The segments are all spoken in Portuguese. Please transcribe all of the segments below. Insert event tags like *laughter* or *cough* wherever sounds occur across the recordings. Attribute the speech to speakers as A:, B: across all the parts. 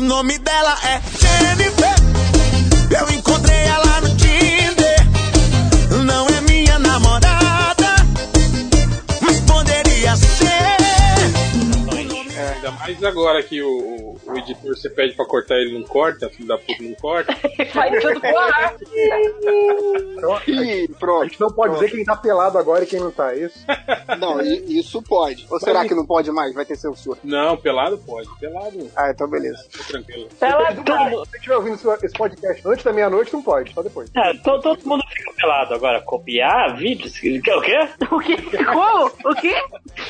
A: nome dela é Jennifer. Eu encontrei ela no Tinder. Não é minha namorada, mas poderia ser.
B: é, Ainda mais agora que o, o- o editor você pede pra cortar ele, não corta, filho da puta não corta.
C: Sai Tá tudo pro ar.
D: Ih,
E: A
D: pronto.
E: gente não pode
D: Pronto.
E: dizer quem tá pelado agora e quem não tá, é isso?
D: *laughs* Não, i- isso pode. Ou será que não pode mais? Vai ter censura.
B: Não, pelado pode, pelado,
D: Ah, então beleza.
B: tô tranquilo.
C: Ela
F: *laughs*
E: Todo
G: tá.
E: mundo- Se estiver ouvindo esse esse podcast antes da meia-noite, não pode, só depois.
G: É, to- todo mundo fica pelado agora. Copiar vídeos? que- que- O quê?
C: O quê? Como? O quê?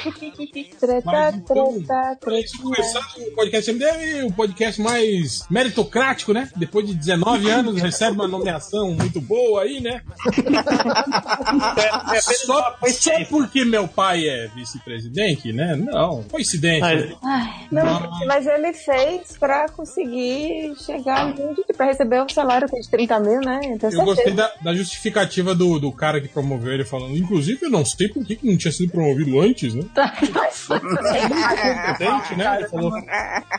B: Mas,
H: Treta,
B: então,
H: treta,
B: Isso
H: treta.
B: começando o podcast MDM, o um podcast mais meritocrático, né? Depois de 19 anos, recebe uma nomeação muito boa aí, né?
G: É, é apenas uma
B: Só, só
G: coincidência.
B: porque meu pai é vice-presidente, né? Não, coincidência.
G: Mas-
H: Não, mas ele fez pra conseguir chegar muito pra receber o salário que é de 30 mil, né? Então,
B: Eu gostei
H: certeza.
B: da, da justificativa do, do cara que promoveu ele falando. Inclusive, eu não sei por que que não tinha sido promovido antes, né?
H: *laughs*
B: Competente, né? Ele falou.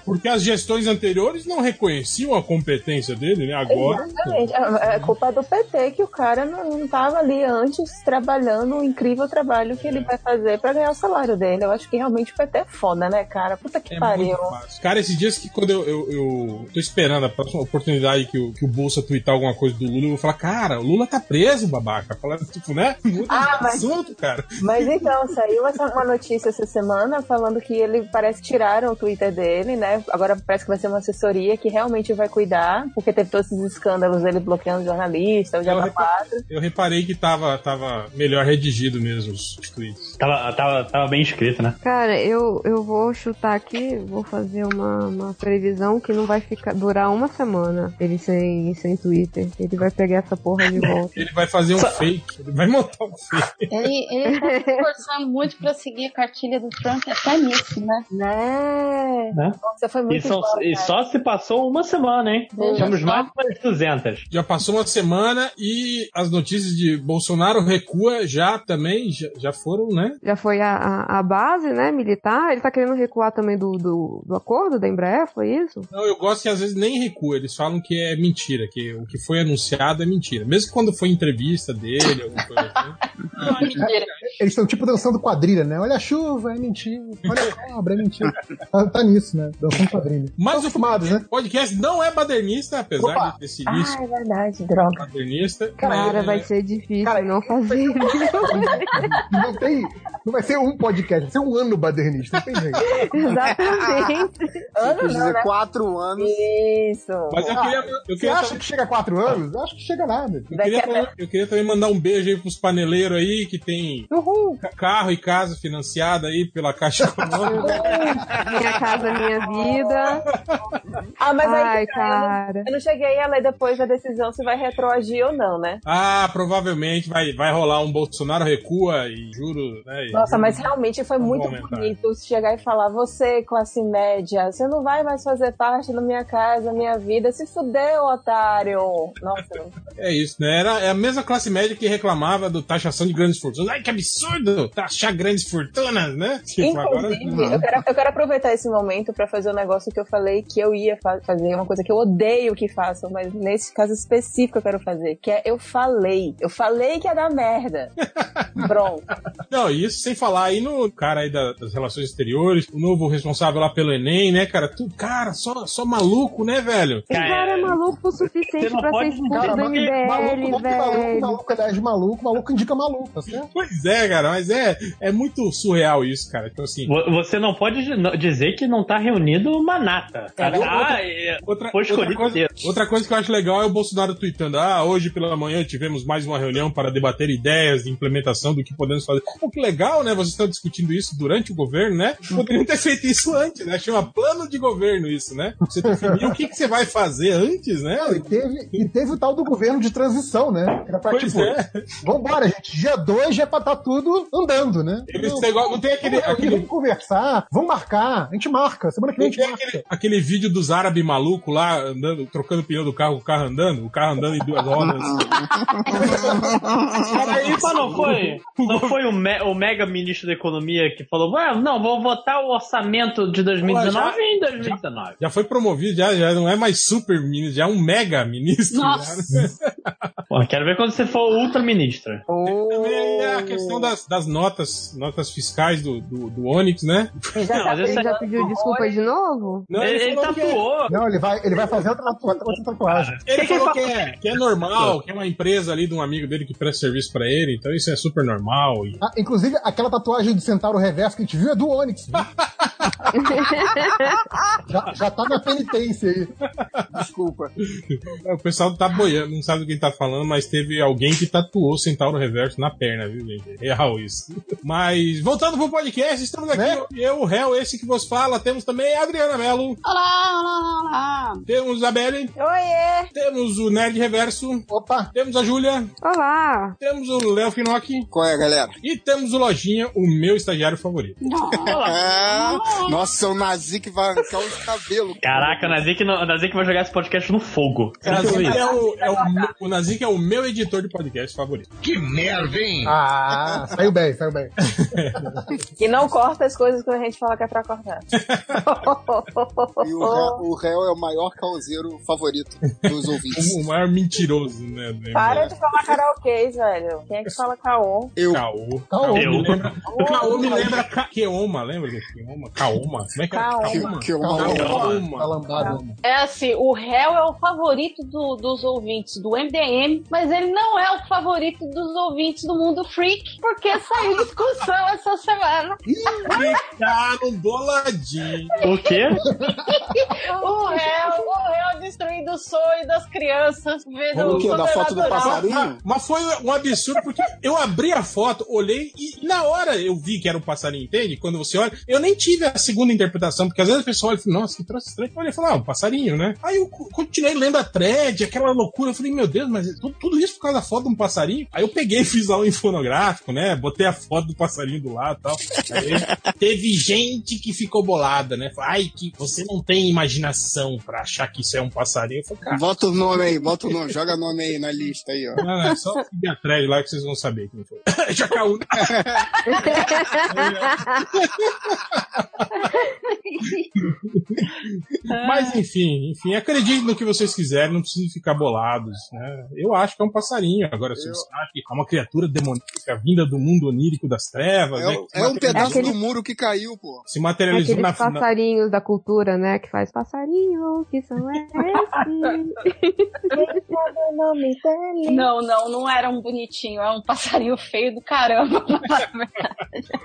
B: Porque as gestões anteriores não reconheciam a competência dele, né? Agora.
H: Exatamente. É é culpa do PT que o cara não, não tava ali antes trabalhando o incrível trabalho
B: É.
H: que ele vai fazer pra ganhar o salário dele. Eu acho que realmente o PT é foda, né, cara? Puta que
B: É
H: pariu.
B: muito fácil. Cara, esses dias que quando eu, eu, eu tô esperando a próxima oportunidade que o, que o Bolsa twittar alguma coisa do Lula, eu vou falar, cara, o Lula tá preso, babaca. Falar, tipo, né? Muda
H: Ah,
B: de
H: mas-
B: assunto, cara.
H: Mas então, saiu essa, uma notícia essa semana falando que ele parece que tiraram o Twitter dele, né? Agora parece que vai ser uma assessoria que realmente vai cuidar, porque teve todos esses escândalos dele bloqueando jornalista, o
B: Eu,
H: Jabba
B: repa-
H: 4.
B: eu reparei que tava, tava melhor redigido mesmo os tweets.
G: Tava, tava, tava bem escrito, né?
I: Cara, eu, eu vou chutar aqui, vou fazer uma, uma previsão que não vai ficar durar uma semana ele sem, sem Twitter. Ele vai pegar essa porra
B: *laughs*
I: de volta.
B: Ele vai fazer um fake, ele vai montar um fake.
F: Ele, ele tá se esforçando muito pra seguir a cartilha do Trump até nisso, né?
H: Né?
G: Né?
H: Nossa, foi
G: E,
H: muito
G: são-
H: bom,
G: e
H: cara.
G: só se passou uma semana, hein?
F: Veja
G: Temos
F: só.
G: mais de 200.
B: Já passou uma semana e as notícias de Bolsonaro recua já também, já, já foram, né?
I: Já foi a, a, a base, né, militar. Ele tá querendo recuar também do, do, do acordo da Embraer, foi isso?
B: Não, eu gosto que às vezes nem recua, eles falam que é mentira, que o que foi anunciado é mentira. Mesmo quando foi entrevista dele, alguma
J: *laughs*
B: coisa assim.
F: Não, mentira.
J: Eles estão tipo dançando quadrilha, né? Olha a chuva, é mentira. Olha a cobra, é mentira. Tá, tá nisso, né? Dançando quadrilha.
B: Mas
J: Tão
B: o
J: acostumados, né?
B: podcast não é badernista, apesar
J: Opa!
B: de ter sido isso
H: Ah, é verdade, droga.
B: badernista.
I: Cara,
B: mas- né,
I: vai ser difícil
J: Cara,
I: não fazer.
J: Não tem. Não vai ser um podcast, vai ser um ano badernista. Não tem jeito.
I: *laughs* Exatamente.
J: Tipo,
H: Ano
D: Quis
H: não,
D: dizer,
H: né?
D: quatro anos.
H: Isso.
B: Mas eu queria, eu
J: Você
B: queria
J: acha que chega a quatro anos? Eu acho que chega nada.
B: Eu
H: Daqui
B: queria,
H: a- *laughs*
B: também, eu queria também mandar um beijo aí pros paneleiros aí que tem ca- carro e casa financiada aí pela Caixa Econômica.
I: Minha casa, minha
G: *laughs*
I: vida.
H: Ah, mas aí
I: Ai,
H: que tá, eu não-
I: cara.
H: eu não cheguei a ler depois da decisão se vai retroagir ou não, né?
B: ah, provavelmente vai, vai rolar um Bolsonaro recua e juro, né? e-
H: Nossa, mas realmente foi
B: Vamos
H: muito
B: aumentar.
H: bonito chegar e falar: você, classe média, você não vai mais fazer parte da minha casa, minha vida. Se fudeu, otário. Nossa,
B: É isso, né? Era é a mesma classe média que reclamava do taxação de grandes fortunas. Ai, que absurdo! Taxar grandes fortunas, né? Tipo, agora.
H: inclusive, eu quero, eu quero aproveitar esse momento pra fazer um negócio que eu falei que eu ia fa- fazer, uma coisa que eu odeio que façam, mas nesse caso específico eu quero fazer, que é eu falei. Eu falei que ia dar
G: *laughs*
H: merda. Pronto.
B: Não, e isso sem falar aí no cara aí da- das relações exteriores, o novo responsável lá pelo Enem, né, cara? Tu, cara, só, só maluco, né, velho?
I: O cara é maluco o
G: Você
I: suficiente
G: não
I: pra ser
G: pode
I: expulso
G: dizer
I: do
G: que
I: MBL,
J: Maluco, maluco,
I: velho.
J: maluco, aliás, maluco, maluco indica maluco, tá certo?
B: Pois é, cara, mas é, é muito surreal isso, cara. Então, assim,
G: Vo- Você não pode di- não- dizer que não tá reunido uma nata.
B: Cara, outra-
G: ah, é,
B: Outra,
G: Foi escolhido
B: outra coisa,
G: inteiro.
B: outra coisa que eu acho legal é o Bolsonaro tweetando: Ah, hoje pela manhã tivemos mais uma reunião para debater ideias de implementação do que podemos fazer. Pô, que legal, né? Vocês estão discutindo isso durante o governo, né? Poderiam ter feito isso antes, né? Chama plano de governo isso, né?
J: *laughs*
B: Você definir o que, que você vai fazer antes, né?
J: Não, e teve, e teve o tal do governo de transição, né? Era pra,
B: Pois
J: tipo,
B: é.
J: vambora, gente. Dia 2 já é pra tá tudo andando, né?
B: Eles
J: Não,
B: têm igual- não tem aquele-
J: vamos reunir,
B: aquele-
J: Vamos conversar, vamos marcar, a gente marca, semana que vem a
B: Não
J: gente
B: tem
J: marca.
B: aquele, aquele vídeo dos árabes Barbie maluco lá, andando, trocando o pneu do carro, com o carro andando, o carro andando em duas rodas.
G: Mas não foi, não foi o, me- o mega ministro da economia que falou, "Ué, não, vou votar o orçamento de 2019 em 2019.
B: Já foi promovido, já, já não é mais super ministro, já é um mega ministro.
G: Pô, quero ver quando você for ultra ministra.
B: Também é a questão das, das notas, notas fiscais do, do, do Onix, né?
H: Já tá
I: Ele já
H: brigando
I: pediu
H: com
I: desculpa de novo?
B: Não, ele falou que é-
J: Não, ele vai, ele vai fazer outra tatu- outra tatuagem.
B: Ele falou que é, que é normal, que é uma empresa ali de um amigo dele que presta serviço pra ele, então isso é super normal. E... *laughs*
J: Ah, inclusive, aquela tatuagem do Centauro Reverso que a gente viu é do Onix. já, já tá na penitência aí.
D: Desculpa.
B: O pessoal tá boiando, não sabe do que tá falando, mas teve alguém que tatuou Centauro Reverso na perna, viu, gente? É Real isso. *laughs* Mas, voltando pro podcast, estamos aqui,
J: Né?
B: eu, o réu, esse que vos fala, temos também a Adriana Mello,
F: Olá, olá, olá, olá.
B: temos a Beli,
H: Oiê!
B: temos o Nerd Reverso,
J: Opa!
B: temos a Júlia,
I: Olá!
B: temos o Léo Finocchi
D: Qual é, galera?
B: e temos o Lojinha, o meu estagiário favorito.
D: Ah, nossa, o Nazi que vai arrancar os cabelos.
G: Caraca, o Nazik, não- o Nazik vai jogar esse podcast no fogo.
B: O Nazik é o, é o, meu- o Nazik é o meu editor de podcast favorito.
J: Ah, saiu bem, saiu bem.
H: E não corta as coisas quando a gente fala que é pra cortar.
D: E o réu, o réu é o maior causeiro favorito dos ouvintes.
B: *laughs* O maior mentiroso, né? do
H: Para
B: MBL.
H: de falar karaokês, velho. Quem é que fala caô?
D: Eu.
B: Caô.
J: Caô.
B: Caô me
G: Eu.
B: lembra. Caô me lembra. Ca- Queoma, lembra do Queoma? Caoma? Como é que é?
H: Caoma.
D: Que, que eu
J: Tá
B: Caoma.
J: lambado.
F: É assim, o réu é o favorito do- dos ouvintes do MDM, mas ele não é o favorito dos ouvintes do mundo freak, porque saiu discussão essa semana.
B: Ficaram tá boladinho.
G: O quê?
F: *laughs* O réu, o réu destruindo o sonho das crianças, vendo
D: O quê? é? Da foto do
F: sobrenatural.
D: passarinho?
B: Mas foi um absurdo porque eu abri a foto, olhei e na hora eu vi que era um passarinho, entende? Quando você olha, eu nem tive a segunda interpretação, porque às vezes a pessoa olha e fala, nossa, que troço estranho. Eu olhei e falei, ah, um passarinho, né? Aí eu co- continuei lendo a thread, aquela loucura. Eu falei, meu Deus, mas tudo, tudo isso por causa da foto de um passarinho? Aí eu peguei *laughs* e fiz lá um infonográfico, né? Botei a foto do passarinho do lado e tal. Aí teve gente que ficou bolada, né? Falou, Ai, que você não tem imaginação pra achar que isso é um passarinho. Eu falei, cara.
D: Bota o nome aí, bota o nome, joga nome aí na lista aí, ó.
B: Não, não, é só seguir a thread lá que vocês vão saber quem foi. *coughs* Jacaú.
C: *laughs*
B: Mas enfim, enfim, acredite no que vocês quiserem, não precisam ficar bolados. Né? Eu acho que é um passarinho. Agora, se você acha que é uma criatura demoníaca vinda do mundo onírico das trevas, né? que
D: É,
B: se
D: é um
B: materializou-
D: pedaço
I: aquele-
D: do muro que caiu, pô.
B: se materializou
I: Aqueles
B: na, na.
I: passarinhos da cultura, né? Que faz passarinho, que são esses?
B: *laughs*
F: Não, não, não era um bonitinho, é um passarinho feio do caramba.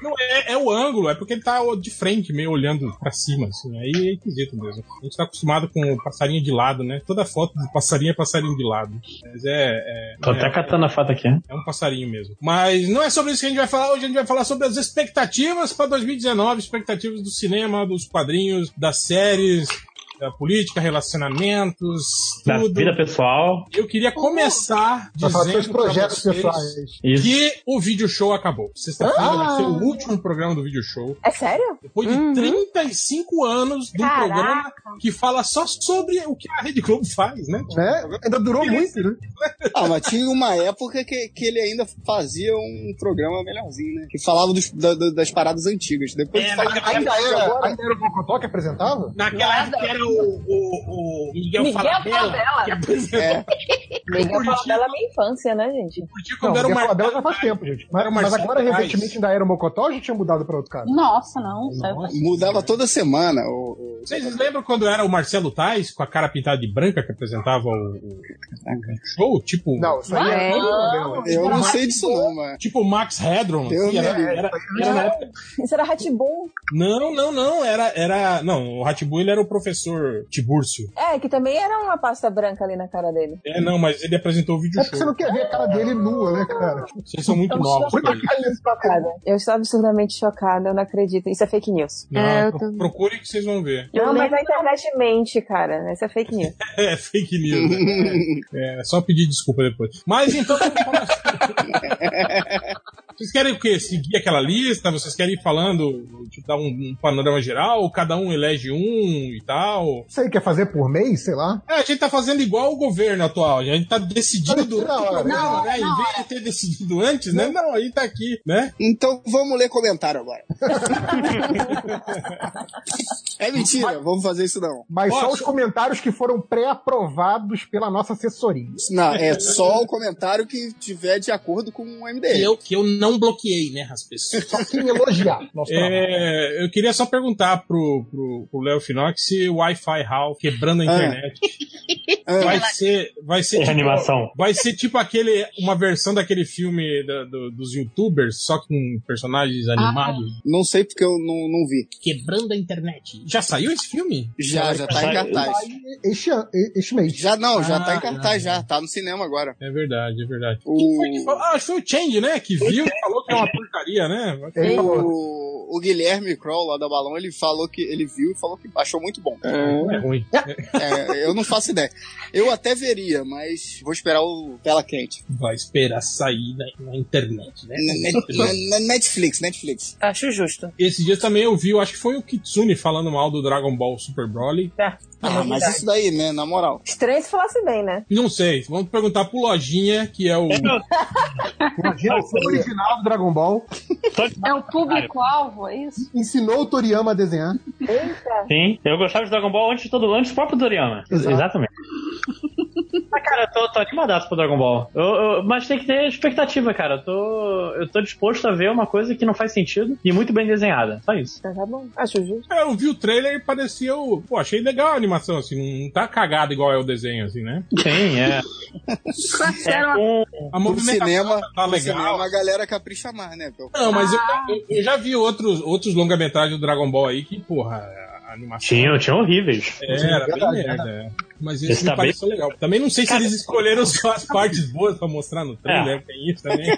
B: Não, é, é o ângulo, é porque ele tá de frente, meio olhando pra cima, assim. Aí é esquisito mesmo. A gente tá acostumado com o passarinho de lado, né? Toda foto de passarinho é passarinho de lado. Mas é- é
G: Tô até catando a foto aqui.
B: É um passarinho mesmo. Mas não é sobre isso que a gente vai falar hoje. A gente vai falar sobre as expectativas para 2019, expectativas do cinema, dos quadrinhos, das séries, da política, relacionamentos,
G: Da
B: tudo.
G: vida pessoal.
B: Eu queria começar
J: Vai falar dos seus
B: dizendo para
J: projetos
B: vocês
J: pessoais.
G: Isso.
B: que o vídeo show acabou. Sexta-feira
J: Ah! Hum.
B: vai ser o último programa do vídeo show.
H: É sério?
B: Depois de
I: Uhum.
B: 35 anos de um
H: Caraca.
B: programa que fala só sobre o que a Rede Globo faz, né?
J: Né? Ainda durou muito,
B: *laughs*
J: né?
D: Ah, mas tinha uma época *laughs* que, que ele ainda fazia um programa melhorzinho, né? Que falava dos- da- da- das paradas antigas. Depois
B: É,
D: fala-
B: naquela
J: Ainda era,
D: agora-
J: ainda era o Mocotó que apresentava?
B: Naquela época era o, o, o Miguel,
F: Miguel
B: Falabella,
F: Falabella.
B: que apresentou
D: É,
H: Miguel falou dela minha infância, né, gente?
B: curti
J: Não,
B: quando era um
D: é
J: porque
B: o
J: Mar...
B: Mar...
J: Bela já faz tempo, gente. Mas,
B: Era o
J: mas
B: Marcelo
J: agora,
B: Paes.
J: recentemente, ainda era o Mocotó ou já tinha mudado pra outro cara?
H: Hum.
F: Nossa, não, saiu
D: mudava toda semana. O, o-
B: Vocês lembram quando era o Marcelo Tais, com a cara pintada de branca, que apresentava o, o- o show? Tipo
J: Não, isso aí é
I: Não.
J: outro
D: Eu
J: problema.
D: não sei disso não, mas...
B: tipo o Max Hedron.
D: Eu
B: assim,
D: me
B: era-
D: lembro.
B: era- era na época-
H: Isso era Hatbum.
B: Não, não, não. Era, era, não, o Ratibu ele era o professor Tibúrcio.
H: É, que também era uma pasta branca ali na cara dele.
B: É, não, mas ele apresentou o vídeo
J: É porque você
B: show.
J: não quer ver a cara dele nua, né, cara?
B: Vocês são muito novos.
J: Muita
B: pra isso.
J: cara nesse papel.
H: Então, Chocada. Eu estou absurdamente chocada, eu não acredito. Isso é fake news.
B: Não,
I: É, eu
B: pro-
I: também.
B: procure que vocês vão ver.
H: não, mas a internet mente, cara. Isso é fake news.
B: *laughs* É, fake news.
D: *laughs*
B: né? É, é só pedir desculpa depois. Mas então, vamos falar assim? Vocês querem o quê? Seguir aquela lista? Vocês querem ir falando, tipo, dar um, um panorama geral? Cada um elege um e tal?
J: Sei, quer fazer por mês, sei lá.
B: É, a gente tá fazendo igual o governo atual. A gente tá decidindo durante o programa, né? Em vez de ter decidido antes, né? Não, aí tá aqui, né?
D: Então vamos ler comentário agora. é mentira, vamos fazer isso não.
J: Mas só os comentários que foram pré-aprovados pela nossa assessoria.
D: Não, é só o comentário que tiver de acordo com o MDM.
B: Que eu, que eu não bloqueei, né, as pessoas.
J: Só quem elogiar nosso trabalho.
B: É, eu queria só perguntar pro, pro, pro Léo Finox se o Wi-Fi Hall quebrando a
D: Ah.
B: internet
D: É.
B: vai ser. Vai ser tipo,
G: Reanimação.
B: Vai ser tipo aquele. Uma versão daquele filme da- do- dos youtubers, só com personagens
H: Ah.
B: animados.
D: Não sei porque eu não, não vi.
B: Quebrando a internet. Já saiu esse filme?
D: Já, já tá em cartaz.
J: Este, an- e- este mês.
D: Já não, já
B: Ah,
D: tá em cartaz, já. Tá no cinema agora.
B: É verdade, é verdade.
D: O-
B: Quem foi que falou? Ah, acho que foi o Change, né? Que viu e falou que é uma porcaria, né?
J: Ele falou,
D: O, o Guilherme Kroll, lá da Balão, ele falou que ele viu e falou que achou muito bom.
B: É ruim.
D: É, eu não faço ideia. Eu até veria, mas vou esperar o Tela Quente.
B: Vai esperar sair na, na internet, né?
D: Net- na- na Netflix, Netflix.
H: Acho justo.
B: Esse dia também eu vi, eu acho que foi o Kitsune falando mal do Dragon Ball Super Broly.
H: Tá.
D: Ah, mas
H: Novidade.
D: isso daí, né, na moral.
H: Estranho se falasse bem, né?
B: Não sei, vamos perguntar pro Lojinha, que é o.
J: a geração original do Dragon Ball
F: É o público-alvo, é isso?
J: ensinou o Toriyama a desenhar.
G: Sim, eu gostava de Dragon Ball antes de todo antes do próprio Toriyama.
J: Exato.
G: *laughs* Exatamente. Mas, Ah, cara, eu tô, tô animadaço pro Dragon Ball. Eu- eu- mas tem que ter expectativa, cara. Eu tô, eu tô disposto a ver uma coisa que não faz sentido e muito bem desenhada. Só isso.
H: Tá, tá bom. Acho justo.
B: É, eu vi o trailer e pareceu. Pô, achei legal a animação, assim, não- não tá cagada igual é o desenho, assim, né?
G: Sim, é. é com-
B: A
D: No
B: movimentação
D: cinema,
B: tá
D: no
B: legal.
D: cinema a galera capricha mais, né? Pô?
B: Não, mas eu, eu- eu já vi outros, outros longa-metragens do Dragon Ball aí que, porra, a animação.
G: Tinha, tinha horríveis.
B: É, Era, bem
J: Verdade,
B: merda. é. Mas esse,
G: Esse
B: me
G: tá
B: pareceu legal. Também não sei se eles escolheram só as partes boas pra mostrar no
G: É.
B: trailer, tem isso também.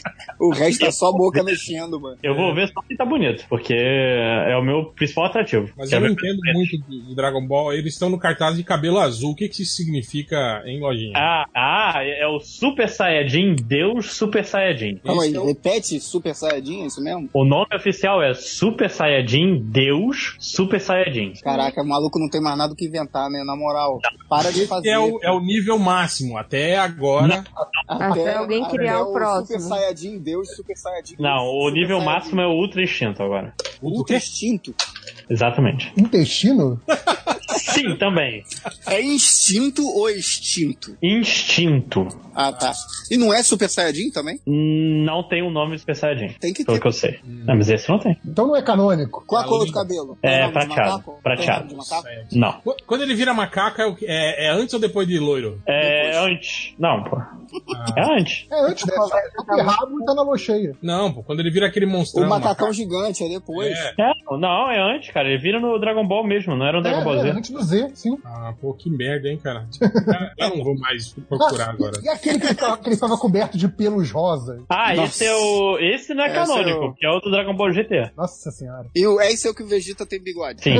D: *laughs* O resto tá só a boca mexendo, mano.
G: Eu vou ver só se tá bonito, porque é o meu principal atrativo.
B: Mas eu
G: Quero
B: não
G: ver-
B: entendo muito de de Dragon Ball. Eles estão no cartaz de cabelo azul. O que, que isso significa em lojinha?
G: Ah, ah, é é o Super Saiyajin Deus Super Saiyajin.
D: Calma aí,
B: Esse é o-
D: repete Super Saiyajin, é isso mesmo?
G: O nome oficial é Super Saiyajin Deus Super Saiyajin.
D: Caraca, o maluco não tem mais nada o que inventar, né? Na moral, para de fazer.
B: é, o, é o nível máximo. Até agora.
I: Até alguém criar
D: até
I: o próximo.
D: Super Saiyajin Deus, Super Saiyajin.
G: Não, o
D: Super
G: nível
D: Saiyajin.
G: máximo é o Ultra Instinto agora.
D: Ultra instinto.
G: Exatamente.
J: Intestino?
G: Sim, também.
D: É instinto ou extinto?
G: Instinto.
D: Ah, tá. E não é Super Saiyajin também?
G: Não tem o nome Super Saiyajin.
D: Tem que
G: Pelo
D: ter.
G: que eu sei. Não, mas esse não tem.
J: é? Então não é canônico.
D: Qual a cor do cabelo?
G: É,
D: Tem nome de
G: prateado,
D: macaco? Tem
G: prateado.
D: nome de macaco?
G: Não.
B: Qu- Quando ele vira macaca, é o que- é, é antes ou depois de loiro? Ah.
G: É antes. Não, pô. É antes.
J: É antes de falar, tá errado e tá na lua cheia.
B: Não, pô. Quando ele vira aquele
D: O
B: monstrão.
D: macacão gigante é depois.
B: tá. É.
G: É, não, é antes, cara. Ele vira no Dragon Ball mesmo, não era no
J: É,
G: Dragon Ball
J: é,
G: Z.
J: antes do Z, sim.
B: Ah, pô, que merda, hein,
D: *laughs*
B: cara. Ah, Eu não vou mais procurar agora.
J: Ah, E aquele que ele tava, que ele tava coberto de pelos rosa?
G: Ah,
D: Nossa.
G: esse é o. Esse não é
D: Esse é
G: canônico,
D: o-
G: que é o do Dragon Ball GT.
J: Nossa senhora.
D: E o, é isso é o que o Vegeta tem bigode. *laughs*
G: Sim.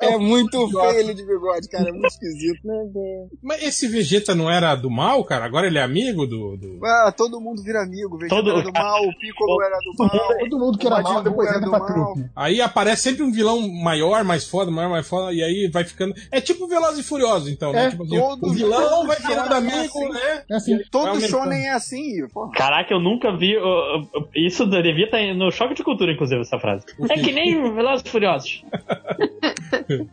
D: É muito feio ele de bigode, cara. É muito esquisito.
H: Meu Deus.
B: Mas esse Vegeta não era do mal, cara? Agora ele é amigo do. do-
D: Ah, todo mundo vira amigo. Vegeta
G: Todo-
D: era do mal, o Piccolo era do mal.
J: Todo mundo que era
D: Majin
J: mal,
D: Buu
J: depois
D: era
J: entra
D: do
J: pra
D: mal.
J: trupe.
B: Aí aparece sempre um vilão maior, mais foda, maior, mais foda, e aí vai ficando. É tipo Veloz e Furioso, então, né?
J: É,
B: Tipo assim,
D: todo
B: o vilão vai
D: vilão
B: virando
D: é
B: amigo,
D: assim.
B: né?
J: É assim.
G: um
B: Vai
D: Todo
B: aumentando.
D: shonen é assim, Ivo, porra.
G: Caraca, eu nunca vi. eu- eu- eu- isso devia estar no choque de cultura, inclusive, essa frase. É que nem Velozes e Furiosos.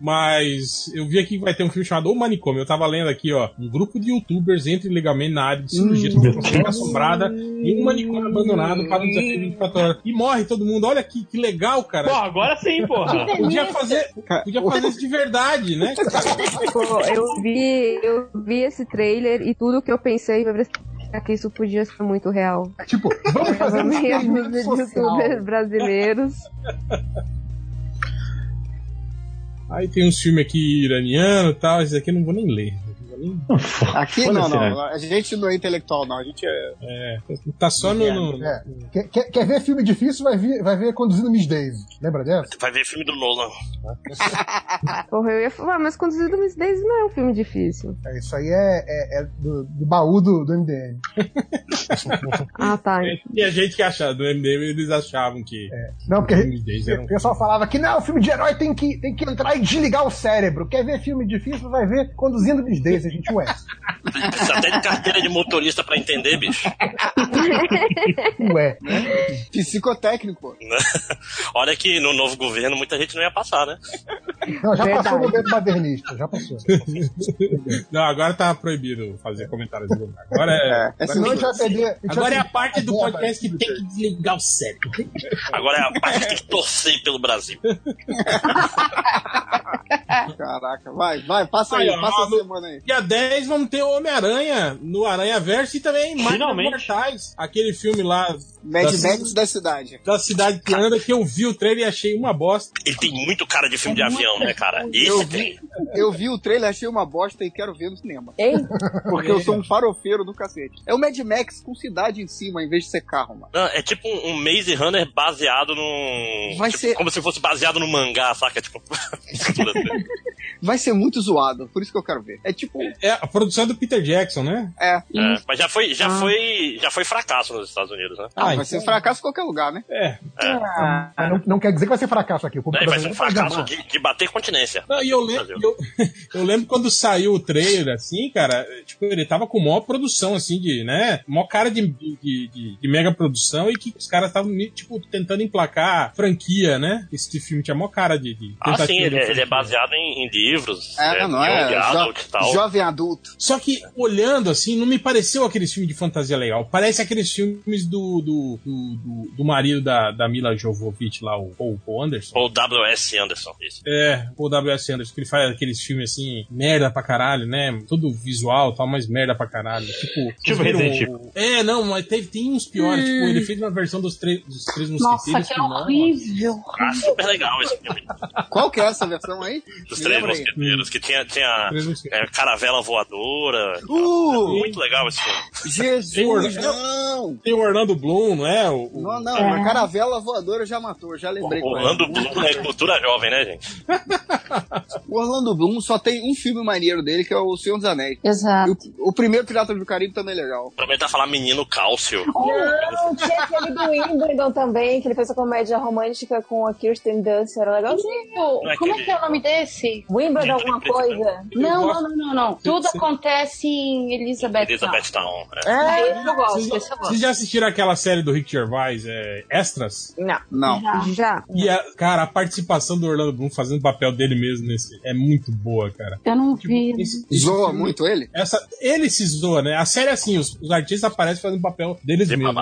B: Mas eu vi aqui que vai ter um filme chamado O Manicômio. Eu tava lendo aqui, ó. Um grupo de youtubers entra ilegalmente na área de cirurgia de uma assombrada e um manicômio abandonado para um desafio de 24 horas. E morre todo mundo. Olha que, que legal, cara.
G: Pô, agora sim, porra.
B: Podia fazer, podia fazer isso de verdade, né?
I: Pô, eu vi, eu vi esse trailer e tudo que eu pensei foi "Será que isso podia ser muito real.
J: É tipo, vamos fazer um
I: Vamos ver
J: experimento
I: os
J: social.
I: youtubers brasileiros.
B: Aí tem uns filmes aqui iraniano e tal. Esse aqui eu não vou nem ler.
D: Aqui
G: Foda-se,
D: não, não.
G: né?
D: A gente não é intelectual, não. A gente é.
B: Tá só no. no-
J: É. Quer, quer- quer ver *laughs* filme difícil, vai, vir, vai ver Conduzindo Miss Daisy. Lembra dessa?
K: Vai ver filme do Nolan.
I: Porra, eu ia falar, "Ah, mas Conduzido Miss Daisy não é um filme difícil.
J: É, Isso aí é, é- é do, do baú do, do MDM.
I: *laughs* Ah, tá.
B: *laughs* E a gente que achava, do MDM, eles achavam que.
J: Não, porque
B: os gays eram- *laughs*
J: o pessoal falava que não, filme de herói tem que, tem que entrar e desligar o cérebro. Quer ver filme difícil, vai ver conduzindo Miss Daisy, a gente ué.
I: *laughs*
K: Precisa até de carteira de motorista pra entender, bicho.
J: Ué.
D: Psicotécnico.
K: Né? Olha que no novo governo muita gente não ia passar, né?
J: Não, já passou
K: Verdade.
J: o momento modernista, já passou.
B: Não, agora tá proibido fazer comentários. Agora é.
J: É, senão a gente vai perder- a gente vai
B: Agora é a
J: perder
B: parte
J: a
B: do
J: verba.
B: podcast que tem que desligar o cérebro.
K: Agora é a parte que tem que torcer pelo Brasil.
D: Caraca, vai, vai, passa aí,
B: Aí, ó,
D: passa a
B: no-
D: semana aí.
B: Dia 10 vamos ter o Homem-Aranha no Aranha Verso e também Máquinas
D: Finalmente.
B: Mortais. Aquele filme lá.
D: Mad
B: da-
D: Max da cidade.
B: Da cidade que anda, que eu vi o trailer e achei uma bosta.
K: Ele tem muito cara de filme de avião, né, cara?
D: É Eu
K: Esse
D: vi,
K: tem.
D: eu vi o trailer, achei uma bosta e quero ver no cinema.
H: Ei?
D: Porque eu sou um farofeiro do cacete. É o Mad Max com cidade em cima, em vez de ser carro, mano.
K: Não, é tipo um, um Maze Runner baseado num.
D: Vai
K: tipo,
D: ser-
K: Como se fosse baseado no mangá, saca? Tipo. *laughs*
D: Vai ser muito zoado, por isso que eu quero ver. É tipo.
B: É a produção do Peter Jackson, né?
D: É.
K: É, mas já foi, já, foi, já foi fracasso nos Estados Unidos, né?
D: Ah, vai ser fracasso em qualquer lugar, né?
B: então É.
J: Ah, mas não, não quer dizer que vai ser fracasso aqui. O público
K: Daí vai ser um
J: brasileiro vai
K: fracasso
J: amar.
K: de, de bater continência.
B: Não, e eu lembro, eu, *laughs* eu lembro quando saiu o trailer, assim, cara, tipo, ele tava com maior produção, assim, de, né? Mó cara de, de, de- de mega produção e que os caras estavam, tipo, tentando emplacar franquia, né? Esse filme tinha mó cara de. de
K: Ah, sim,
B: tentativa de
K: ele, é- ele é
B: franquia.
K: baseado em, em livros.
B: É, não é,
K: young
B: jo-
K: adult e tal.
B: jovem
D: adulto.
B: Só que, olhando assim, não me pareceu aqueles filmes de fantasia legal. Parece aqueles filmes do, do, do, do- do marido da, da Mila Jovovich lá, o Paul, Paul Anderson.
K: Ou W.S. Anderson. Isso.
B: É, o W.S. Anderson, que ele faz aqueles filmes assim, merda pra caralho, né? Todo visual e tal, mas merda pra caralho. Tipo, vocês viram
G: Resident
B: o- É, não, mas teve, tem uns piores.
F: Hum.
B: Tipo, ele fez uma versão dos, tre- dos Três
F: Nossa,
B: Mosquiteiros.
F: que é
B: que não-
F: horrível.
K: Ah, super legal esse filme.
D: Qual que é essa versão aí?
K: Dos
D: Me
K: Três
D: lembra aí.
K: Mosqueteiros, que tinha, tinha é, caravela voadora.
D: Uh!
K: Muito legal esse filme.
F: um-
B: Tem o
D: Jesus,
B: Orlando-
D: não!
B: Tem o Orlando Bloom, não é? O, o-
D: Não, não,
B: É.
D: a caravela voadora já matou, já lembrei. qual é.
K: Orlando Bloom é cultura jovem, né, gente?
D: O Orlando Bloom só tem um filme maneiro dele, que é O Senhor dos Anéis.
F: Exato.
D: E O, o primeiro Pirata do Caribe também é legal.
K: Também tá falando menino cálcio.
H: Não, tinha aquele do Wimbledon também, que ele fez a comédia romântica com a Kirsten Dunst, era legalzinho.
K: Não é
F: Como é que é o nome desse?
H: Wimbledon alguma coisa?
F: Não, não,
H: gosto-
F: não, não, não. Tudo acontece em Elizabethtown.
K: Elizabethtown.
H: é.
F: Ah, esse eu
B: Vocês
F: gosto,
B: já-
F: esse eu
B: Vocês
F: gosto.
B: já assistiram aquela série do Rick Gervais, é, Extras?
H: Não.
D: Não.
I: Já.
B: E, a, cara, a participação do Orlando Bloom fazendo o papel dele mesmo nesse é muito boa, cara.
F: Eu não vi.
D: Zoa muito ele?
B: Essa, ele se zoa, né? A série é assim, os, os artistas aparecem fazendo o papel deles mesmos.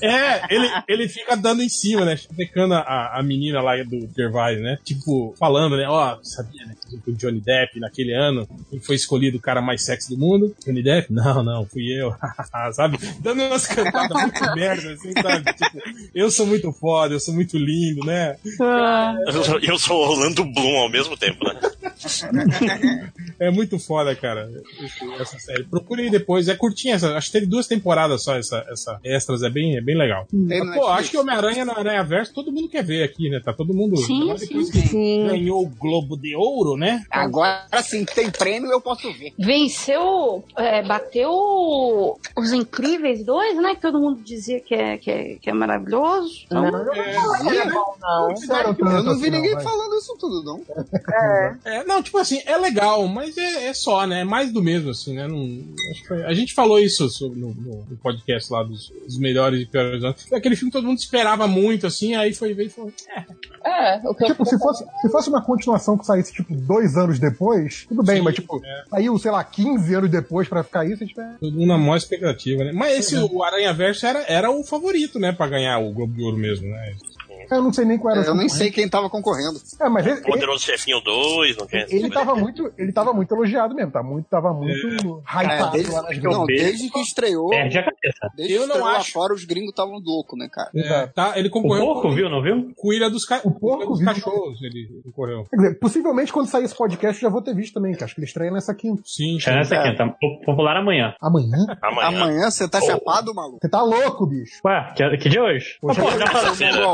B: Ele- é, ele, ele fica dando em cima, né? Chapecando a, a menina lá do Gervais, né? Tipo, falando, né? Ó, sabia, né? que O Johnny Depp, naquele ano, ele foi escolhido o cara mais sexy do mundo. Johnny Depp? Não, não, fui eu. *laughs* Ah, sabe? Dando umas cantadas muito merda, assim, sabe? Tipo, eu sou muito foda, eu sou muito lindo, né?
K: Eu sou- Eu sou Orlando Bloom ao mesmo tempo, né?
B: *laughs* É muito foda, cara, esse- essa série. Procurem depois, é curtinha essa. Acho que teve duas temporadas só, essa, essa extras, é bem, é bem legal.
D: Tem no
B: Mas, pô,
D: Netflix?
B: acho que Homem-Aranha na Aranha Verso todo mundo quer ver aqui, né? Tá todo mundo. Agora depois que Ganhou o Globo de Ouro, né?
D: Agora sim, tem prêmio, eu posso ver.
F: Venceu, é, bateu os Incríveis dois, né? Que todo mundo dizia que é, que é, que é maravilhoso.
D: Não,
F: é bom, não.
D: Eu não vi ninguém falando isso tudo, não.
B: É, não, tipo assim, é legal, mas é, é só, né? É mais do mesmo, assim, né? Não, acho que foi- a gente falou isso sobre- no, no- no podcast lá dos, dos melhores e piores anos. Aquele filme que todo mundo esperava muito, assim, aí foi ver e falou. É.
H: É, o que
J: Tipo, se fosse, se fosse uma continuação que saísse, tipo, dois anos depois, tudo bem, mas, tipo,
D: é.
J: saiu, sei lá, 15 anos depois pra ficar isso, tipo, é, a gente vai...
B: Todo mundo na maior expectativa, né? Mas esse, o Aranha Verso era, era o favorito, né? Pra ganhar o Globo de Ouro mesmo, né?
J: Eu não sei nem qual era
D: É, Eu nem sei quem tava concorrendo.
J: É, mas ele,
K: Poderoso Chefinho 2, não quer
J: ele tava muito, ele tava muito elogiado mesmo, tá muito, tava muito
D: Cara,
J: hypado lá nas
D: É. desde, não,
J: redes.
D: desde que estreou.
J: Perde a
D: cabeça. Desde
B: Eu
D: que
B: não
D: estreou lá
B: acho.
D: fora, os gringos estavam loucos, né, cara?
B: É, tá, ele concorreu.
J: porco
B: com-
J: viu,
G: não viu?
B: Com Ilha dos, Ca... com Ilha dos
J: viu.
B: Cachorros ele concorreu.
J: Quer dizer, possivelmente quando sair esse podcast eu já vou ter visto também, que acho que ele estreia nessa quinta.
B: Sim,
G: Chega nessa quinta. tá Po- Popular amanhã.
J: Amanhã?
K: Amanhã.
D: Amanhã você tá
G: Ou-
D: chapado, maluco?
J: Você tá louco, bicho.
G: Ué, que, que dia é hoje?
J: Hoje é
G: Pô, dá pra-
K: terça-feira.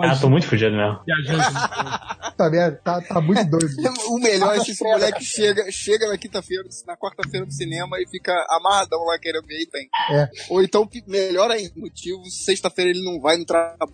G: Ah, tô muito fudido mesmo.
J: *laughs* Tá, merda, tá, tá muito doido.
D: O melhor é se esse moleque chega, chega na quinta-feira, na quarta-feira no cinema e fica amarradão lá querendo ver item.
J: É.
D: Ou então, pi- melhor ainda, motivo, sexta-feira ele não vai no trabalho.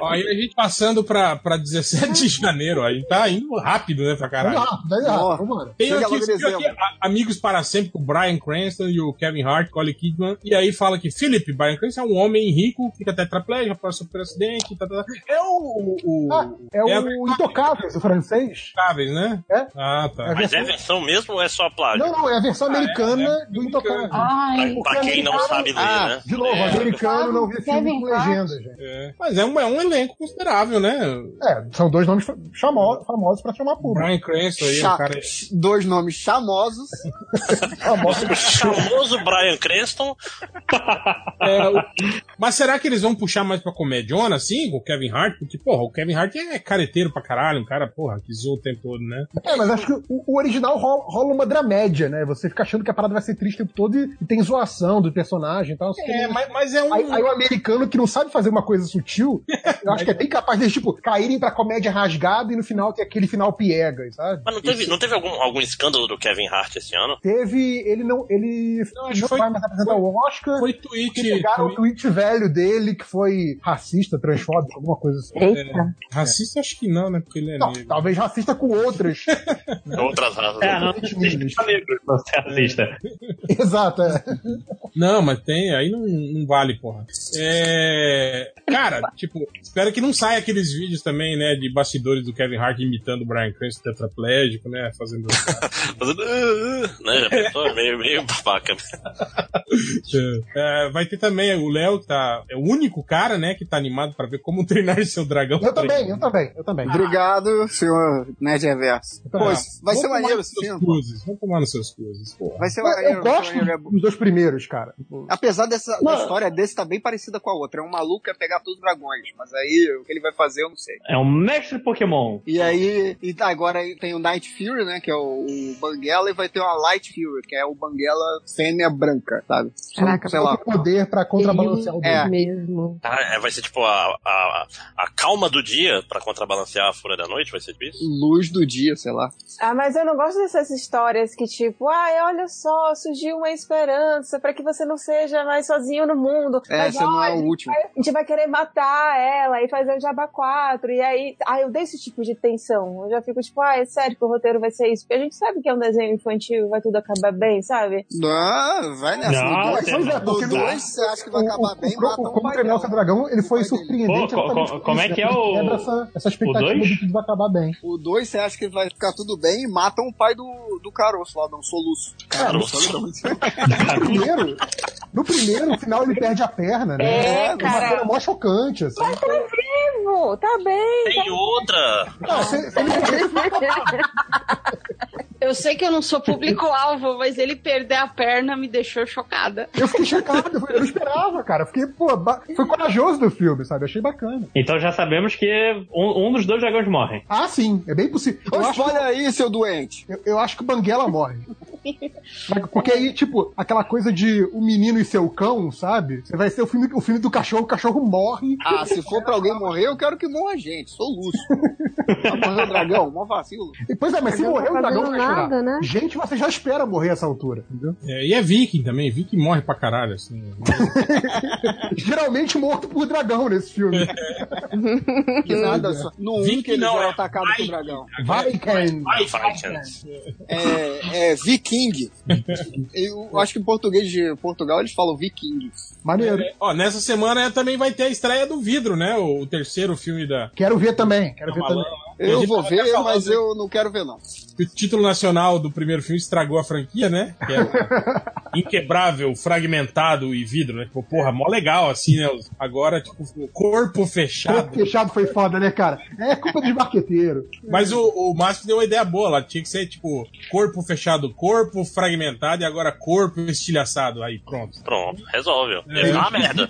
B: Ó, aí a gente passando pra, pra 17 de janeiro, ó, aí tá indo rápido, né, pra caralho.
J: Vamos rápido, aí é rápido, vambora.
B: Tem
J: Chega
B: aqui,
J: logo em
B: tem aqui
J: dezembro.
B: a- amigos para sempre com o Brian Cranston e o Kevin Hart, Colin Kidman. E aí fala que Philip Brian Cranston é um homem rico, fica tetraplégico, passa por acidente. Tá, tá, tá. É o. o, o-
J: É
B: a-
J: o Intocáveis, o francês.
B: Intocáveis, né?
J: É.
B: Ah, tá.
K: Mas é versão mesmo ou é só plágio?
J: Não, não, é a
B: Ah,
J: versão americana do Intocáveis.
K: Pra, pra quem não sabe ler, né?
J: Ah, De novo,
K: É.
J: americano não vê filme
K: Kevin
J: com
K: Hart.
J: legenda, gente.
B: É. Mas é um, é um elenco considerável, né?
J: É, são dois nomes fa- chamo- famosos pra chamar público.
B: Brian Cranston aí,
J: Chato.
B: o cara.
D: Dois nomes
J: *laughs*
D: chamosos.
K: O famoso Brian Cranston.
B: É, o- Mas será que eles vão puxar mais pra comediona, assim, com o Kevin Hart? Porque, porra, o Kevin Hart é careteiro pra caralho, um cara, porra, que zoou o tempo todo, né?
J: É, mas acho que o, o original rola, rola uma dramédia, né? Você fica achando que a parada vai ser triste o tempo todo e, e tem zoação do personagem e tal.
B: É, mas, é um.
J: Aí, aí o americano que não sabe fazer uma coisa
B: *laughs*
J: sutil, eu acho que é bem capaz deles, tipo, caírem pra comédia rasgada e no final tem aquele final piegas, sabe?
K: Mas Ah, não teve, não teve algum, algum escândalo do Kevin Hart esse ano?
J: Teve. Ele não. Ele não, vai mais apresentar o Oscar.
B: Foi tweet.
J: Pegaram o tweet velho dele, que foi racista, transfóbico, alguma coisa assim.
B: É. Racista acho que não, né? Porque ele é
J: Não,
B: negro.
J: talvez racista com
B: *laughs*
J: outras.
K: Outras razões.
G: É, não, não negro, você assista.
J: Exato, é.
B: Não, mas tem, aí não, não vale, porra. É,
K: *laughs*
B: cara, tipo, espero que não saia aqueles vídeos também, né, de bastidores do Kevin Hart imitando o Brian Cranston tetraplégico, né, fazendo...
K: Fazendo, "Ah, ah", né? Já pensou? É meio, meio babaca.
B: É, vai ter também o Léo, que tá... É o único cara, né, que tá animado pra ver como *laughs* treinar seu dragão.
J: Eu também, eu também, eu também.
D: Obrigado, senhor Nerd Reverso. Pô, isso vai ser maneiro esse
B: seus
D: filme.
B: cruzes, Vamos tomar nos seus cruzes, porra.
D: Vai ser
J: Eu-
D: maneiro.
J: Eu
D: vai ser
J: gosto
D: maneiro. é
J: dos dois primeiros, cara.
D: Apesar dessa
J: Não.
D: da história desse tá bem parecida com a outra. É um maluco que quer pegar todos os dragões, mas aí o que ele vai fazer eu não sei.
G: É um mestre Pokémon.
D: E aí, e tá, agora tem o Night Fury, né? Que é o, o Banguela, e vai ter uma Light Fury, que é o Banguela fêmea branca, sabe?
J: Caraca,
D: sei lá.
J: tem poder pra contrabalancear o
D: É.
J: dele.
I: mesmo.
K: Ah, é, vai ser tipo a, a, a calma do dia pra contrabalancear a fúria da noite, vai ser tipo isso?
D: Luz do dia, sei lá.
H: Ah, mas eu não gosto dessas histórias que tipo, ai, olha só, surgiu uma esperança pra que você não seja mais sozinho no mundo.
D: É,
H: mas,
D: você não
H: ó,
D: é o
H: a gente
D: último.
H: vai- A gente vai querer matar ela e fazer o Jabá 4. E aí, ah, eu dei esse tipo de tensão. Eu já fico tipo, ah, é sério que o roteiro vai ser isso? Porque a gente sabe que é um desenho infantil, vai tudo acabar bem, sabe?
D: Ah, vai nessa.
G: Não,
D: no dois,
G: tem-
D: no
J: é, porque no-
D: dois você acha que vai acabar bem, mata um
J: Como treinar o seu dragão, ele foi surpreendente.
G: Pô, co-
J: exatamente
G: co-
J: por
G: como
J: isso,
G: é
J: né?
G: que é
J: Porque
G: o-
J: Quebra essa, essa expectativa
G: dois?
J: de que tudo vai acabar bem.
D: O 2 você acha que vai ficar tudo bem e matam o pai do, do caroço lá, dá um soluço.
K: Caroço.
G: *laughs*
J: No primeiro, no primeiro, no final, ele perde a perna, né?
H: É, cara.
J: Uma cena mó chocante, assim.
H: Mas tá vivo, tá bem.
K: Tem outra!
J: Não, se, se ele perdesse,
F: Eu sei que eu não sou público-alvo, mas ele perder a perna me deixou chocada.
J: eu fiquei chocado, eu eu não esperava, cara. Eu Fiquei, pô, ba- foi corajoso do filme, sabe? Eu Achei bacana.
G: Então já sabemos que um, um dos dois dragões morre.
J: Ah, sim, é bem possível. Eu acho que-
D: olha aí, seu doente.
J: Eu, eu acho que o Banguela morre. Mas Porque aí, tipo, aquela coisa de o menino e seu cão, sabe? Você vai ser o filme, o filme do cachorro, o cachorro morre.
D: Ah, se for pra alguém morrer, eu quero que morra a gente, soluço. Vai morrer o dragão, mó vacilo.
J: E, Pois é, mas se
I: Não
J: morrer,
I: tá
J: o dragão
I: fazendo
J: vai chorar.
I: nada, né?
J: Gente, você já espera morrer essa altura, entendeu?
B: É, e é viking também, viking morre pra caralho, assim.
J: Geralmente morto por dragão nesse filme.
D: *laughs* Que nada, só. No um
B: Viking
D: que ele
B: não,
D: já é
B: é
D: atacado com o dragão.
J: Vai, Ken.
K: Vikings.
D: É, é viking. Eu acho que em português de Portugal eles falam viking.
J: Maneiro.
B: É, ó, nessa semana também vai ter a estreia do Vidro, né? O, o terceiro filme da.
J: Quero ver também, quero
B: da
J: ver
B: Malan,
J: também.
B: né? A
D: Eu
B: gente
D: vou
B: tava até assim.
D: ver,
B: falando
D: mas eu não quero ver não.
B: que O título nacional do primeiro filme estragou a franquia, né? Que era
J: *laughs*
B: Inquebrável, Fragmentado e Vidro, né? Tipo, porra, mó legal, assim, né? Agora, tipo, o corpo
J: Corpo
B: fechado.
J: fechado foi foda, né, cara? É culpa de marqueteiro.
B: Mas o, o Márcio deu uma ideia boa lá. Tinha que ser, tipo, corpo fechado, corpo fragmentado e agora corpo estilhaçado. Aí, pronto.
K: Pronto, resolve.
J: É.
K: Ia ficar uma merda.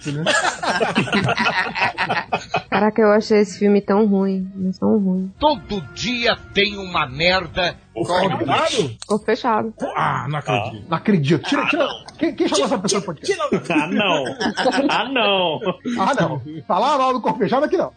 I: Caraca, eu achei esse filme tão ruim, mas tão ruim.
A: Todo dia tem uma merda
B: Ou convidado?
I: Ou fechado.
B: Ah, não acredito.
J: Não acredito. Tira, tira. Quem, quem chamou essa pessoa no podcast?
G: Ah, não. Ah, não.
J: Ah, não. Falar mal do corpo fechado aqui não.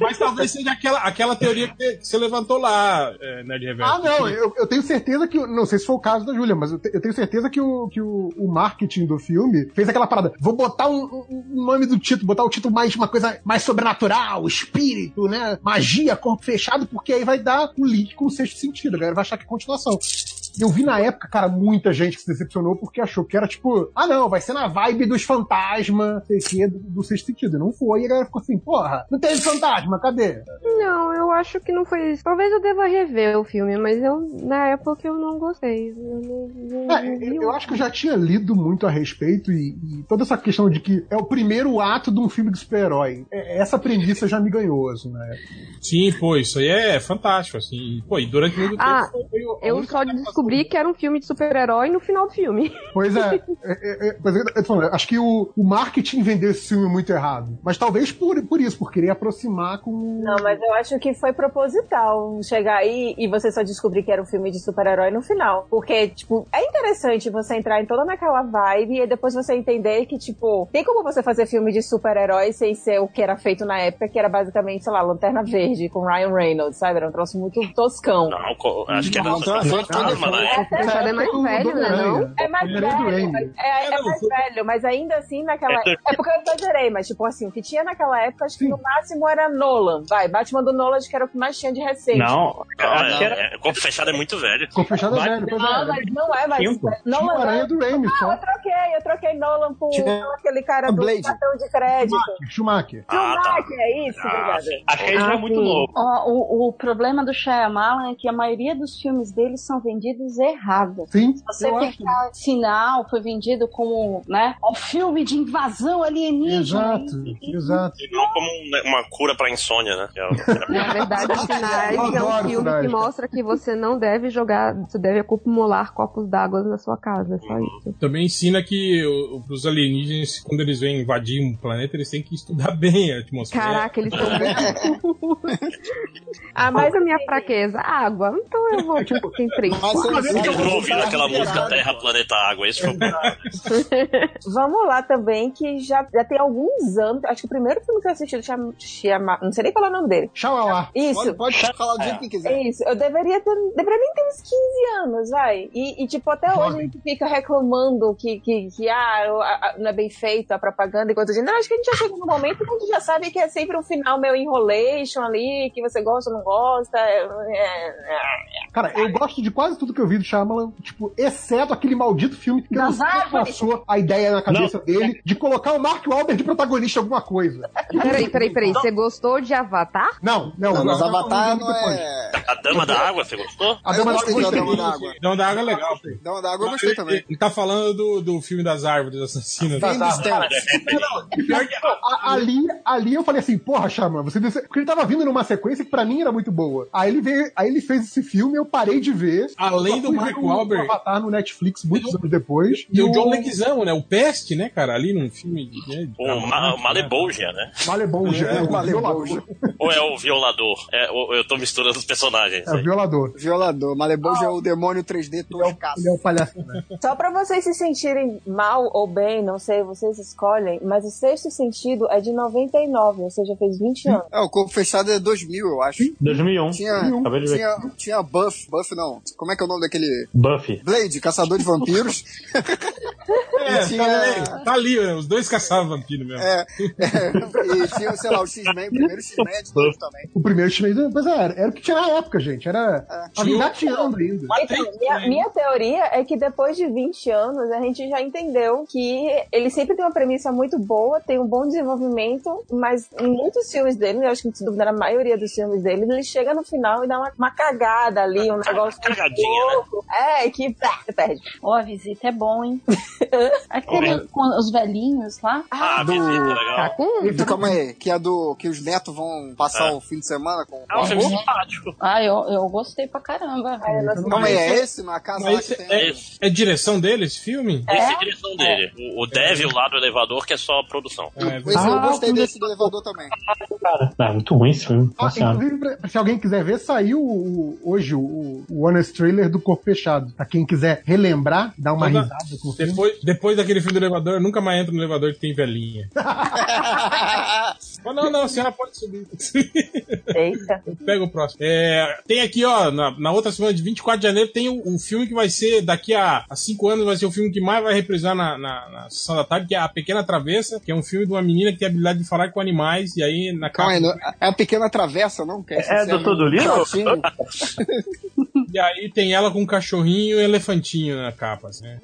B: Mas talvez seja aquela, aquela teoria que você levantou lá, é, Nerd Reverso.
J: Ah, não, eu, eu tenho certeza que. Não sei se foi o caso da Júlia, mas eu, te- eu tenho certeza que, o, que o, o marketing do filme fez aquela parada. Vou botar um, um- um nome do título, botar o título mais uma coisa mais sobrenatural, espírito, né? Magia, corpo fechado, porque aí vai dar o link com o sexto sentido, a galera vai achar que é continuação. E Eu vi na época, cara, muita gente que se decepcionou porque achou que era tipo, ah não, vai ser na vibe dos fantasmas, sei que, é do, do sexto sentido. E Não foi, e a galera ficou assim, porra, não teve fantasma, cadê?
I: Não, eu acho que não foi isso. Talvez eu deva rever o filme, mas eu na época eu não gostei. Eu não, não-
J: É,
I: não vi um.
J: eu,
I: o-
J: eu acho que eu já tinha lido muito a respeito e, e toda essa questão de que é o primeiro ato de um filme de super-herói. É, essa premissa já me ganhou, assim, né?
B: Sim, pô, isso aí é fantástico, assim. Pô, e durante muito tempo.
I: Ah,
B: a
I: eu
B: única
I: só descobri que era um filme de super-herói no final do filme.
J: Pois é, é, é, é, mas eu, eu tô falando, acho que o, o marketing vendeu esse filme muito errado. Mas talvez por, por isso, por querer aproximar com.
H: Não, mas eu acho que foi proposital chegar aí e você só descobrir que era um filme de super-herói no final. Porque, tipo, é interessante você entrar em toda naquela vibe e depois você entender que, tipo, tem como você fazer filme de super-herói sem ser o que era feito na época, que era basicamente, sei lá, Lanterna Verde com Ryan Reynolds, sabe? Era um troço muito toscão.
K: Não, co- acho que era.
J: Não, tá- tá- tá-
K: Calma, né?
I: é mais velho, né? Não?
H: É mais
J: Primeiro do
H: velho,
J: Andy.
H: é, é mais velho, mas ainda assim naquela. É porque eu exagerei, mas tipo assim, o que tinha naquela época, acho que no máximo era Nolan. Vai, Batman do Nolan, acho que era o que mais tinha de recente.
G: Não,
K: Não,
G: acho que
K: é,
G: era.
K: é, corpo fechado é muito velho.
J: Corpo fechado é
G: Vai-
J: Tá velho, pois é.
H: Não, mas não é mais.
G: Cinco.
J: Tinha
H: Nolan
J: o Aranha
H: não.
J: do Raimi,
H: Ah,
J: só.
H: eu troquei, eu troquei Nolan por
J: Tinha
H: por aquele cara
J: a
H: do
J: Blade.
H: cartão de crédito.
J: Schumacher.
K: Ah, tá.
H: Schumacher, é isso,
K: Ah,
H: obrigada.
K: sim.
G: Acho que ele já é muito novo.
F: Ó, o, o problema do Shyamalan é que a maioria dos filmes dele são vendidos errado.
J: Sim,
F: Se você
J: eu acho.
F: pegar o final, foi vendido como, né, um filme de invasão alienígena.
J: Exato, exato.
K: E um- não como um- né, uma cura pra insônia, né? Que é o-
I: Na
F: *laughs*
I: verdade, os finais
J: Eu
I: é um
J: adoro
I: filme
J: finais,
I: que
J: cara.
I: mostra que você não deve jogar, você deve acumular copos d'água na sua casa, é só isso.
B: Também ensina que o- os alienígenas, quando eles vêm invadir um planeta, eles têm que estudar *laughs* bem a atmosfera.
I: Caraca, eles
B: *laughs*
I: são muito.
H: Ah,
I: Mas
H: mas
I: a minha fraqueza, água. Então eu vou, tipo, tem três.
D: Mas eu-
K: Vocês estão ouvindo aquela música Terra, Planeta, Água? Esse foi o
H: *laughs* Vamos lá também, que já, já tem alguns anos. Acho que o primeiro filme que eu assisti do Shyam- Shyama- Não sei nem falar o nome dele.
J: Tchau, lá.
H: Isso.
D: Pode, pode falar do jeito que quiser.
H: É isso, eu deveria ter. Deveria nem ter uns 15 anos, vai. E, e, tipo, até hoje a gente fica reclamando que, que, que, ah, o- a- a- não é bem feito a propaganda e coisa do gênero. Não, acho que a gente já chega num momento que a gente já sabe que é sempre um final meio enrolation ali, que você gosta ou não gosta. é- é- é.
J: Cara, eu gosto de quase tudo que eu vi do Shyamalan, tipo, exceto aquele maldito filme que
F: Das
J: não sei como
F: árvores.
J: passou a ideia na cabeça dele de colocar o Mark Wahlberg de protagonista em alguma coisa.
I: Peraí, peraí, peraí. Você gostou de Avatar?
J: Não, não,
D: Não, mas
J: não,
D: Avatar
J: não,
D: não é.
K: A Dama da Água, você gostou?
J: A
D: Eu
J: Dama da
D: gostei da
J: Ah, Água.
D: Dama da Água.
B: Não, da água é legal. pô.
D: Dama da Água eu gostei
B: Ele-
D: também.
B: Ele tá falando do, do filme das árvores assassinas.
D: Game
J: tá,
D: Stance.
B: Pior que-
J: *laughs* A- Ali, ali eu falei assim, porra, Shyamalan, você disse... porque ele tava vindo numa sequência que pra mim era muito boa. Aí ele veio, aí ele fez esse filme, eu parei de ver.
B: Além
J: Só
B: do
J: fui
B: Mark
J: ver o
B: Wahlberg.
J: Avatar no Netflix muitos anos depois.
B: E o John Leguizamo, né? O Peste, né, cara? Ali num filme. Né,
K: O Ma Malebolgia, né?
J: Malebolge, é, o
D: Malebolge.
J: violador.
K: Ou é o Violador? É, ou- eu tô misturando os personagens.
J: É o
K: aí.
J: violador.
D: Violador. Malebolge é o demônio 3D toscaço.
J: Ele é o palhaço, né?
H: Só pra vocês se sentirem mal ou bem, não sei, vocês escolhem, mas o sexto sentido é de 99, ou seja, fez 20 anos.
D: É, o corpo fechado é 2000, eu acho.
G: 2001.
D: Tinha,
G: Acabei de ver.
D: tinha, tinha Buff, Buff não. Como é que é o nome daquele?
G: Buffy.
D: Blade, Caçador de Vampiros.
B: É,
D: tinha-
B: tá, tá ali, né? Os dois caçavam vampiro mesmo.
D: é, é, e tinha, sei lá, o X-Men, o primeiro X-Men é de novo também. É.
J: O primeiro chinês, mas era, era o que tinha na época, gente. Era. Tava
B: Tinha o-
J: engateando ainda. ah,
B: Mas
H: Então,
B: tem-
H: minha, minha teoria é que depois de 20 anos a gente já entendeu que ele sempre tem uma premissa muito boa, tem um bom desenvolvimento, mas em muitos filmes dele, eu acho que se duvidar na maioria dos filmes dele, ele chega no final e dá uma, uma cagada ali, um negócio.
K: Cagadinha, né?
H: louco. É, que pá, você perde. *laughs*
F: Ó, a visita é bom, hein? Aquele com os velhinhos lá.
K: Ah, do...
D: do calma aí, que é do que os netos vão passar
F: É.
D: o fim de semana com.
F: Ah, um filme
K: simpático.
F: Ah, eu, eu gostei pra caramba.
D: Calma aí, é esse? Na casa lá
B: Mas
D: que
B: esse-
D: tem.
B: é, é direção dele esse filme?
K: Esse é a direção dele. O, o Devil lá do elevador, que é só produção. É,
D: Esse
J: é
D: eu
K: Ah,
D: gostei desse do elevador também.
G: Ah, muito ruim esse filme.
J: Ah,
G: Nossa senhora.
J: inclusive, pra- se alguém quiser ver, saiu o- o- hoje o, o Honest Trailer do Corpo Fechado. Pra quem quiser relembrar, dar uma
B: Toda-
J: risada.
B: Depois, depois daquele filme do elevador, eu nunca mais entro no elevador que tem velhinha. Mas não, não, a senhora pode subir.
H: Eita.
B: Eu pego o próximo. É, tem aqui, ó, na, na outra semana de 24 de janeiro, tem um, um filme que vai ser, daqui a, a cinco anos, vai ser o filme que mais vai reprisar na, na, na sessão da tarde, que é A Pequena Travessa, que é um filme de uma menina que tem a habilidade de falar com animais, e aí na
D: Calma aí,
B: capa...
D: não- é a pequena travessa, não? Que
B: É
D: do
B: do Todo Livro? E aí tem ela com um cachorrinho e um elefantinho na capa, assim, né?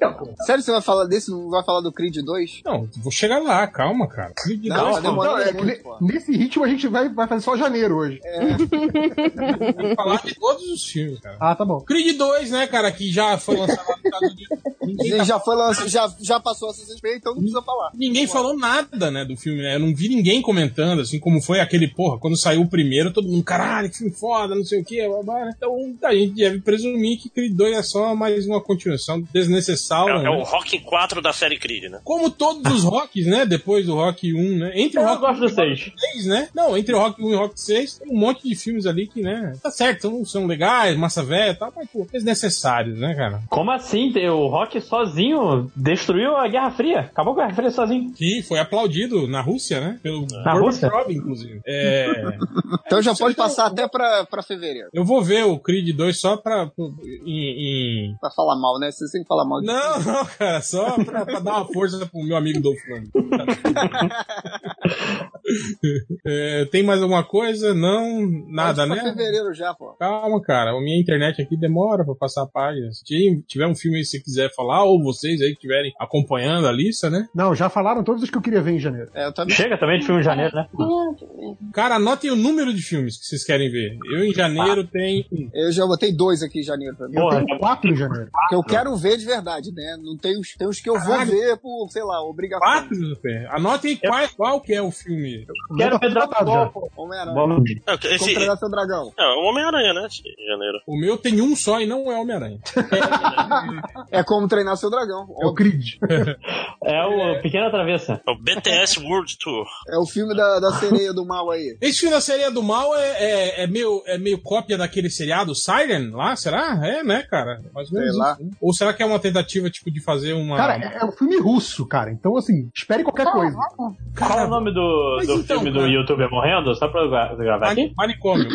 D: Sério, você vai falar desse? Não vai falar do Creed 2?
B: Não, vou chegar lá, calma, cara. Creed
D: Não,
B: dois,
D: vai demorar
B: calma.
D: Tá muito,
B: Não, é-
D: pô. É.
J: Nesse ritmo a gente vai, vai fazer só janeiro hoje.
B: Vou falar de todos os filmes, cara.
J: Ah, tá bom.
B: Creed 2, né, cara, que já foi lançado lá nos Estados Unidos.
D: Ele já foi lançado, já, já passou a CCXP, então não precisa falar.
B: Ninguém falou nada, né, do filme, né? Eu não vi ninguém comentando, assim, como foi aquele, porra, quando saiu o primeiro, todo mundo, caralho, que filme foda, não sei o quê. blá, blá, né? Então, a gente deve presumir que Creed 2 é só mais uma continuação desnecessária.
K: É, é o
B: né?
K: Rock 4 da série Creed, né?
B: Como todos os rocks, né? Depois do Rock 1, né? Entre o
K: Eu
B: Rock
K: gosto
B: 1 e
K: do
B: o Rock 6, né? Não, entre o Rock 1 e o Rock 6, tem um monte de filmes ali que, né? Tá certo, não são legais, massa velha e tal, mas, pô, desnecessários, né, cara?
G: Como assim? Tem- O Rock sozinho destruiu a Guerra Fria. Acabou com a Guerra Fria sozinho.
B: Que foi aplaudido na Rússia, né? Pelo
G: Na
B: Gordon
G: Rússia?
B: Robbie, inclusive. É. *laughs*
D: Então já pode passar até pra, pra fevereiro.
B: Eu vou ver o Creed 2 só pra. pro- Em, *laughs* em-
D: Pra falar mal, né? Você sempre fala mal de
B: Não, não, cara, só pra, pra dar uma força pro meu amigo Dolph Lundgren. É, tem mais alguma coisa? Não, nada,
D: pra
B: né?
D: fevereiro já, pô.
B: Calma, cara. A minha internet aqui demora pra passar a página. Se ti- tiver um filme aí que você quiser falar, ou vocês aí que estiverem acompanhando a lista, né?
J: Não, já falaram todos os que eu queria ver em janeiro. um
D: É,
K: Tá
D: eu
G: Chega também de filme em janeiro, né?
B: Cara, anotem o número de filmes que vocês querem ver. Eu em janeiro tem. um.
D: Eu já botei dois aqui em janeiro pra mim.
J: Eu
B: é
J: tenho quatro em janeiro.
D: Que eu quero ver de verdade, né? Não tem os, tem os que eu vou
B: Caralho.
D: ver por, sei lá, obrigação.
B: Quatro, Zé. Anotem qual, qual que é o filme.
D: Quero
B: ver
D: Dragon Ball, pô. Homem-Aranha.
K: Não, É, esse-
D: Como treinar seu dragão.
K: É, o Homem-Aranha, né? Em janeiro.
B: O meu tem um só e não é Homem-Aranha.
D: É como treinar seu dragão. É o
J: Creed.
G: É o Pequena Travessa.
K: É o BTS World Tour.
D: É o filme da, da sereia do mal aí.
B: Esse filme da Sereia do Mal é, é, é meio, é meio cópia daquele seriado Siren lá, será? É, né, cara? Mais ou menos
J: Sei lá.
B: isso, né? Ou será que é uma tentativa, tipo, de fazer uma...
J: Cara, é é um filme russo, cara. Então, assim, espere qualquer coisa.
G: Qual é o nome do, do
B: então,
G: filme do youtuber morrendo? Só pra eu gra- gravar aqui?
B: Manicômio.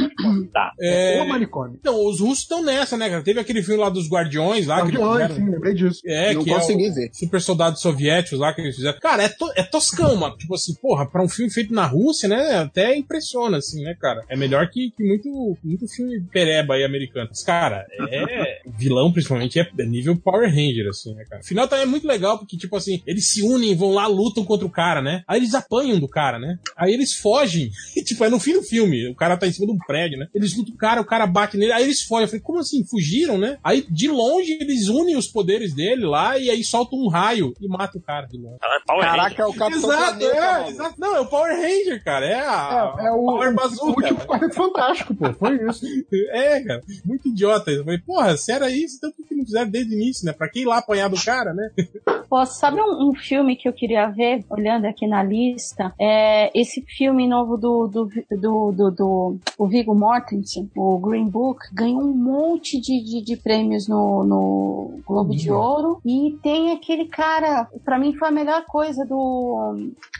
G: Tá.
B: É...
J: Ou manicômio.
B: Então, os russos estão nessa, né, cara? Teve aquele filme lá dos Guardiões lá. que
J: Guardiões,
B: eles fizeram-
J: sim, lembrei disso.
B: É,
J: Não
B: que
J: consegui
B: é o
J: ver.
B: Super soldados soviéticos lá que eles fizeram. Cara, é, to- é toscão, mano. Tipo assim, porra, pra um filme feito na Rússia, né? Até impressiona, assim, né, cara? É melhor que, que muito, muito filme pereba aí americano. Mas, cara, é. O vilão, principalmente, é é nível Power Ranger, assim, né, cara? O final também é muito legal, porque, tipo assim, eles se unem, vão lá, lutam contra o cara, né? Aí eles apanham do cara, né? Aí eles fogem. *laughs* E, tipo, é no fim do filme. O cara tá em cima de um prédio, né? Eles lutam o cara, o cara bate nele, aí eles fogem. Eu falei, como assim? Fugiram, né? Aí de longe eles unem os poderes dele lá e aí soltam um raio e mata o cara de longe.
K: Caralho, Power
D: Caraca, é o Capitão
B: Exato,
D: Planeta,
B: é,
D: maluco.
B: exato. Não, é o Power Ranger, cara. É, a,
J: É, é o,
B: Power
J: o
B: Bazooka.
J: último Quarteto Fantástico, pô. Foi isso.
B: *laughs* É, cara, muito idiota. Eu falei, porra, se era isso, então por que não fizeram desde o início, né? Pra quem lá apanhar do cara, né?
F: Pô, sabe um, um filme que eu queria ver, olhando aqui na lista? É esse filme novo do, do, do, do, do- o Viggo Mortensen, o Green Book, ganhou um monte de, de, de prêmios no, no Globo de Ouro. E tem aquele cara, pra mim foi a melhor coisa do.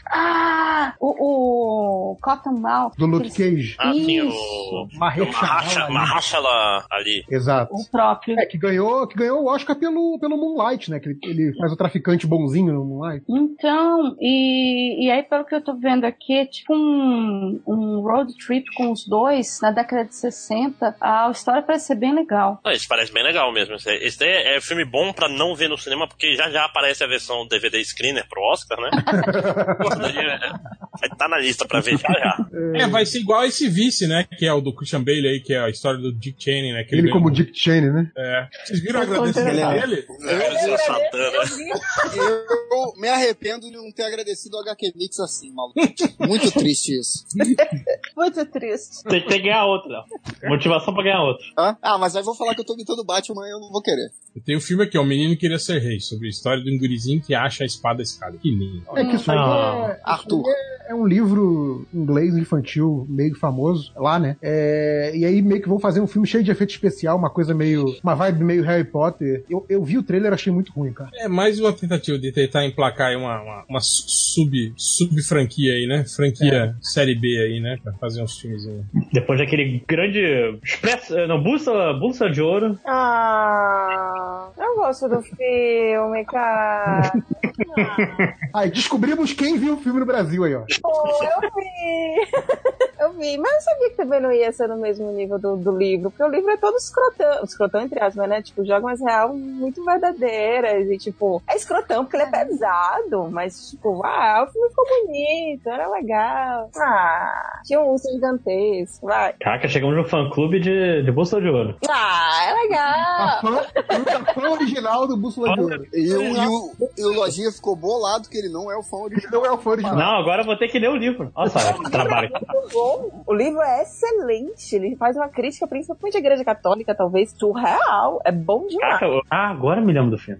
F: Ah! O, o Cottonmouth.
J: Do Luke Cage.
K: Ah, sim,
J: Isso.
K: o.
J: Uma
K: o Mahasha-
J: ali.
K: Mahashala ali.
J: Exato.
F: O próprio.
J: É, que ganhou, que ganhou o Oscar pelo, pelo Moonlight, né? Que ele, ele faz o traficante bonzinho no Moonlight.
F: Então, e, e aí pelo que eu tô vendo aqui, é tipo um, um road trip com os dois na década de 60. A história parece ser bem legal.
K: Ah, Esse parece bem legal mesmo. Esse, esse daí é filme bom pra não
D: *laughs*
K: ver no cinema, porque já já aparece a versão DVD screener pro Oscar, né? Pô, daí é- Vai estar na lista pra ver já já.
B: É, vai ser igual esse vice, né? Que é o do Christian Bale aí, que é a história do Dick Cheney, né? Que
J: Ele
B: ganhou-
J: como Dick Cheney, né?
B: É. Vocês viram o
D: um
B: agradecimento
J: Ele é-
B: dele?
D: Eu me arrependo de não ter agradecido o HQ Mix assim, maluco. Muito triste isso.
H: *laughs*
G: *laughs*
H: Muito triste.
G: Tem que ter que ganhar outro, Léo. Motivação pra ganhar outro.
D: Hã? Ah, mas aí vão falar que eu tô imitando o Batman e eu não vou querer.
B: Eu tenho um filme aqui, ó, O Menino Queria Ser Rei, sobre a história do gurizinho que acha a espada escada. Que lindo.
J: É que isso aí é,
D: Arthur.
J: isso aí é- é um livro inglês infantil meio famoso lá, né? É, e aí meio que vão fazer um filme cheio de efeito especial, uma coisa meio. uma vibe meio Harry Potter. Eu, eu vi o trailer achei muito ruim,
G: *laughs*
J: cara.
B: É mais uma tentativa de tentar emplacar aí uma, uma, uma sub, sub franquia aí, né?
J: É.
B: Franquia série B aí, né? Pra fazer uns filmes aí.
G: Depois daquele grande expresso, eh, não, bússola, bússola de ouro.
H: Ah, eu gosto do filme, cara.
J: Aí descobrimos quem viu o filme no Brasil aí, ó.
H: Pô, eu vi. *laughs* Eu vi, mas eu sabia que também não ia ser no mesmo nível do, do livro, porque o livro é todo escrotão, escrotão entre aspas, né? Tipo, joga umas real muito verdadeiras e, tipo, é escrotão porque ele é pesado, mas, tipo, ah, o filme ficou bonito, era legal. Ah, tinha um urso gigantesco, vai.
G: Caraca, chegamos no fã clube de, de bússola de ouro.
H: Ah, é
J: A
H: legal.
J: fã, a fã original do Bússola de Ouro.
D: E, o- e o, e o Lojinha ficou bolado que ele não é o fã original.
J: Não é o fã original.
G: Não, agora eu vou ter que ler o livro. Olha só, que *laughs* trabalho.
H: Muito bom. O livro é excelente. Ele faz uma crítica, principalmente à Igreja Católica, talvez, surreal. É bom demais.
G: Caraca, eu- ah, agora me lembro do filme.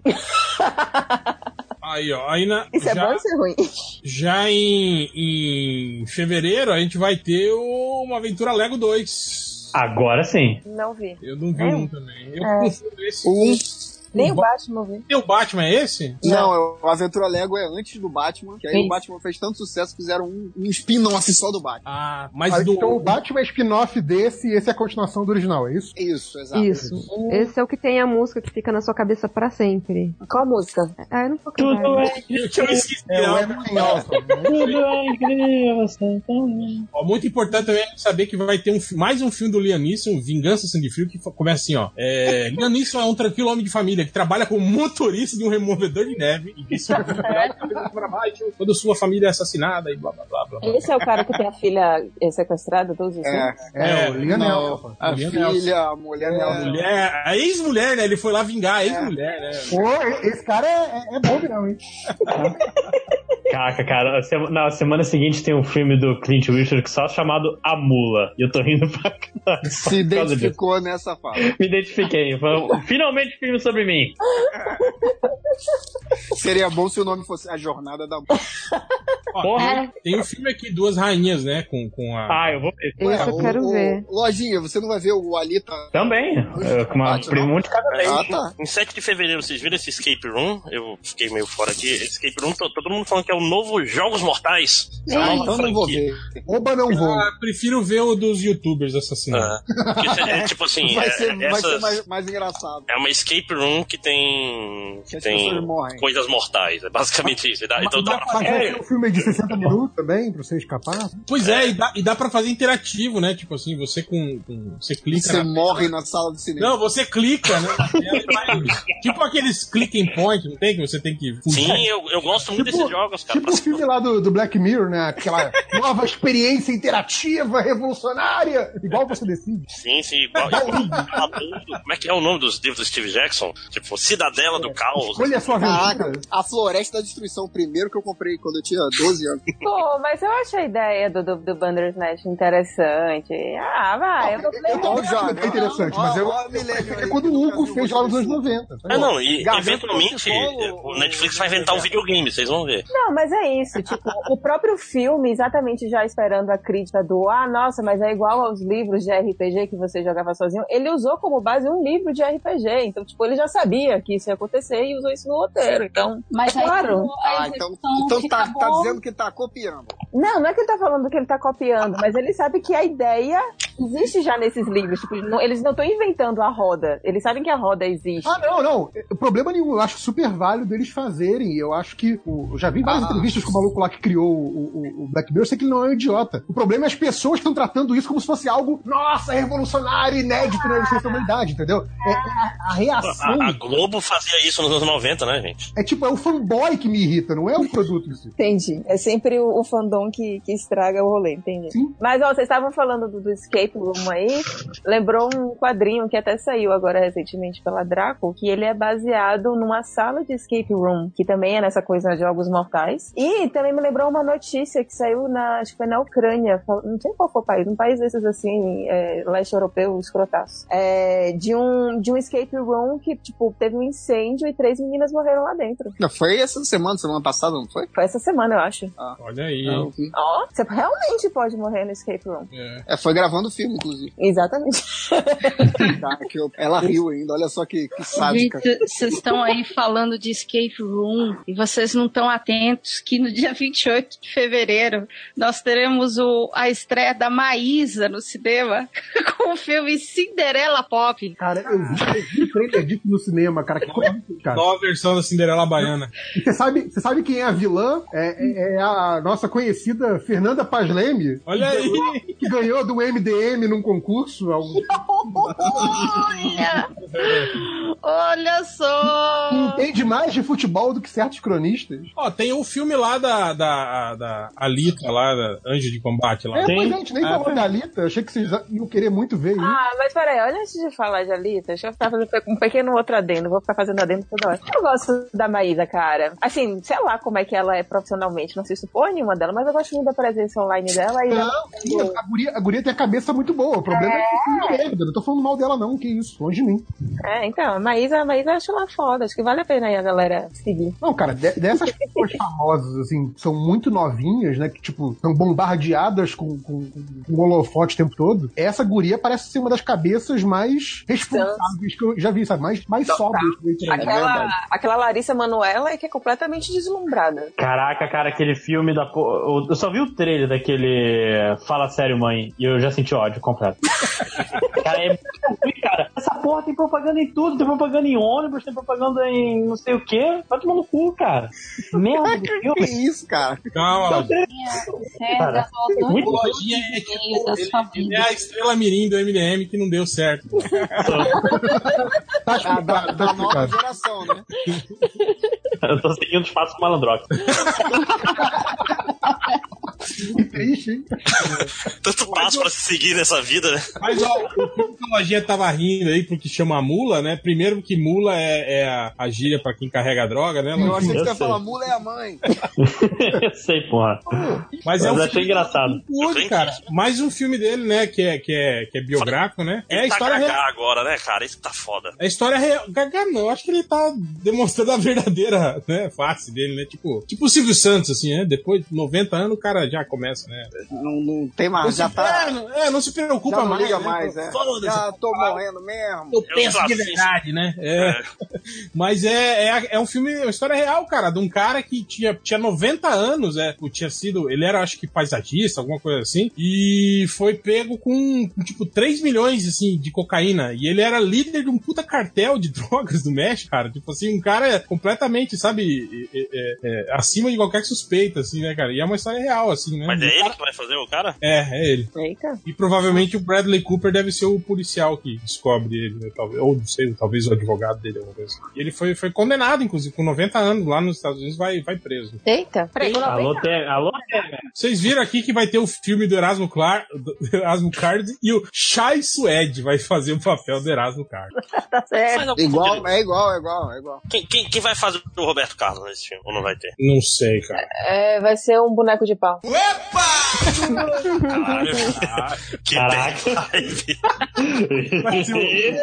B: Aí, ó. Aí na,
H: Isso é
B: já,
H: bom ou isso é ruim? *laughs*
B: já em, em fevereiro a gente vai ter o- uma aventura Lego 2.
G: Agora sim.
H: Não vi.
B: Eu não vi
H: É.
B: um também. Eu
H: É.
B: confundo esse.
D: Um.
H: Nem o Batman eu vi.
B: E o Batman é esse?
D: Não, é o Aventura Lego é antes do Batman, que aí
H: Sim.
D: o Batman fez tanto sucesso que fizeram um, um spin-off só do Batman.
B: Ah, mas
J: Ah,
B: do.
J: Então o Batman é spin-off desse e esse é a continuação do original, é isso?
D: Isso, exato.
I: Isso. Esse é o que tem a música que fica na sua cabeça pra sempre.
H: Qual a música?
I: Ah, eu não vou cantar.
G: Tudo é,
B: que eu esqueci.
J: É o
B: ó.
J: Everything Awesome, né?
G: tudo é incrível, você também.
B: Ó, muito importante também é saber que vai ter um fi- mais um filme do Liam Neeson, Vingança Sangue Frio, que fa- começa assim, ó. É, Liam Neeson é um tranquilo homem de família que trabalha como motorista de um removedor de neve e que sofre para baixo quando sua família é assassinada e blá blá blá blá.
H: Esse é o cara que tem a filha eh, sequestrada todos os
D: É,
H: anos?
J: É,
B: É,
J: o Lionel.
D: não, a
B: Mulher
D: filha, a mulher, É.
B: A mulher, a ex-mulher, né? Ele foi lá vingar a ex-mulher, né?
J: Pô, esse cara é, é, é bom, não, hein?
I: Tá.
G: Caraca, cara, a sema- na semana seguinte tem um filme do Clint Eastwood que só é chamado A Mula. E eu tô rindo pra caralho.
D: se
G: por causa disso.
D: identificou nessa fala.
G: Me identifiquei. Foi- Finalmente filme sobre mim.
D: Seria bom se o nome fosse A Jornada da
B: Ó,
G: Porra.
B: tem- Tem um filme aqui, Duas Rainhas, né? Com, com a.
G: Ah, eu vou ver.
I: Esse eu
D: o-
I: quero
D: o-
I: ver.
D: Lojinha, você não vai ver o Alita?
G: Também. eh, Com uma,
D: Bate, não?
G: um de cada vez.
D: Ah, tá.
K: Em 7 de fevereiro, vocês viram esse Escape Room? Eu fiquei meio fora aqui. Esse Escape Room, to- todo mundo falando que é o novo Jogos Mortais. É a nova
D: Então não vou
K: franquia.
D: ver.
J: Oba não vou.
B: Ah, prefiro ver o dos youtubers assassinados.
K: Ah, porque isso é, é tipo assim,
D: Vai
K: é,
D: ser, vai
K: essas-
D: ser mais, mais engraçado.
K: é uma escape room que tem.
D: Que
K: que
D: as
K: tem
D: pessoas morrem.
K: coisas mortais. É basicamente isso. E dá- Então dá
J: Dá pra
K: pra
J: fazer
K: é,
J: um filme de 60 minutos também, pra você escapar?
B: Pois é, e dá, e dá pra fazer interativo, né? Tipo assim, você com. com- você clica
D: Você
B: na-
D: morre na sala de cinema.
B: Não, você clica, né? na tela e vai- tipo aqueles click and point, não tem? Que você tem que fugir.
K: Sim, eu, eu gosto muito desses jogos, cara.
J: tipo o filme lá do, do Black Mirror, né?
I: *laughs*
J: Aquela nova experiência interativa, revolucionária. Igual você decide.
K: Sim, sim,
B: *laughs*
K: igual. igual- Como é que é o nome dos livros do Steve Jackson? Tipo, Cidadela
B: É,
K: do Caos.
J: Escolha a sua
D: Caraca,
J: aventura.
D: a Floresta da Destruição, o primeiro que eu comprei quando eu tinha 12 anos.
H: Pô, mas eu acho a ideia do, do, do Bandersnatch interessante. Ah, vai, eu vou
J: Eu
H: ler.
J: também acho bem interessante, mas eu. É quando o Hugo fez lá nos anos 90. tá
K: É,
J: bom?
K: não, e
D: Garganta
K: eventualmente
D: Processol,
K: o Netflix vai inventar um videogame, vocês vão ver.
H: Não, mas é isso. Tipo, o próprio filme, exatamente já esperando a crítica do Ah, nossa, mas é igual aos livros de RPG que você jogava sozinho. Ele usou como base um livro de RPG. Então, tipo, ele já sabia que isso ia acontecer e usou isso no roteiro. Então,
F: Mas aí
H: Claro.
F: ficou a
D: Ah, então,
F: execução
D: então
F: que
D: tá,
F: acabou.
D: tá dizendo que tá copiando.
H: Não, não é que ele tá falando que ele tá copiando, mas ele sabe que a ideia existe já nesses livros. Tipo, não- eles não estão inventando a roda. Eles sabem que a roda existe.
J: Ah, não, não. É, Problema nenhum. Eu acho super válido eles fazerem. Eu acho que. o- Eu já vi várias
D: Ah.
J: entrevistas com o maluco lá que criou o, o- o Black Mirror. Eu sei que ele não é um idiota. O problema é as pessoas que estão tratando isso como se fosse algo, nossa, revolucionário, inédito na história da humanidade, entendeu? É, é a, a reação.
K: A, a Globo fazia isso nos anos 90, né, gente?
J: É tipo, é o fanboy que me irrita, não é o produto em si.
H: Entendi. É sempre o, o fandom que, que estraga o rolê, entendi. Mas, ó, vocês estavam falando do, do escape room aí. Lembrou um quadrinho que até saiu agora recentemente pela Draco, que ele é baseado numa sala de escape room, que também é nessa coisa de jogos mortais. E também me lembrou uma notícia que saiu na, acho que foi na Ucrânia, fal- não sei qual foi o país, um país desses assim, é, leste europeu, escrotaço. É, de, um, de um escape room que, tipo, teve um incêndio e três meninas morreram lá dentro.
D: Não, foi essa semana, semana passada, não foi? Ah.
H: Foi essa semana, eu acho.
B: Olha aí.
D: Não.
H: Ó, você realmente pode morrer no escape room.
D: É, foi gravando o filme, inclusive.
H: Exatamente. Tá.
D: Caraca, eu- ela riu ainda, olha só que, que sádica.
F: Gente, vocês estão aí falando de escape room e vocês não estão atentos que no dia 28 de fevereiro nós teremos o, a estreia da Maísa no cinema *laughs* com o filme Cinderela Pop.
J: Cara, eu vi, eu vi o trailer disso no cinema, cara. Que coisa, cara.
B: Nova versão da Cinderela Baiana.
J: E você sabe, você sabe quem é a vilã? É, é- é a nossa conhecida Fernanda Pasleme.
B: Olha aí!
J: Que ganhou do MDM num concurso. há
B: *laughs*
J: um-
F: Olha! Olha só!
J: Entende mais de futebol do que certos cronistas.
B: Ó, tem um filme lá da, da, da Alita, lá, da Anjo de Combate. Lá.
J: É, pois é, a gente nem
B: Ah,
J: falou da Alita. Achei que vocês iam querer muito ver isso.
H: Ah, mas peraí, olha, antes de falar de Alita, deixa eu ficar fazendo um pequeno outro adendo, vou ficar fazendo adendo toda hora. Eu gosto da Maísa, cara. Assim, sei lá como é que ela é profissionalmente, não assisto porra nenhuma dela, mas eu gosto muito da presença online dela e
J: Não, sim, a, guria, a guria tem a cabeça muito boa. O problema é, que é merda. Não tô falando mal dela, não. Que isso, longe de mim.
H: É, então, a Maísa, a Maísa eu acho ela foda, acho que vale a pena aí a galera seguir.
J: Não, cara, de- dessas pessoas famosas, assim, que são muito novinhas, né? Que, tipo, são bombardeadas com, com, com um holofote o tempo todo. Essa guria parece ser uma das cabeças mais responsáveis que eu já vi, sabe? Mais, mais sóbrias. que eu já vi.
H: Aquela, aquela Larissa Manoela é que é completamente deslumbrada.
G: Caraca, cara, aquele filme da. po- Eu só vi o trailer daquele Fala Sério Mãe e eu já senti ódio completo. cara, é muito ruim, cara. Essa porra tem propaganda em tudo, tem propaganda em ônibus, tem propaganda em não sei o quê. Vai tomar no cu, cara. Merda, do filme.
D: isso, cara?
B: Calma, Aldi.
F: É,
B: Cara, muito lojinha é tipo, ele, ele é a estrela mirim do MDM que não deu certo. então?
D: tá,
J: tá
D: Ah, da, da nova geração, né?
G: Eu tô seguindo os passos do malandrox.
J: Que triste, hein?
K: *laughs* Tanto passo pra se seguir nessa vida, né?
B: Mas ó, o filme que a lojinha tava rindo aí porque chama mula, né? Primeiro que mula é, é a, a gíria pra quem carrega droga, né?
D: Eu achei que
B: Lojinha?
D: você ia
G: *laughs*
D: falar, mula é a mãe.
G: eu sei, porra.
B: Mas é um
G: eu
B: filme
G: achei engraçado.
B: Wood, cara. Mais um filme dele, né? Que é, que é, que é biográfico, né? É a
K: tá
B: história
K: gaga
B: real. É
K: agora, né, cara? Isso tá foda.
B: A história real. Gaga não, eu acho que ele tá demonstrando a verdadeira né, face dele, né? Tipo, tipo o Silvio Santos, assim, né? Depois de 90 anos o cara já começa, né?
D: Não, não tem
B: Não
D: mais,
B: se-
D: já tá.
B: É, não- é, não se preocupa
D: já não
B: mais.
D: liga
B: né?
D: mais, né?
B: Foda-se.
D: Já tô morrendo mesmo.
B: Eu penso
K: assim.
B: de verdade, né? É. *laughs* Mas é, é, é um filme, é uma história real, cara, de um cara que tinha, tinha 90 anos, é, tipo, tinha sido, ele era, acho que, paisagista, alguma coisa assim, e foi pego com, com, tipo, 3 milhões, assim, de cocaína, e ele era líder de um puta cartel de *laughs* drogas do México, cara, tipo assim, um cara completamente, sabe, é, é, é, acima de qualquer suspeita, assim, né, cara, e é uma história real, assim, né?
K: Mas é ele que vai fazer o cara?
B: É, é ele.
H: Eita.
B: E provavelmente o Bradley Cooper deve ser o policial que descobre ele, né? Talvez, ou não sei, talvez o advogado dele, alguma coisa. assim. E ele foi, foi condenado, inclusive, com 90 anos lá nos Estados Unidos, vai, vai preso.
H: Eita, peraí, quando alguém-
G: Alô, Te- Alô, Tega.
B: Vocês viram aqui que vai ter o filme do Erasmo, Clar, do *laughs* Erasmo Card e o Shai Suede vai fazer o papel do Erasmo Card.
H: tá certo.
K: Mas, ó,
D: Igual, é igual, é igual, é igual.
K: Quem, quem, quem vai fazer o Roberto Carlos nesse filme? Ou não vai ter?
B: Não sei, cara.
H: É, vai ser um boneco de pau.
K: Caralho. Ah, *laughs* que
G: Caraca.
K: bad
G: *laughs*
K: *laughs*
B: Vai ser o,
K: vibe.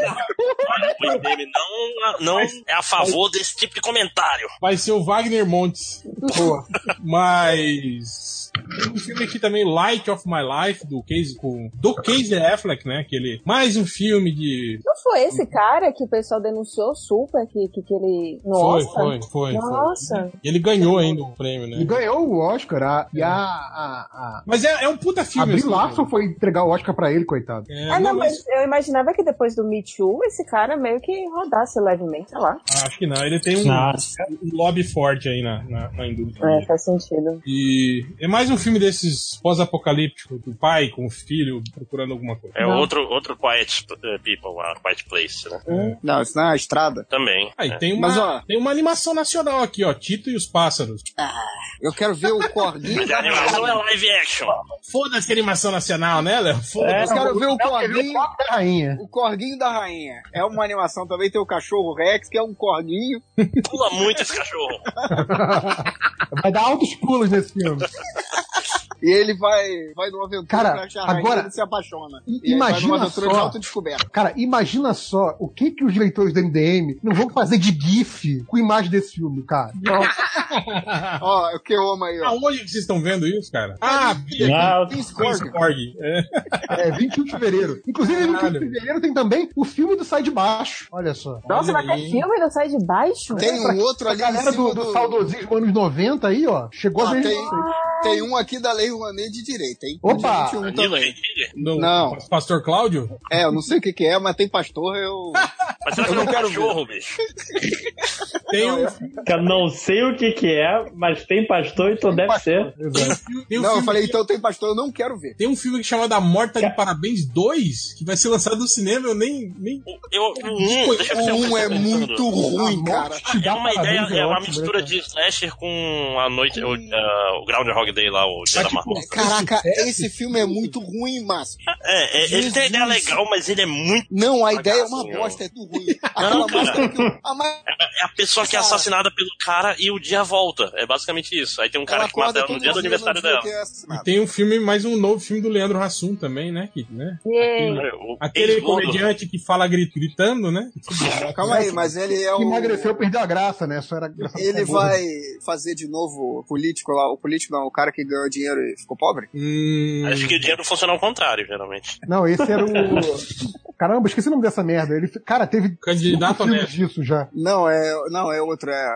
K: O MDM não, não é a favor desse tipo de comentário.
B: vai ser o Wagner Montes.
J: Boa.
B: Mas. tem Um filme aqui também, Light of My Life, do Casey, com, do Casey Affleck, né? Que ele, mais um filme de.
H: *laughs* Não foi esse cara que o pessoal denunciou super que, que, que ele. Nossa!
B: Foi, foi, foi. foi.
H: Nossa!
B: E ele ganhou ainda o prêmio,
J: E
B: né?
J: ganhou o Oscar. A, E a. a, a...
B: Mas é, é um puta
J: a
B: filme.
J: Brie
B: assim,
J: Larson
B: né?
J: foi entregar o Oscar pra ele, coitado.
B: É,
H: Ah, não,
B: não,
H: mas eu imaginava que depois do Me Too, esse cara meio que rodasse levemente, sei lá.
B: mas- Acho que não. Ele tem um,
G: Nossa.
B: um lobby forte aí na, na, na indústria.
H: É, faz sentido.
B: E é mais um filme desses pós-apocalíptico, do pai com o filho procurando alguma coisa.
K: É outro, outro Quiet eh, People, a Quiet Place, né?
H: Hum?
D: Não, isso não é uma estrada.
K: Também.
B: Aí
K: né?
B: Ah, tem uma,
D: Mas, ó- Ah,
B: tem uma animação nacional aqui, ó. Tito e os Pássaros.
D: Eu quero ver
B: *laughs*
D: o Corguinho.
K: Mas a animação é live action.
B: Foda-se a animação nacional, né, Léo?
D: eu
K: É,
B: Foda-se.
D: quero ver o
B: Corguinho.
D: Corguinho.
J: da Rainha.
D: O Corguinho da Rainha. É uma animação também, tem o cachorro Rex, que é um corguinho.
K: *laughs* Pula muito esse cachorro.
J: Vai dar altos pulos nesse
B: *laughs*
J: filme.
D: *laughs* E ele vai, vai numa aventura
J: Cara,
D: pra achar a rainha,
J: agora-
D: ele se apaixona.
J: I-
D: E aí vai
J: imagina
D: numa aventura de
J: só.
D: autodescoberta. *laughs*
J: Cara, imagina só o que que os leitores do MDM não vão fazer de GIF com imagem desse filme, cara.
D: Ó, é o que eu amo aí, ó.
B: Aonde que vocês estão vendo isso, cara? Ah, vi
G: Não.
B: aqui. Scorg.
J: É, 21 de fevereiro. Inclusive, 21 de
B: Caralho.
J: fevereiro tem também o filme do Sai de Baixo. Olha só.
D: um
H: Nossa, vai ter
B: aí.
H: filme não sai de baixo?
D: Tem um outro ali
J: A
D: em
J: galera
D: cima
J: do, do saudosismo anos 90 aí, ó, chegou
D: Ó,
J: a ver
D: tem,
J: isso aí.
D: tem um aqui da Lei Rouanet de direita, hein?
J: Opa!
D: De 21
K: Danilo
D: também.
K: Henrique.
B: Do
D: Não.
B: Pastor Cláudio?
D: É, eu não sei o que que é, mas tem pastor, eu...
K: *laughs* Mas será que
D: Eu
K: não é
D: não
K: um
D: quero
K: cachorro, bicho?
B: Tem um,
G: Que eu não sei o que que é, mas tem pastor, então deve ser.
B: tem um filme- tem um
D: Não, eu
B: filme
D: falei,
B: que-
D: então tem pastor, eu não quero ver.
B: Tem um filme chamado A Morta
K: É.
B: de Parabéns 2, que vai ser lançado no cinema, eu nem. nem...
K: Eu, o um, deixa eu ver se
D: O
K: eu
D: um é
K: pensando.
D: muito ruim, cara.
K: É uma ideia,
J: Parabéns, é
K: é uma
J: ótimo,
K: mistura
J: né,
K: de slasher com a noite, o, ah, o Groundhog Day lá, o Dia da Marmota.
D: Caraca, esse filme é muito ruim, Márcio.
K: É, é, ele tem ideia legal, mas ele é muito.
D: Não, a
K: Cagaço,
D: ideia é uma
K: meu.
D: bosta, é tudo ruim. Aquela
K: cara.
D: máscara que- a ma-
K: É a pessoa que é assassinada pelo cara e o dia volta. É basicamente isso. Aí tem um cara
D: ela
K: que
D: acorda
K: mata ela no
D: todo
K: dia do
D: dia,
K: aniversário
D: não diz o
K: dela.
D: que é assinado.
B: Tem um filme, mais um novo filme do Leandro Hassum também, né? Que, né?
H: Yay.
K: Cara, É. o
B: Aquele
K: ex-gordo-
B: comediante que fala gri- gritando, né?
D: Calma aí, mas ele é o...
J: Que Emagreceu, perdeu a graça, né? Só era engraçado.
D: Ele vai fazer de novo o político lá, o político não, o cara que ganhou dinheiro e ficou pobre?
B: Hum,
K: Acho que o dinheiro funciona ao contrário, geralmente.
J: Não, esse
D: *laughs*
J: era o. Caramba, esqueci o nome dessa merda. Ele, cara, teve
B: Candidato
J: cinco filmes
B: honesto.
J: disso já.
D: Não, é, não, é outro, é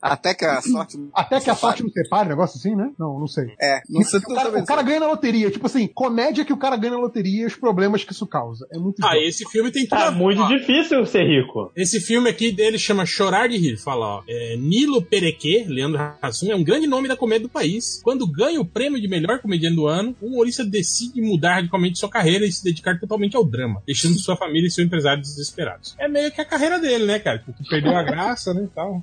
D: até que a sorte
J: Até que a sorte não separe, negócio assim, né? Não, não sei.
D: é, não sei
J: O cara, o cara ganha na loteria. Tipo assim, comédia que o cara ganha na loteria e os problemas que isso causa. É muito
B: Ah,
J: idiota.
B: esse filme tem tudo a
G: Tá
B: ver,
G: muito
B: ó.
G: difícil ser rico.
B: Esse filme aqui dele chama Chorar de Rir. Fala, ó. É, Nilo Perequê, Leandro Hassum, é um grande nome da comédia do país. Quando ganha o prêmio de melhor comediante do ano, o humorista decide mudar radicalmente sua carreira e se dedicar totalmente ao drama, deixando sua família e seu empresário desesperados. É meio que a carreira dele, né, cara? Porque perdeu a graça, né, e tal.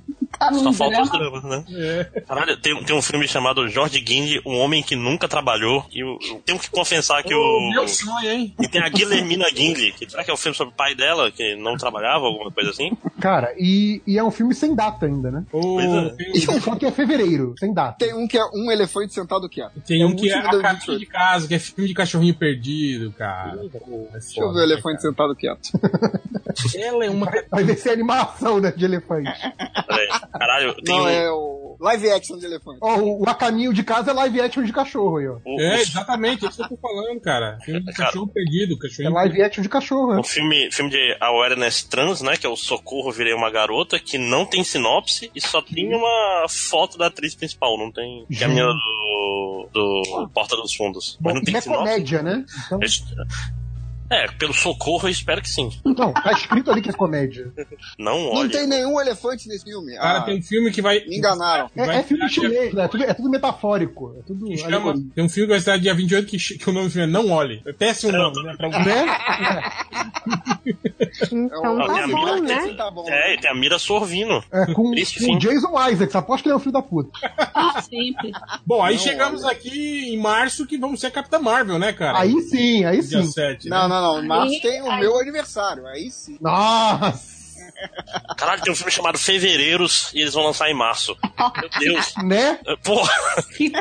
K: Só falta os dramas, né?
B: É.
K: Caralho, tem, tem um filme chamado Jorge Guinde, Um Homem que Nunca Trabalhou. E eu, eu tenho que confessar que o.
B: Meu sonho, hein?
K: E tem a Guilhermina Guinle, que será que é o filme sobre o pai dela, que não trabalhava, alguma coisa assim?
J: Cara, e, e é um filme sem data ainda, né?
B: O-
K: Pois é.
B: tem,
J: Só que é fevereiro, sem data.
D: Tem um que é um elefante sentado que é.
B: tem um que é
D: último
B: A
D: da
B: Caminho
D: 28.
B: de Casa, que é filme de cachorrinho perdido, cara. É
D: tá
B: né,
D: Deixa eu ver o elefante sentado quieto.
B: Ela é uma
J: Vai ver se é animação, né? De elefante.
K: Peraí. Caralho, tem
D: Não,
K: um-
D: é o live action de elefante.
J: Ó, o A Caminho de Casa é live action de cachorro aí, ó.
K: o,
B: É, exatamente, é isso que eu tô falando, cara. Filme de
K: Cara.
B: cachorro perdido,
J: É
B: cachorrinho
J: live action de cachorro,
K: o
J: né?
K: Um filme, filme de Awareness Trans, né? Que é o Socorro Virei Uma Garota, que não tem sinopse e só tem uma foto da atriz principal, não tem. Que é a menina do, do Porta dos Fundos. Mas não
J: e
K: tem
J: é
K: sinopse.
J: comédia, né? Então,
K: É, pelo socorro eu espero que sim.
J: não, tá escrito ali que é comédia.
K: Não
D: Não
K: olhe.
D: tem nenhum elefante nesse filme.
B: Cara,
D: Ah,
B: tem um filme que vai.
D: me enganaram.
J: É,
B: Vai
J: é filme
B: virar
J: chinês, né? É tudo, é tudo metafórico. É tudo.
B: que chama- tem um filme que vai estar dia 28 que, che- que o nome do filme é Não Olhe. É Péssimo nome, né? Pra
J: *laughs*
B: um...
J: Né?
I: Então
K: Olha,
I: tá
K: a
I: bom,
K: minha-
I: né?
D: Tá bom.
K: É, e tem a Mira Sorvino.
B: *laughs*
J: É, com,
K: Triste
J: com
K: fim.
J: o Jason Isaacs. Aposto que ele é um filho da puta.
F: Ah, Sempre.
B: Bom, aí
D: Não
B: chegamos aqui em março que vamos ser a Capitã Marvel, né, cara?
J: Aí sim, aí
B: dia
J: sim.
B: 7.
D: Não,
B: né?
D: não, não. Mas
F: Aí-
D: tem o
F: aí-
D: meu aniversário. Aí sim.
J: Nossa,
K: Caralho, tem um filme chamado Fevereiros e eles vão lançar em março. Meu Deus.
B: *laughs*
J: né?
K: É, Porra.
J: É, filme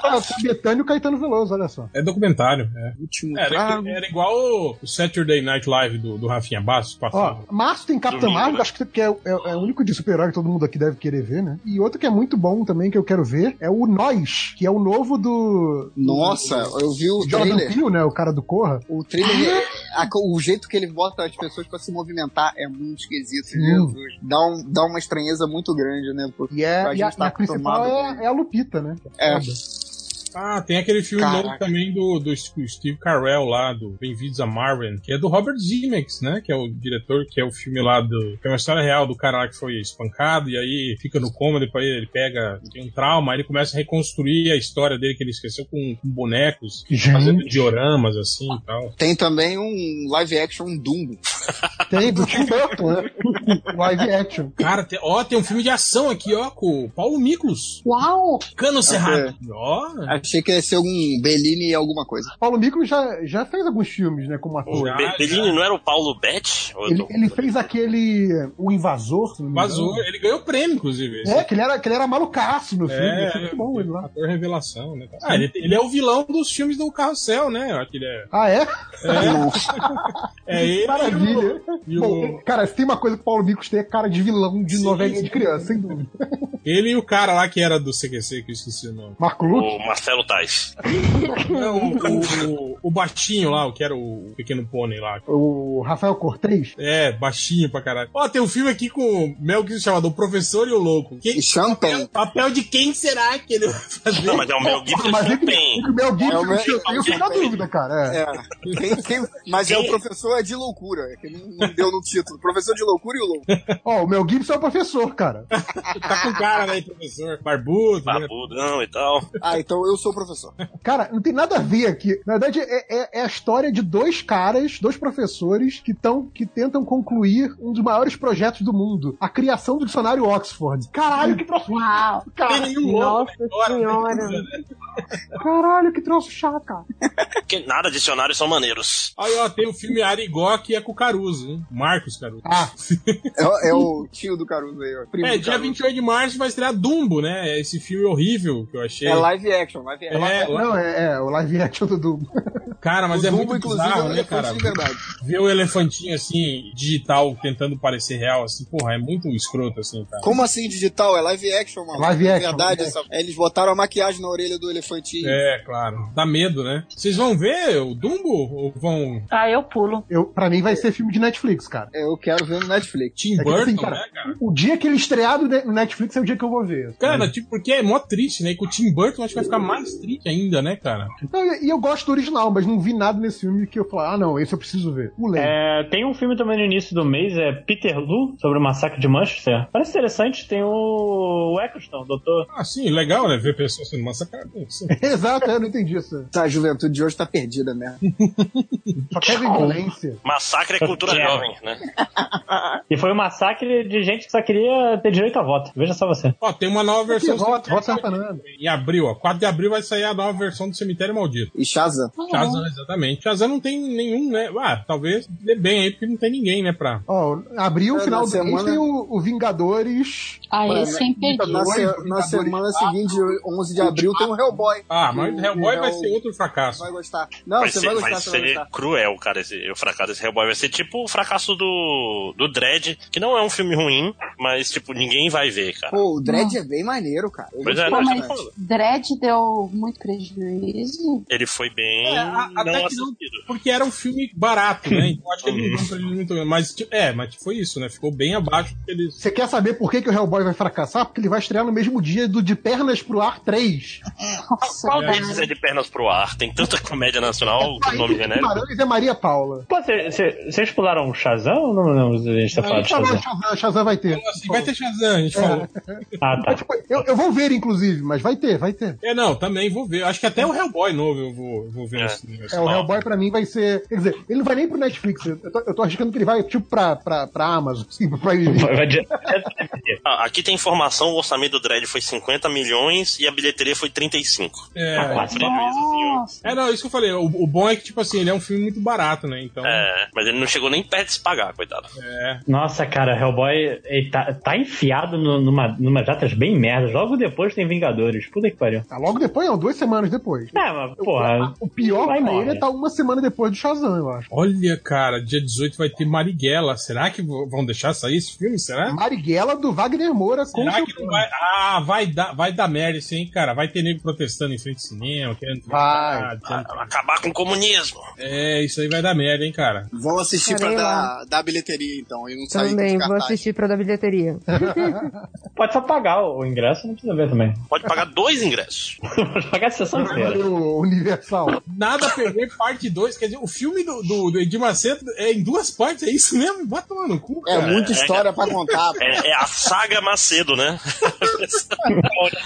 J: com a Betânia e o Caetano Veloso, olha só.
B: É documentário. É.
D: Último
B: Era,
D: trago.
B: era igual o- o Saturday Night Live do, do Rafinha Bastos
J: Ó,
B: passado.
J: março tem Capitão
K: Domingo,
J: Marvel,
K: né?
J: acho que que é, é- é o único de super-herói que todo mundo aqui deve querer ver, né? E outro que é muito bom também, que eu quero ver, é o Nós, que é o novo do...
D: Nossa, eu vi o
J: do Jordan
D: trailer.
J: Peele, né? O cara do Corra.
D: O trailer,
J: Ah!
D: a co- o jeito que ele bota as pessoas pra se movimentar é muito esquisito,
J: Sim.
D: Jesus. Dá, um, dá uma estranheza muito grande, né? pro-
J: E, é,
D: pra
J: e a,
D: gente tá
J: e a principal
D: acostumado
J: é,
D: com-
J: é a Lupita, né?
D: É.
B: Ah, tem aquele filme
D: Caraca.
B: novo também do, do Steve Carell lá, do Bem-vindos a Marvin, que é do Robert Zemeckis, né? Que é o diretor, que é o filme lá do... Que é uma história real do cara lá que foi espancado e aí fica no coma, depois ele pega... Tem um trauma, aí ele começa a reconstruir a história dele que ele esqueceu com, com bonecos,
J: Gente.
B: fazendo dioramas assim e tal.
J: *laughs*
D: Tem também um live action Dumbo. *laughs*
J: Tem, do Tim Burton, né? Live action.
B: Cara, tem- ó, tem um filme de ação aqui, ó, com o Paulo Miklos.
F: Uau!
B: Cano Cerrado.
D: Achei-
B: Ó.
D: É. Achei que ia ser algum Bellini e alguma coisa.
J: Paulo Micro já, já fez alguns filmes, né? Como ator.
K: Be- Bellini não era o Paulo Betti? Ou eu
J: Ele,
K: tô-
J: ele fez aquele. O Invasor. se não me engano.
B: Vazou. Ele ganhou prêmio, inclusive.
J: Então, É, que ele era, que ele era malucaço no filme.
B: É,
J: achei muito bom ele lá.
B: ator revelação, né? cara? Ah, ele, ele é o vilão dos filmes do Carrossel, né? Eu acho que ele é.
J: Ah, é?
B: *laughs* É ele.
J: Maravilha.
B: E o-
J: Bom, cara, se tem uma coisa que o Paulo Micos tem é cara de vilão de novelinha de criança, sem dúvida.
B: Ele e o cara lá que era do CQC, que eu esqueci o nome.
J: Marco
K: O Marcelo Tais.
B: Não, o, o, o baixinho lá, o que era o pequeno pônei lá.
J: O Rafael Cortez.
B: É, baixinho pra caralho. Ó, tem um filme aqui com o Mel Gibson chamado O Professor e o Louco. Quem,
D: E Champagne.
B: papel de quem será que ele vai fazer?
K: Não, mas é o Mel Gibson
J: Mas é que,
K: Champagne.
J: o Mel
D: É o Mel-
J: Gibson, eu tenho- eu fico na dúvida, cara. É.
D: É. Quem- quem- mas é o professor é de loucura, é que não, não deu no título. Professor de loucura e o louco.
J: Ó, o Mel Gibson é o professor, cara.
B: *laughs* Tá com cara, né, professor? Barbudo, né?
K: Babudão e tal.
D: Ah, então eu sou o professor.
J: Cara, não tem nada a ver aqui. Na verdade, é, é- é a história de dois caras, dois professores, que, tão, que tentam concluir um dos maiores projetos do mundo: a criação do dicionário Oxford. Caralho, que troço
F: Uau!
B: Tem nenhum louco.
I: Nossa senhora.
B: né?
I: Caralho, que troço chato, cara.
K: Que É nada, dicionários são maneiros.
B: Aí, ó, tem o filme Arigó que é com o Caruso, hein? Marcos Caruso.
J: Ah,
D: É, o- é o tio do Caruso aí, ó. Primo
B: É,
D: do
B: dia
D: Caruso.
B: 28 de março vai estrear Dumbo, né? Esse filme horrível que eu achei.
D: É live action, live action.
B: É, lá-
J: não, é, é o live action do Dumbo.
B: cara, mas é
D: Dumbo,
B: muito
D: inclusive, é
B: bizarro,
D: um
B: né,
D: elefante
B: cara?
D: de verdade.
B: Ver o elefantinho, assim, digital, tentando parecer real, assim, porra, é muito escroto, assim, cara.
D: Como assim digital? É live action, mano.
J: Live action,
D: É verdade,
J: live
D: essa- eles botaram a maquiagem na orelha do elefantinho.
B: É, claro. Dá medo, né? Vocês vão ver o Dumbo ou vão...
F: Ah, eu pulo.
J: Eu, pra mim vai ser filme de Netflix, cara.
D: É, Eu quero ver no Netflix.
B: Tim
J: É que,
B: Burton,
J: assim,
B: né, cara?
J: O dia que ele estrear no Ne- no Netflix é o dia que eu vou ver.
B: Cara, tipo, porque é mó triste, né? E com o Tim Burton acho que vai ficar mais triste ainda, né, cara?
J: Não, Então, e, e eu gosto do original, mas não vi nada nesse filme que eu falo, ah, não, esse eu preciso ver. O Lei.
G: É, tem um filme também no início do mês, é Peterloo, sobre o massacre de Manchester. Parece interessante, tem o Eccleston, o doutor.
B: Ah, sim, legal, né? Ver pessoas sendo massacradas. Sim.
J: *laughs* Exato, eu não entendi isso.
D: Tá, a juventude de hoje tá perdida mesmo.
J: Só quer ver violência.
K: Massacre é cultura
G: É.
K: jovem, né?
G: E foi um massacre de gente que só queria ter direito a voto. Veja só você.
B: Ó, tem uma
D: É
B: nova
J: Que
B: versão... do
J: voto, voto
B: Cemitério
J: São Fernando.
B: Maldito. Em abril, ó. 4 de abril vai sair a nova versão do Cemitério Maldito.
D: E Shazam.
B: Shazam, exatamente. Shazam não tem nenhum, né? Ah, talvez dê bem aí, porque não tem ninguém, né, pra...
J: Ó, abriu o
D: É,
J: final
D: na
J: do mês,
D: semana-
J: tem o, o Vingadores.
F: Ah,
D: Mano, então,
F: esse é imperdível.
D: Na, se- na semana seguinte, 11 de abril, tem um Hellboy.
B: Ah, mas
D: O-
B: Hellboy
D: o
B: vai
D: Hell-
B: ser outro fracasso.
D: Vai gostar. Não,
K: vai
D: você
K: ser,
D: vai
K: vai
D: gostar, você vai
K: ser
D: gostar.
K: cruel, cara, esse, o fracasso desse Hellboy. Vai ser tipo o fracasso do, do Dredd, que não é um filme ruim, mas, tipo, ninguém vai ver, cara.
D: Pô, o Dredd é bem maneiro, cara. Eu
K: Pois é,
D: gostei
K: não,
D: bastante.
K: mas-
D: mas...
F: Dredd deu muito prejuízo.
K: Ele foi bem
B: É, a-
K: não
B: até que não,
K: assistido.
B: porque era um filme barato,
K: *laughs*
B: né? Então acho que eles não dão pra ele muito. Mas tipo, é, mas foi isso, né? Ficou bem abaixo do que eles.
J: Você quer saber por que, que o Hellboy vai fracassar? Porque ele vai estrear no mesmo dia do De Pernas pro Ar 3.
F: Nossa,
K: Qual
F: cara.
K: deles é de pernas pro ar? Tem tanta comédia nacional com nome genérico.
J: Guimarães é Maria Paula.
G: Pô, cê- cê- vocês pularam o Shazam ou não, não, a gente tá falando de
J: Tá bom,
G: Shazam?
J: Shazam, Shazam vai ter. É.
B: Assim, vai ter Shazam, a gente falou.
G: Ah, tá.
J: Eu, eu vou ver, inclusive, mas vai ter, vai ter.
B: É, não, também vou ver. Acho que até o Hellboy novo eu vou, eu vou ver
K: É.
B: no cinema.
J: É, o Hellboy pra mim vai ser. Quer dizer, ele não vai nem pro Netflix. Eu tô, eu tô arriscando que ele vai, tipo, pra, pra, pra Amazon, *laughs* assim, pra Prime Video.
G: Vai de- é,
K: Ah, aqui tem informação, o orçamento do Dredd foi 50 milhões e a bilheteria foi 35.
B: É.
K: Um prejuízo, assim, ó.
B: É, não, isso que eu falei. O, o bom é que, tipo assim, ele é um filme muito barato, né? Então. É.
K: É, mas ele não chegou nem perto de se pagar, coitado.
D: É.
G: Nossa, cara, Hellboy ele tá, tá enfiado no- numa, numa datas bem merdas. Logo depois tem Vingadores. Puta que pariu.
J: Tá logo
L: *laughs*
J: depois, não, duas semanas depois.
G: É, mas, porra.
J: O pior
G: vai
J: pra
G: embora. né?
J: ele é tá uma semana depois do Shazam, eu acho. *laughs*
B: Olha, cara, dia 18 vai ter Marighella. Será que v- vão deixar sair esse filme? Será?
J: Marighella do Wagner Moura com
B: Será
J: seu
B: que não
J: filme.
B: vai. Ah, vai dar, vai dar merda isso, hein, cara? Vai ter nego protestando em frente ao cinema, querendo.
J: Vai.
B: Ah,
K: Acabar com o comunismo.
B: É, isso aí vai dar merda, hein, cara.
D: Vão assistir
I: Parei
D: pra dar, dar bilheteria, então, e não sair
I: Também
D: dos
I: vou
D: cartazes.
I: assistir pra
J: *laughs*
I: dar bilheteria. É.
G: Pode só pagar o o ingresso, não precisa ver também.
K: Pode pagar dois ingressos.
G: Pode pagar a sessão inteira.
J: O Universal.
B: Nada a perder, parte 2. Quer dizer, o filme do, do, do Edir Macedo é em duas partes, é isso mesmo? Vai tomar no cu,
D: É
B: cara.
D: muita história pra contar. pô.
K: É, é a saga Macedo, né?
D: *laughs*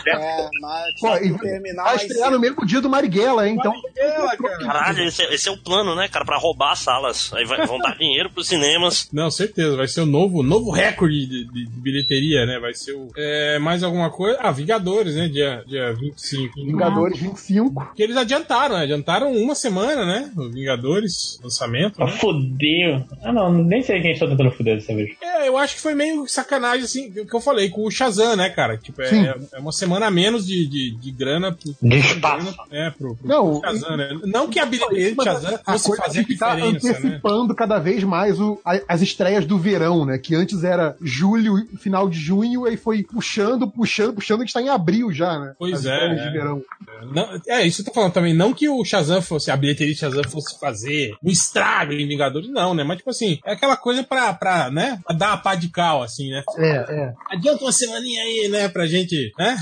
D: É, mas
J: Pô, e
D: terminar
J: vai
D: mais
J: estrear
D: cedo.
J: no mesmo dia do Marighella, hein? Então,
B: Marighella, cara.
K: é Caralho, esse, é- esse é o plano, né, cara? Pra roubar as salas. Aí vai- vão dar dinheiro pros cinemas.
B: Não, certeza, vai ser o novo, novo recorde de, de- de bilheteria, né? Vai ser o. é, mais alguma coisa. Ah, Vingadores, né? Dia, dia 25.
J: Vingadores 25.
B: Que eles adiantaram, né? Adiantaram uma semana, né? Os Vingadores, lançamento. né?
L: Ah, fodeu. Ah, não, nem sei quem está tentando foder dessa vez.
B: É, eu acho que foi meio sacanagem, assim, o que eu falei com o Shazam, né, cara? Tipo, é,
L: Sim.
B: é uma semana a menos de, de, de grana pro,
L: De espaço.
B: É, pro, pro,
J: Não,
B: pro Shazam, né? Não que a bilheteria de
J: Mas
B: Shazam
J: a
B: fosse
J: coisa assim
B: fazer a
J: que tá
B: diferença, né?
J: antecipando cada vez mais o- a- as estreias do verão, né? Que antes era julho, final de junho, aí foi puxando, puxando, puxando, a gente tá em abril já, né?
B: Pois
J: As
B: é.
J: estreias
B: é.
J: de verão.
B: É, Não, é, isso eu tô falando também. Não que o Shazam fosse, a bilheteria de Shazam fosse fazer um estrago em Vingadores, não, né? Mas, tipo assim, é aquela coisa pra, pra né? Pra dar a pá de cal, assim, né?
J: É, é.
B: Adianta uma semaninha aí, né? Pra gente, né?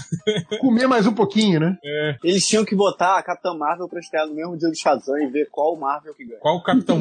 J: Comer mais um pouquinho, né?
B: É.
D: Eles tinham que botar a Capitã Marvel pra estrear no mesmo dia do Shazam e ver qual Marvel que ganha.
B: Qual
J: *laughs*
B: Capitão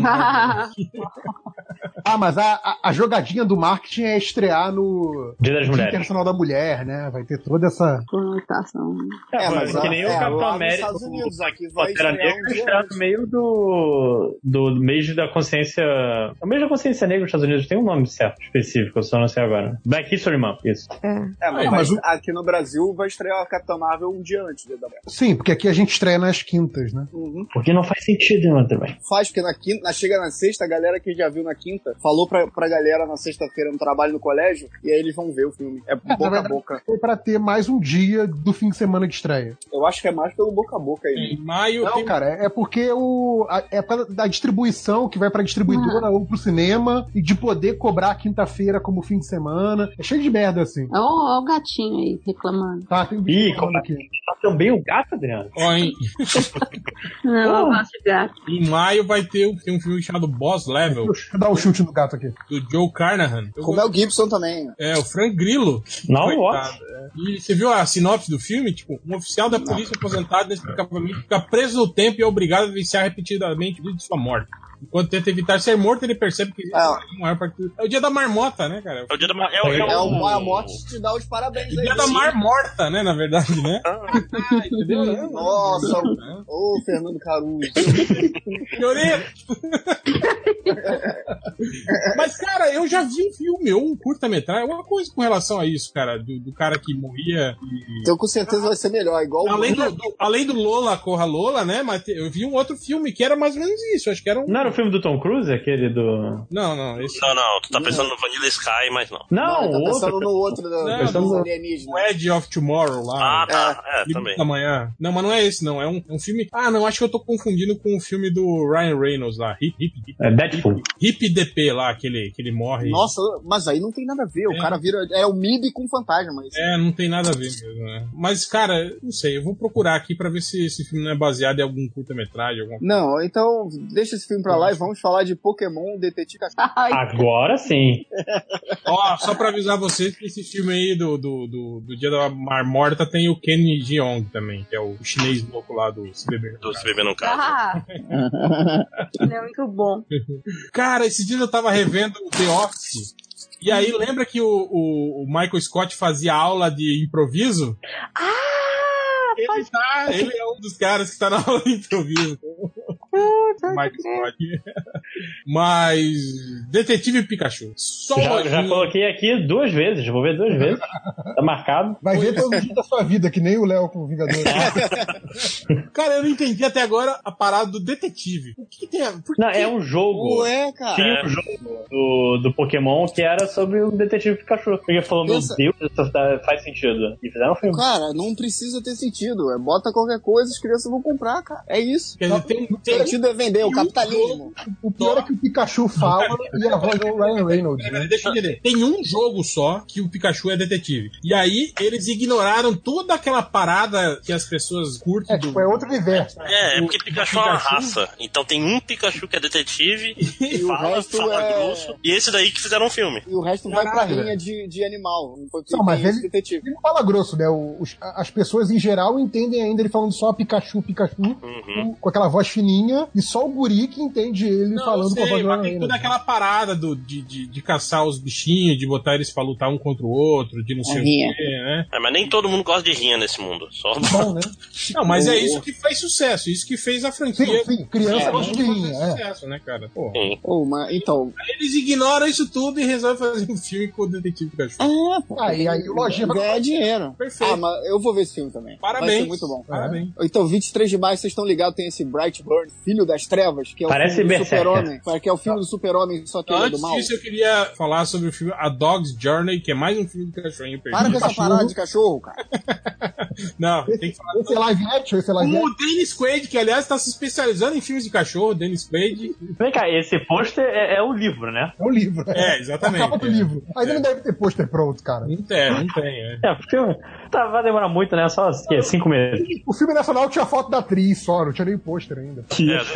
J: Ah, mas a, a- a jogadinha do marketing é estrear no
L: Dia das Mulheres.
J: Internacional da Mulher, né? Vai ter toda essa.
I: Conotação.
L: É, mas
J: a-
L: que nem o Capitão América.
D: Estados
G: né?
D: Unidos, aqui
L: o
D: vai
L: Pantera
D: estrear um
L: Negra
D: dia
L: está
D: antes.
L: no meio do, do mês da consciência. É o mês da consciência negra dos Estados Unidos, tem um nome certo específico, eu só não sei agora. Black History Month, isso.
D: É, mas,
L: Ah,
D: vai-
L: mas o-
D: aqui no Brasil vai estrear a Capitã Marvel um dia antes do Dia da Mulher.
J: Sim, porque aqui a gente estreia nas quintas, né?
L: Porque não faz sentido, né, também.
D: Faz, porque na quinta, na, chega na sexta, a galera que já viu na quinta falou pra, pra galera na sexta-feira no trabalho no colégio, e aí eles vão ver o filme. É boca a boca.
J: Foi pra ter mais um dia do fim de semana de estreia.
D: Eu acho que é mais pelo boca a boca aí.
B: Em maio.
J: Não, cara, é porque o, a- é por causa da distribuição que vai pra
D: Ah.
J: distribuidora ou pro cinema e de poder cobrar quinta-feira como fim de semana. É cheio de merda assim.
F: Ó, ó o gatinho aí reclamando.
J: Tá, tem
L: Ih,
J: como aqui.
L: Tá também o gato, Adriano?
B: Ó,
L: *laughs*
B: em,
F: Não, eu gosto de gato.
B: em maio vai ter um- tem um filme chamado Boss Level,
J: Deixa eu dar o chute no gato aqui.
B: do Joe Carnahan. Eu
D: Com o Mel Gibson também.
B: É, o Frank Grillo.
L: Não,
B: Coitado, é. E você viu a sinopse do filme? Tipo, um oficial da polícia aposentado nesse acampamento fica preso no tempo e é obrigado a vivenciar repetidamente o dia de sua morte. Enquanto tenta evitar ser morto, ele percebe que
D: Ah.
B: é, maior parte... é o dia da marmota, né, cara?
K: É o dia da ma- é,
D: É,
K: o- é
D: o
K: o-
D: Mar Morte te dá os parabéns aí.
B: O um- dia da
D: sim.
B: marmorta, né, na verdade, né? Entendeu?
D: Nossa,
J: é, né?
D: ô Fernando
B: *laughs*
D: Caruso.
B: Pioreto! Mas, cara, eu já vi um filme, ou um curta-metragem, alguma coisa com relação a isso, cara, do, do cara que morria e...
D: Então com certeza vai ser melhor, igual
B: Além
D: o
B: do, do- além do Lola, Corra Lola, né? Mas te- eu vi um outro filme que era mais ou menos isso. Acho que era um.
L: Não era o filme do Tom Cruise, aquele do.
B: Não, não. Esse...
K: Não, não, tu tá pensando no Vanilla Sky, mas não.
L: Não,
D: Não, tá
L: o
D: pensando
L: outro.
D: no outro da,
B: Não,
D: dos
L: pensando no-
B: O
D: alienígenas.
B: Edge of Tomorrow lá.
K: Ah, tá, é,
B: Liga
K: também.
B: da manhã. Não, mas não é esse, não. É um, é um filme. Ah, não, acho que eu tô confundindo com o filme do Ryan Reynolds lá. Hip, hip, hip,
L: É Deadpool.
B: hip DP lá, que ele, que ele morre.
D: Nossa, mas aí não tem nada a ver.
B: É.
D: O cara vira. É o MIB com fantasma. Isso.
B: É, não tem nada a ver mesmo, né? Mas, cara, não sei, eu vou procurar aqui pra ver se esse filme não é baseado em algum curta-metragem, alguma
D: Não, então deixa esse filme pra lá e vamos falar de Pokémon Detetive
B: *laughs*
D: Cachorro.
F: Ai,
L: Agora sim.
B: Ó, só pra avisar vocês que esse filme aí do, do, do, do Dia da Mar Morta tem o Kenny Jeong também, que é o chinês louco lá do Se Beber no
K: Do
B: Caso.
K: se beber no caso.
H: Ah! Ele é muito bom.
B: *laughs* Cara, esses dias eu tava revendo o The Office. E aí, lembra que o, o, o Michael Scott fazia aula de improviso? Ele, tá, ele é um dos caras que tá na *laughs* aula de improviso. O Michael Scott. *laughs* Mas. Detetive Pikachu. Só um
L: Já,
B: hoje.
L: já coloquei aqui duas vezes, vou ver duas vezes. Tá marcado.
J: Vai ver todo dia da sua vida, que nem o Léo com o *laughs* Vingador.
B: Cara, eu não entendi até agora a parada do detetive. O que, que tem a. Por
L: Não,
B: que-
L: é um jogo.
D: Ué, cara.
K: É
L: Tinha um jogo do, do Pokémon que era sobre o detetive Pikachu. Porque falou, meu
D: Essa-
L: Deus, isso tá- faz sentido. E fizeram um filme.
D: Cara, não precisa ter sentido. É, bota qualquer coisa, as crianças vão comprar, cara. É isso.
B: Quer dizer, tem,
D: O
B: tem,
D: sentido é vender, o capitalismo.
J: o pior é que o Pikachu fala e a voz do Ryan Reynolds, né?
B: Peraí, Deixa eu entender. Tem um jogo só que o Pikachu é detetive. E aí eles ignoraram toda aquela parada que as pessoas curtem.
J: É, tipo, é outro universo.
K: É, é
B: O-
K: porque
B: o
K: Pikachu é uma
B: Pikachu?
K: raça. Então tem um Pikachu que é detetive
D: *laughs*
K: e
D: E o
K: fala,
D: resto
K: fala
D: é-
K: grosso. E esse daí que fizeram um filme.
D: E o resto vai pra
J: Caralho,
D: linha
J: velho.
D: de, de animal. Não, foi
J: Não, mas
D: tem
J: ele-
D: esse detetive.
J: Ele não fala grosso, né? O- Uhum. os- as pessoas em geral entendem ainda ele falando só Pikachu, Pikachu, com- com aquela voz fininha rainha e só o guri que entende ele
B: Não,
J: falando
B: eu
J: com a
B: sei,
J: voz da
B: mas tem
J: rainha.
B: toda aquela parada do, de, de, de caçar os bichinhos, de botar eles pra lutar um contra o outro, de não sei o
K: rinha.
B: quê, né?
K: É, mas nem todo mundo gosta de rinha nesse mundo. Só
B: Bom,
K: *laughs*
B: né? Não, mas é isso que fez sucesso, isso que fez a franquia.
J: Sim, sim, criança gosta de rinha, é.
B: sucesso, né, cara? Pô.
D: Ô, mas, então,
B: Eles ignoram isso tudo e resolvem fazer um filme com o Detetive Pikachu.
D: Ah,
J: aí, aí, lojinha
D: ganhar dinheiro.
B: Perfeito.
D: Ah, mas eu vou ver esse filme também.
B: Parabéns.
D: Vai ser muito bom.
B: Parabéns.
D: É. Então, 23 de maio, vocês estão ligados, tem esse Bright Burn, Filho das Trevas, que é o
B: Parece
D: filme do
B: Berserker.
D: super-homem. Que é o filme do super-homem, só que ele é do
B: Antes
D: mal.
B: disso, eu queria falar sobre o filme A Dog's Journey, que é mais um filme de cachorrinho perdido.
D: Para com essa parada de cachorro, cara.
B: Não, tem que falar.
J: Esse é live action, esse é live
B: Como o Dennis Quaid, que aliás está se especializando em filmes de cachorro, Dennis Quaid.
G: Vem cá, esse pôster é, é o livro, né?
J: É o livro.
B: É, exatamente.
J: A capa do
B: é.
J: livro. Ainda não deve ter pôster pronto, cara.
B: É, não tem, é.
G: É, porque tá, vai demorar muito, né? Só que, cinco meses.
J: O filme nacional tinha foto da atriz só, não tinha nem pôster ainda.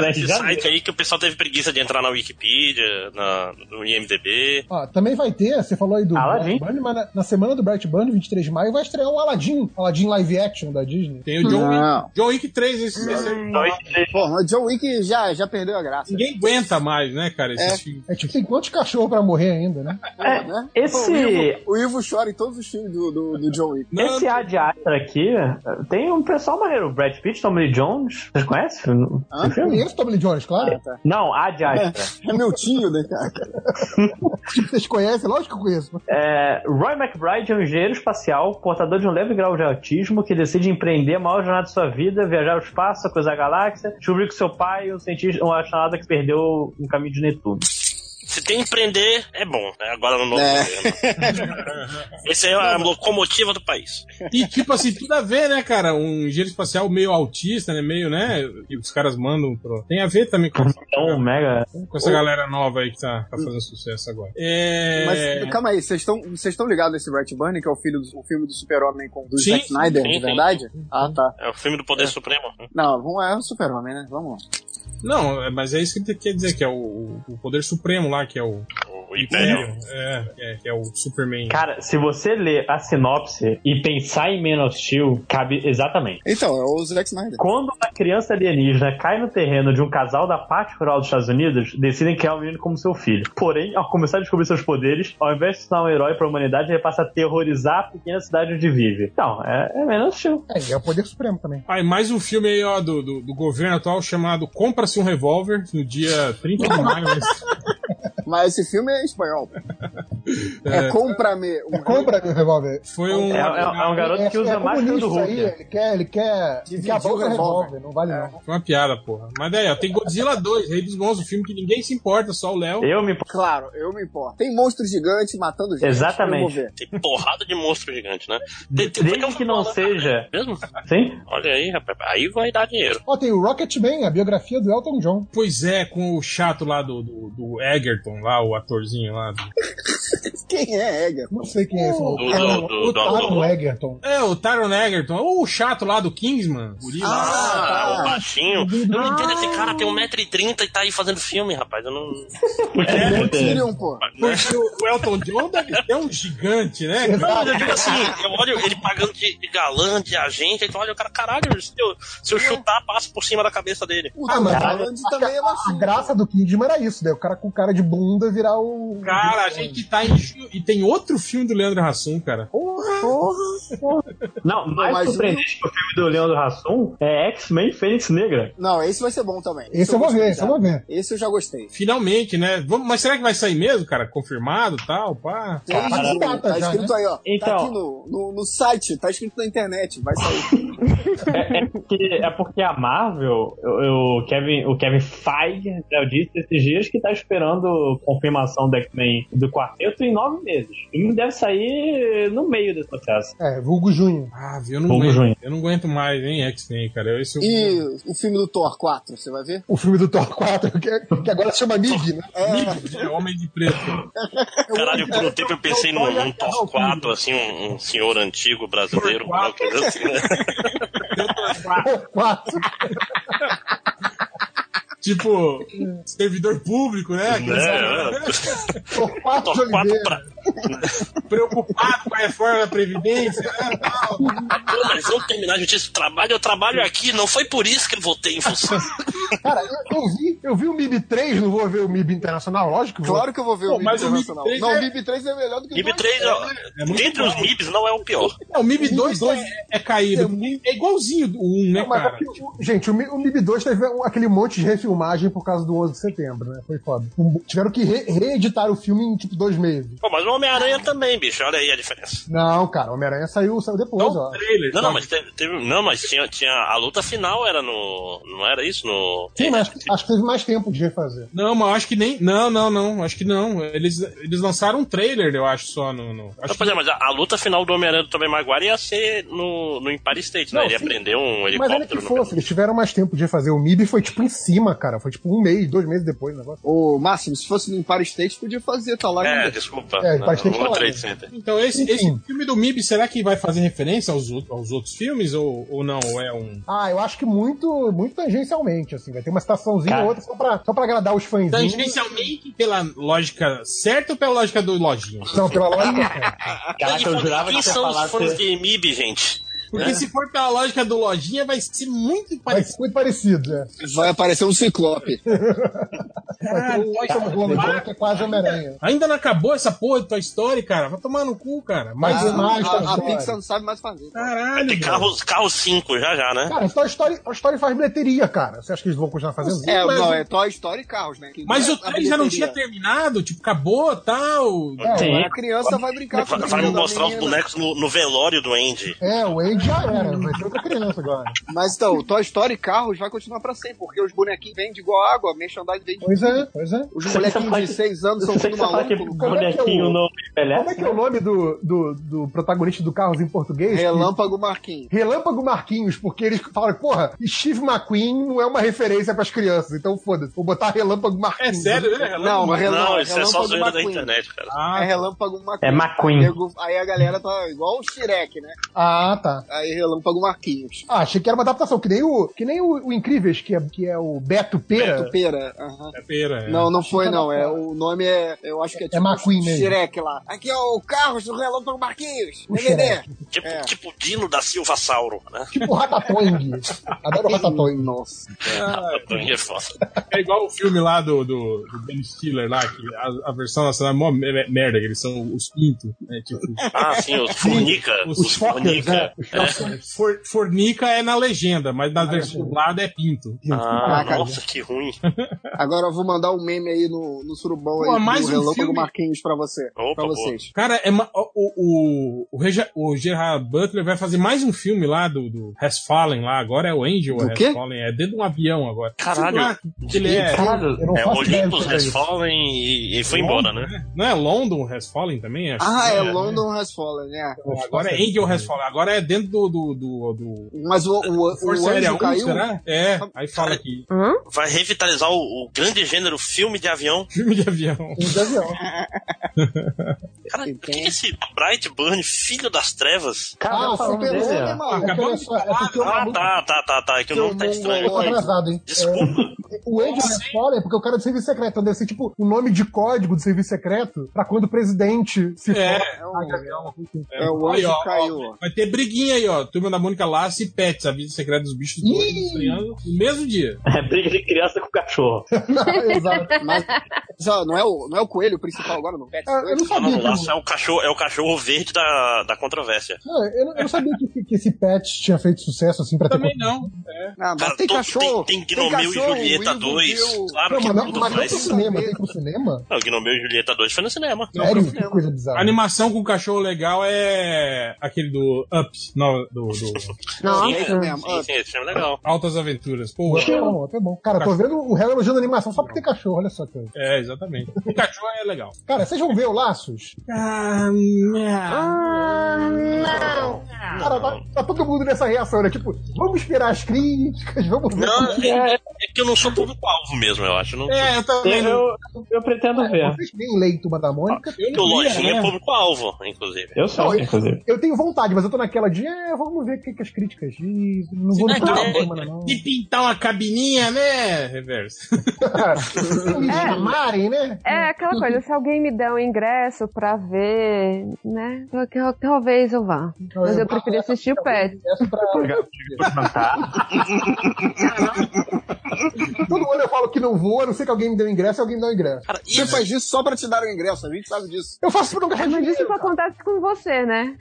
K: É, esse site aí que o pessoal teve preguiça de entrar na Wikipedia, na- no IMDB.
J: Ó, também vai ter, você falou aí do
K: Aladdin.
J: Bright Bunny, mas na, na semana do Bright Bunny, 23 de maio, vai estrear o Aladdin, Aladdin live action da Disney.
B: Tem o John
D: Não.
B: Wick. John Wick 3,
K: Hum.
B: esse, esse-
D: Pô, mas John Wick já, já perdeu a graça.
B: Ninguém aguenta mais, né, cara, esses
D: É.
B: filmes.
J: É tipo, tem quantos cachorros pra morrer ainda, né?
D: Porra, né?
G: É,
D: Pô,
G: esse-
D: O Ivo, o Ivo chora em todos os filmes do, do, do John Wick.
G: Esse A de Astra aqui tem um pessoal maneiro. O Brad Pitt, Tommy Lee Jones. Vocês conhecem?
D: Ah,
G: Esse filme?
J: Conheço o Tommy Lee Jones, claro.
G: Não, A de
D: *laughs*
G: Astra.
D: tá. É, é meu tio, né, cara?
J: *laughs* Tipo, vocês conhecem? Lógico que eu conheço.
G: É, Roy McBride é um engenheiro espacial, portador de um leve grau de autismo, que decide empreender a maior jornada de sua vida, viajar ao espaço, cruzar a galáxia, descobrir que seu pai, um cientista, um astronauta que se perdeu no caminho de Netuno.
K: Se tem empreender, é bom. né? Agora no novo
G: É.
D: *laughs*
K: governo. Esse é a locomotiva do país.
B: E tipo assim, tudo a ver, né, cara? Um engenheiro espacial meio autista, né? Meio, né? Que os caras mandam pro. Tem a ver também com essa,
G: Então, mega.
B: com essa galera nova aí que tá, tá fazendo sucesso agora. É.
D: Mas calma aí, vocês estão vocês estão ligados nesse Bright Bunny, que é o, filho do, o filme do Super-Homem com do
K: Sim,
D: Zack Snyder,
K: sim,
D: de
K: sim.
D: verdade? Ah, tá.
K: É o filme do Poder Supremo.
D: Não, vamos é o Super-Homem, né? Vamos lá.
B: Não, é- mas é isso que ele quer dizer, que é o, o poder supremo lá, que é o.
K: O Império.
B: É, é, que é o Superman.
G: Cara, se você ler a sinopse e pensar em Man of Steel, cabe exatamente.
D: Então, é o Zack Snyder.
G: Quando uma criança alienígena cai no terreno de um casal da parte rural dos Estados Unidos, decidem criar o menino como seu filho. Porém, ao começar a descobrir seus poderes, ao invés de se tornar um herói para a humanidade, ele passa a terrorizar a pequena cidade onde vive. Então, é, é menos show.
J: É, é o Poder Supremo também.
B: Ah, e mais um filme aí, ó, do, do, do governo atual chamado Compra-se um Revólver, no dia 30 de maio. né? mas-
D: Mas esse filme é espanhol. *laughs* É, compra-me. um-
J: É compra meu revólver.
B: Foi um- É- é- é um garoto que usa
J: como
B: máscara do
J: nisso aí,
B: Hulk.
J: Ele quer, ele quer, ele quer a
D: Dividir o
J: bolsa
D: revólver. É.
J: revólver, não vale não.
B: Foi É, uma piada, porra. Mas daí, ó, tem Godzilla 2, Rei dos Monstros, um filme que ninguém se importa, só o Léo.
G: Eu me importo.
D: Claro, eu me importo. Tem monstro gigante matando gente. Eu vou ver.
K: Tem porrada de monstro gigante, né? Tem, tem, né?
G: Desde que não seja.
K: Mesmo?
G: Sim?
K: Olha aí, rapaz. Aí vai dar dinheiro.
J: Ó, tem o Rocketman, a biografia do Elton John.
B: Pois é, com o chato lá do, do, do Egerton, lá, o atorzinho lá. do-
D: Quem é Egger?
J: Não sei quem é esse maluco.
B: do-
J: Ah,
B: do-
J: o
B: do-
J: Taron
B: do-
J: Egerton.
B: É, o Taron Egerton, ou o chato lá do Kingsman. o guri lá.
K: Ah, o baixinho. Eu não entendo, esse cara tem 1,30m e tá aí fazendo filme, rapaz. Eu não. é,
J: É,
D: Tyrion, pô.
B: Porque o Elton John deve ter um gigante, né?
K: Não, eu
B: cara?
K: digo assim, eu olho ele pagando de, de galã, de agente, então olha o cara, caralho, se eu, se eu chutar, passo por cima da cabeça dele.
D: Puta, mas
J: Ah, mas-
D: Holland também é
J: A
D: baixinho.
J: graça do Kidman era isso, né? O cara com cara de bunda virar o.
B: Cara, a gente tá em. ju- E tem outro filme do Leandro Hassum, cara.
G: Não, mais
B: um
G: um
D: mas
G: surpreendente que o filme do Leandro Hassum é X-Men Fênix
K: *laughs*
G: Negra.
D: Não, esse vai ser bom também.
J: Esse eu vou ver, esse eu vou ver.
D: Esse eu já gostei.
B: Finalmente, né? Vamos- Mas será que vai sair mesmo, cara? Confirmado e tal? Pá.
D: Tem
J: Tá
D: junho,
J: data
D: tá
J: já,
D: escrito aí, ó.
G: Então.
D: tá aqui no, no, no site, tá escrito na internet, vai sair.
G: É, é porque, é porque a Marvel, eu- eu- o Kevin, o Kevin Feige, eu disse esses dias que tá esperando confirmação do X-Men do quarteto em nove meses. E não deve sair no meio desse processo.
J: É, vulgo junho.
B: Ah, viu? Eu não,
G: Vamos,
B: aguento,
G: Junho.
B: eu não aguento mais, hein, X-Men, cara. Esse eu-
D: E o filme do Thor 4, você vai ver?
J: O filme do Thor 4, que, *laughs* que agora se chama Mig, né?
B: É Homem de Preto.
K: Caralho, por um tempo eu pensei num, num Thor 4, assim, um, um senhor antigo brasileiro, uma coisa assim, né?
J: Thor
B: *laughs*
J: 4.
B: Tipo, servidor público, né? Aqueles-
K: né?
J: Thor 4
K: Thor 4
J: Oliveira.
K: pra,
B: Preocupado com a reforma da Previdência, né? Tal.
K: Pô, nós vamos terminar a justiça do trabalho, eu trabalho aqui, não foi por isso que eu votei em função.
J: Cara, eu, eu vi, eu vi o MIB 3, não vou ver o MIB Internacional, lógico que vou.
D: Claro que eu vou ver
J: Pô,
D: o MIB
J: mas
D: Internacional.
J: MIB
D: Não, o
J: é-
D: MIB 3 é melhor do que o
K: MIB 3, ó, dentre os MIBs, não é o pior.
B: Não, o MIB 2 é, é caído. É igualzinho o 1, né,
J: Mas
B: cara?
J: aqui, o- gente, o Mi- o MIB 2 teve um- aquele monte de refilmagem por causa do 11 de setembro, né? Foi foda. Um- tiveram que re- reeditar o filme em tipo dois meses.
K: Pô, mas o Homem-Aranha também, bicho, olha aí a diferença.
J: Não, cara, Homem-Aranha saiu, saiu depois,
B: é um
J: ó.
K: Não,
J: tá?
K: não, mas teve, teve- não, mas tinha, tinha a luta final era no, não era isso no é,
J: Sim, mas acho que- acho que teve mais tempo de refazer.
B: Não, mas eu acho que nem. Não, não, não. Acho que não. Eles, eles lançaram um trailer, eu acho, só no. no-
K: Não, pois é, mas a, a luta final do Homem-Aranha do Tobey Maguire ia ser no, no Empire State, né?
J: Não,
K: Ele ia
J: sim.
K: prender um
J: Mas olha que
K: helicóptero. no-
J: fosse, eles tiveram mais tempo de fazer. O MIB foi tipo em cima, cara. Foi tipo um mês, dois meses depois o negócio.
D: Ô, Máximo, se fosse no Empire State, podia fazer, tá lá.
K: É, desculpa.
J: É,
K: não,
J: parece que tem que
K: no
J: falar,
K: Trade
J: né?
K: Center.
B: Então, esse, esse filme do MIB, será que vai fazer referência aos, outros- aos outros filmes ou, ou não? Ou é um.
J: Ah, eu acho que muito, muito tangencialmente, assim. Vai ter uma citaçãozinha
B: Cara.
J: ou outra só pra, só pra agradar os fãzinhos.
B: Tangencialmente pela lógica certa ou pela lógica do lojinho?
J: Não, pela lógica.
K: Caraca, eu jurava
B: que
K: Quem
B: você ia
K: são
B: falar
K: os fãs
B: que-
K: de MIB,
J: Tá
K: gente?
B: Porque
K: Né?
B: se for pela lógica do lojinha, vai ser muito
J: É. Vai
B: parecido.
J: ser muito parecido, é.
D: Vai aparecer um
J: *laughs*
D: ciclope.
J: Vai ter Ah, o Tom Holland, que é quase Homem-Aranha.
B: Ainda não acabou essa porra de Toy Story, cara? Vai tomar no cu, cara. Mais
J: Ah,
B: mais
J: a-
B: Toy
J: a
B: Story.
J: Pixar
D: não sabe mais fazer.
B: Caralho,
K: Tem carro, carro 5 já já, né?
J: Cara, Toy Story, Toy Story faz bilheteria, cara. Você acha que eles vão continuar fazendo?
D: É,
J: Mas-
D: não, é Toy Story e Carros, né? Que
B: Mas
D: é
B: o
D: a
B: 3 já não tinha
D: bilheteria.
B: terminado? Tipo, acabou, tal?
J: É, Sim. a criança vai brincar com
K: Vai,
J: o
K: vai
J: menino da
K: mostrar os
J: menina.
K: bonecos no, no velório do Andy.
J: É, o Andy já era. Vai ser outra criança agora.
D: Mas então, o Toy Story e Carros vai continuar pra sempre, porque os bonequinhos vendem igual água, a merchandise vende.
J: Pois é, pois é.
D: Os molequinhos de 6 anos são tudo maluco.
J: Como é que é o-
D: envelhece,
J: Como é que é o nome do, do, do protagonista do Carros em português?
D: Relâmpago Marquinhos.
J: Relâmpago Marquinhos, porque eles falam, porra, Steve McQueen não é uma referência pras crianças, então foda-se, vou botar Relâmpago Marquinhos.
D: Não, mas Relâmpago,
K: Não, isso é só
D: Relâmpago
K: zoeira da
D: McQueen.
K: internet, cara.
B: Ah,
D: é Relâmpago McQueen.
J: É McQueen.
D: Nego- Aí a galera tá igual o Shrek, né?
J: Ah, tá.
D: Aí Relâmpago Marquinhos.
J: Ah, achei que era uma adaptação, que nem o, que nem o, o Incríveis, que é, que é o Beto Pera.
D: Beto Pera, aham.
B: É Pera,
D: Não, não foi não. É, o nome é. Eu acho que é tipo
J: McQueen mesmo.
D: Shrek lá. Aqui é o Carros do Relâmpago Marquinhos.
J: O
D: DVD.
K: *laughs* Tipo, tipo o Dino da Silva Sauro, né?
J: Tipo Ratatouille. Adoro Ratatouille.
D: Nossa.
B: Ah,
K: *laughs* É foda.
B: É igual o filme lá do, do, do Ben Stiller lá, que a, a versão nacional é mó me- me- merda, que eles são os pinto, né? Tipo,
K: *laughs* Ah, sim, os fornica.
B: Os,
K: Os
B: fuckers,
K: fornica.
B: né?
K: É.
B: For- fornica é na legenda, mas na versão dublada é pinto.
K: Ah,
D: Caraca.
K: nossa, que ruim.
D: Agora eu vou mandar um meme aí no, no surubão
B: Pô,
D: aí
B: mais
D: do
B: um
D: Relâmpago
B: filme.
D: Marquinhos pra você. pra
K: boa.
D: vocês.
B: Cara, é ma- o, o, o, Reja- o Gerard Butler vai fazer mais um filme lá do, do Has Fallen lá, agora é o Angel
D: Do
B: Has
D: quê?
B: Fallen, é dentro de um avião agora.
K: Caralho.
B: Sei lá, que ele é.
K: Caralho,
J: eu não
K: é,
J: faço
K: Olympus
J: ideia do que é
K: Has
J: isso.
K: Fallen e, e foi embora, né?
B: Não é London Has Fallen também? Acho
D: Ah,
B: que
D: é, London Has Fallen, né?
B: Agora é Angel Has Fallen, agora é dentro do. do, do, do-
D: Mas o, o,
B: Força
D: o
B: Aérea
D: anjo
B: 1,
D: caiu?
B: será? *laughs* É, aí fala aqui.
K: Vai revitalizar o, o grande gênero filme de avião.
B: Filme de avião.
J: Filme de avião.
B: é
K: Cara, o que é esse Bright Burn, filho das trevas?
J: Ah, super-homem, maluco. Olha só, é porque o
K: Ah,
J: maluco
K: tá, tá, tá, tá. É que o nome tá estranho.
J: *laughs* Eu tô atrasado, hein? Desculpa. o Andy Respawn é porque o cara é do serviço secreto. Então deve ser tipo o nome de código do serviço secreto pra quando o presidente se
B: É.
J: for.
B: É,
D: o um- anjo
B: aí, ó,
D: caiu,
B: ó, vai ter briguinha aí, ó. Turma da Mônica Lasse e Pets, a vida secreta dos bichos dois, sonhando no mesmo
K: *laughs*
B: dia.
G: É briga de criança com cachorro.
D: *laughs*
J: É
D: Exato. Mas, só, não, é o, não é o coelho principal agora, Ah, não?
J: eu não sabia
K: Não,
J: que
K: Laço é o cachorro, é o cachorro verde da, da controvérsia.
J: Não, eu, não- eu não sabia que, esse- que esse pet tinha feito sucesso assim pra ter.
K: Também
B: não.
D: Ah, mas
K: Cara,
D: tem
K: todo-
D: cachorro.
K: Tem Gnomeu e
D: cachorro,
K: Julieta
D: Will,
K: 2.
D: Will.
K: Claro
J: Não,
K: que
J: mas não,
K: tudo
J: mas não pro
K: mais.
J: cinema, tem pro cinema.
K: Não, Gnomeu e Julieta 2 foi no cinema.
J: Sério? Que coisa bizarra.
B: A animação com cachorro legal é aquele do Up, não, do, do
D: é
K: sim, sim, sim, esse filme é legal.
B: Altas Aventuras. Pô,
J: Até é bom, até bom. Cara, tô vendo o Hell elogiando a animação só porque tem cachorro, olha só que coisa.
B: É, exatamente. O cachorro é legal.
J: Cara, vocês vão ver o Laços?
B: Ah, não.
J: Cara, tá, tá todo mundo nessa reação, né? Tipo, vamos esperar as críticas, vamos ver.
K: Não,
J: como
K: é, é que eu não sou público-alvo mesmo, eu acho. Não,
B: É, eu também
K: não.
G: Eu, eu pretendo ver.
J: Vocês nem leem Turma da Mônica.
K: Porque o Lojinha é público-alvo, inclusive.
G: Eu
J: Não, eu- Eu tenho vontade, mas eu tô naquela de, é, vamos ver o que, que as críticas dizem. Não vou no
B: Ah,
J: Turma da
B: então,
J: Mônica, não.
B: de pintar uma cabininha, né, Reverso? *laughs*
J: Me
B: é,
J: chamarem, né?
I: É aquela coisa, se alguém me der um ingresso pra ver, né? tal- tal- Talvez eu vá. Mas eu preferi assistir o
B: é,
I: Pet.
B: um
J: Todo ano eu falo que não vou, a não ser que alguém me dê um ingresso, alguém me dá um ingresso.
D: Você faz isso só pra te dar o ingresso, a gente sabe disso.
J: um Eu faço pra não
I: É, mas isso acontece com você, né?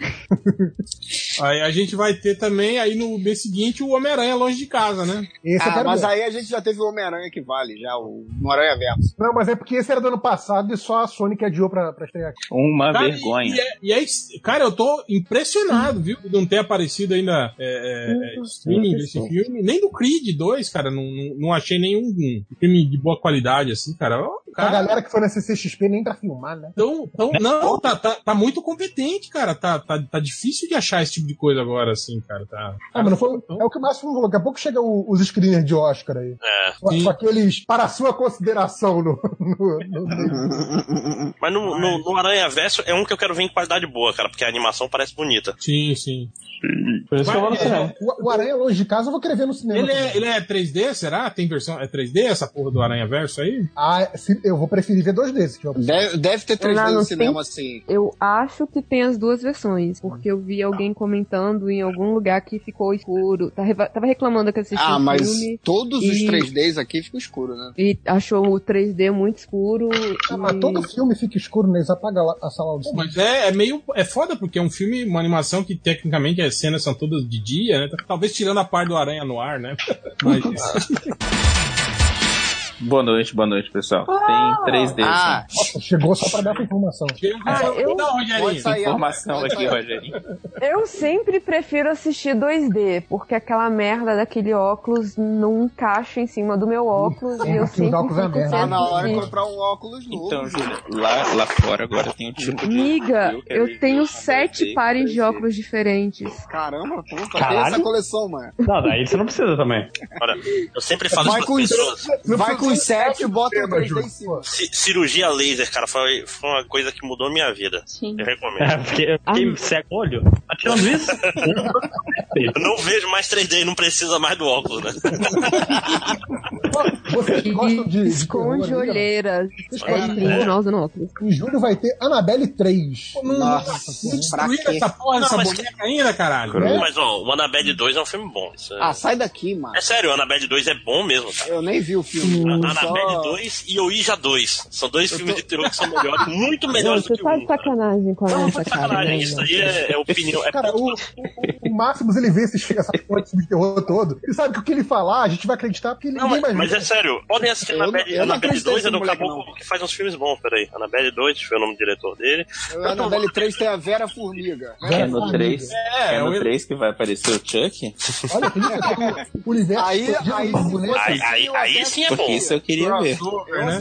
B: Aí a gente vai ter também, aí no mês seguinte, o Homem-Aranha longe de casa, né?
D: ah, mas aí a gente já teve o Homem-Aranha que vale, já, o no Aranha Verso.
J: Não, mas é porque esse era do ano passado e só a Sony que adiou pra, pra estrear aqui.
M: Uma
B: Cara,
M: vergonha.
B: E, é- e é ex- cara, eu tô impressionado, viu, de não ter aparecido ainda é, é, é, streaming desse filme. Nem do Creed 2, cara, não, não, não achei nenhum um filme de boa qualidade, assim, cara. Ó,
J: A
B: cara
J: galera que foi na CCXP nem pra filmar, né?
B: Então, então, não, tá, tá, tá muito competente, cara. Tá, tá, tá difícil de achar esse tipo de coisa agora, assim, cara. Tá.
J: Ah, mas não foi, é o que o Márcio falou, daqui a pouco chega o- os screeners de Oscar aí.
K: É.
J: Só, só que eles, para a sua consideração no... no- no- no-
K: Mas no, no, no Aranha Verso é um que eu quero ver em qualidade boa, cara, porque a animação parece bonita.
B: Sim, sim.
G: Por
J: isso que eu assim, vou no cinema. O, o Aranha longe de casa eu vou querer ver no cinema.
B: Ele é, ele é 3D, será? Tem versão. É 3D essa porra do Aranha Verso aí?
J: Ah, se- eu vou preferir ver dois desses.
D: Deve, ter
I: três Não, vezes não no cinema, tem-
D: assim.
I: Eu acho que tem as duas versões, porque eu vi alguém comentando em algum lugar que ficou escuro. Tá reva- Tava reclamando que assistiu
D: Ah,
I: o
D: mas
I: filme.
D: todos os
I: e-
D: 3Ds aqui ficam escuro, né?
I: E achou o 3D muito escuro.
J: Ah,
I: e-
J: mas todo filme fica escuro, né? Eles apagam a, a sala do cinema.
B: Mas é, é meio. É foda, porque é um filme, uma animação que tecnicamente as cenas são todas de dia, né? Talvez tirando a parte do Aranha no ar, né? Mas.
D: *laughs*
M: Boa noite, boa noite, pessoal. Tem três deles.
J: Ah. Nossa, chegou só pra dar essa informação.
I: Ah, eu-
M: Pode sair, Informação aqui, Rogerinho.
I: Eu sempre prefiro assistir 2D, porque aquela merda daquele óculos não encaixa em cima do meu um óculos e eu sempre fico
D: Tá na
I: sempre-
D: hora de comprar um óculos novo.
M: Então, Júlia, lá, lá fora agora tem um tipo de.
I: Miga,
M: quero
I: eu tenho sete pares de óculos diferentes.
D: Caramba, pô, só tem
M: Caralho.
D: essa coleção, mano.
G: Não, daí você não precisa também.
K: Olha, eu sempre falo
D: Vai
K: isso
D: com
K: pras
D: os-
K: pessoas.
D: Vai com os sete e bota o 3D em cima.
K: Ci- Cirurgia laser, cara, foi, foi uma coisa que mudou a minha vida. Sim. Eu recomendo.
G: É, porque eu fiquei cego o olho. Tá tirando isso?
K: *laughs* Eu não vejo mais 3D e não precisa mais do óculos, né?
J: Vocês gostam de.
I: Esconde
J: terror, né?
I: olheiras.
J: Cara,
I: É incrível,
J: é.
I: nós usando óculos.
J: Em julho vai ter Annabelle 3.
D: Nossa,
B: Destruíram essa porra
K: Não,
B: dessa
K: mas-
B: boneca ainda, caralho.
K: Mas, ó, o Annabelle 2 é um filme bom. Isso é...
D: é. Ah, sai daqui, mano.
K: É sério, o Annabelle 2 é bom mesmo, cara.
D: Eu nem vi o filme.
K: A-
D: Eu
K: Annabelle
D: só-
K: 2 e Oija 2. São dois filmes de terror que são melhores, muito melhores
I: Gente,
K: do que
I: tá
K: o
I: de
K: 1.
I: sacanagem com a
K: Não,
I: nossa
K: foi
I: cara.
K: sacanagem.
I: né?
K: Isso aí é, é opinião. É
J: Cara, o, o, o Maximus, ele vê esses, essa porra de filme de terror todo. Ele sabe que o que ele falar, a gente vai acreditar porque ele
K: Não,
J: ninguém
K: mas,
J: mais
K: mas é sério, podem assistir Annabelle,
J: eu não
K: Annabelle
J: acreditei
K: 2 é do
J: nesse moleque,
K: caboclo que faz uns filmes bons, peraí. Annabelle 2, deixa eu ver o nome do diretor dele.
D: Eu, Annabelle 3 tem a Vera Formiga.
M: É no 3. É,
K: eu-
M: no 3 que vai aparecer o Chuck?
D: *laughs*
J: Olha, tem isso aqui, o universo
D: Aí-
J: todinho
D: aí-
J: dos bonecos.
M: *laughs* Aí- aí- aí sim é Porque bom. isso eu queria ver.
D: Crossover, né?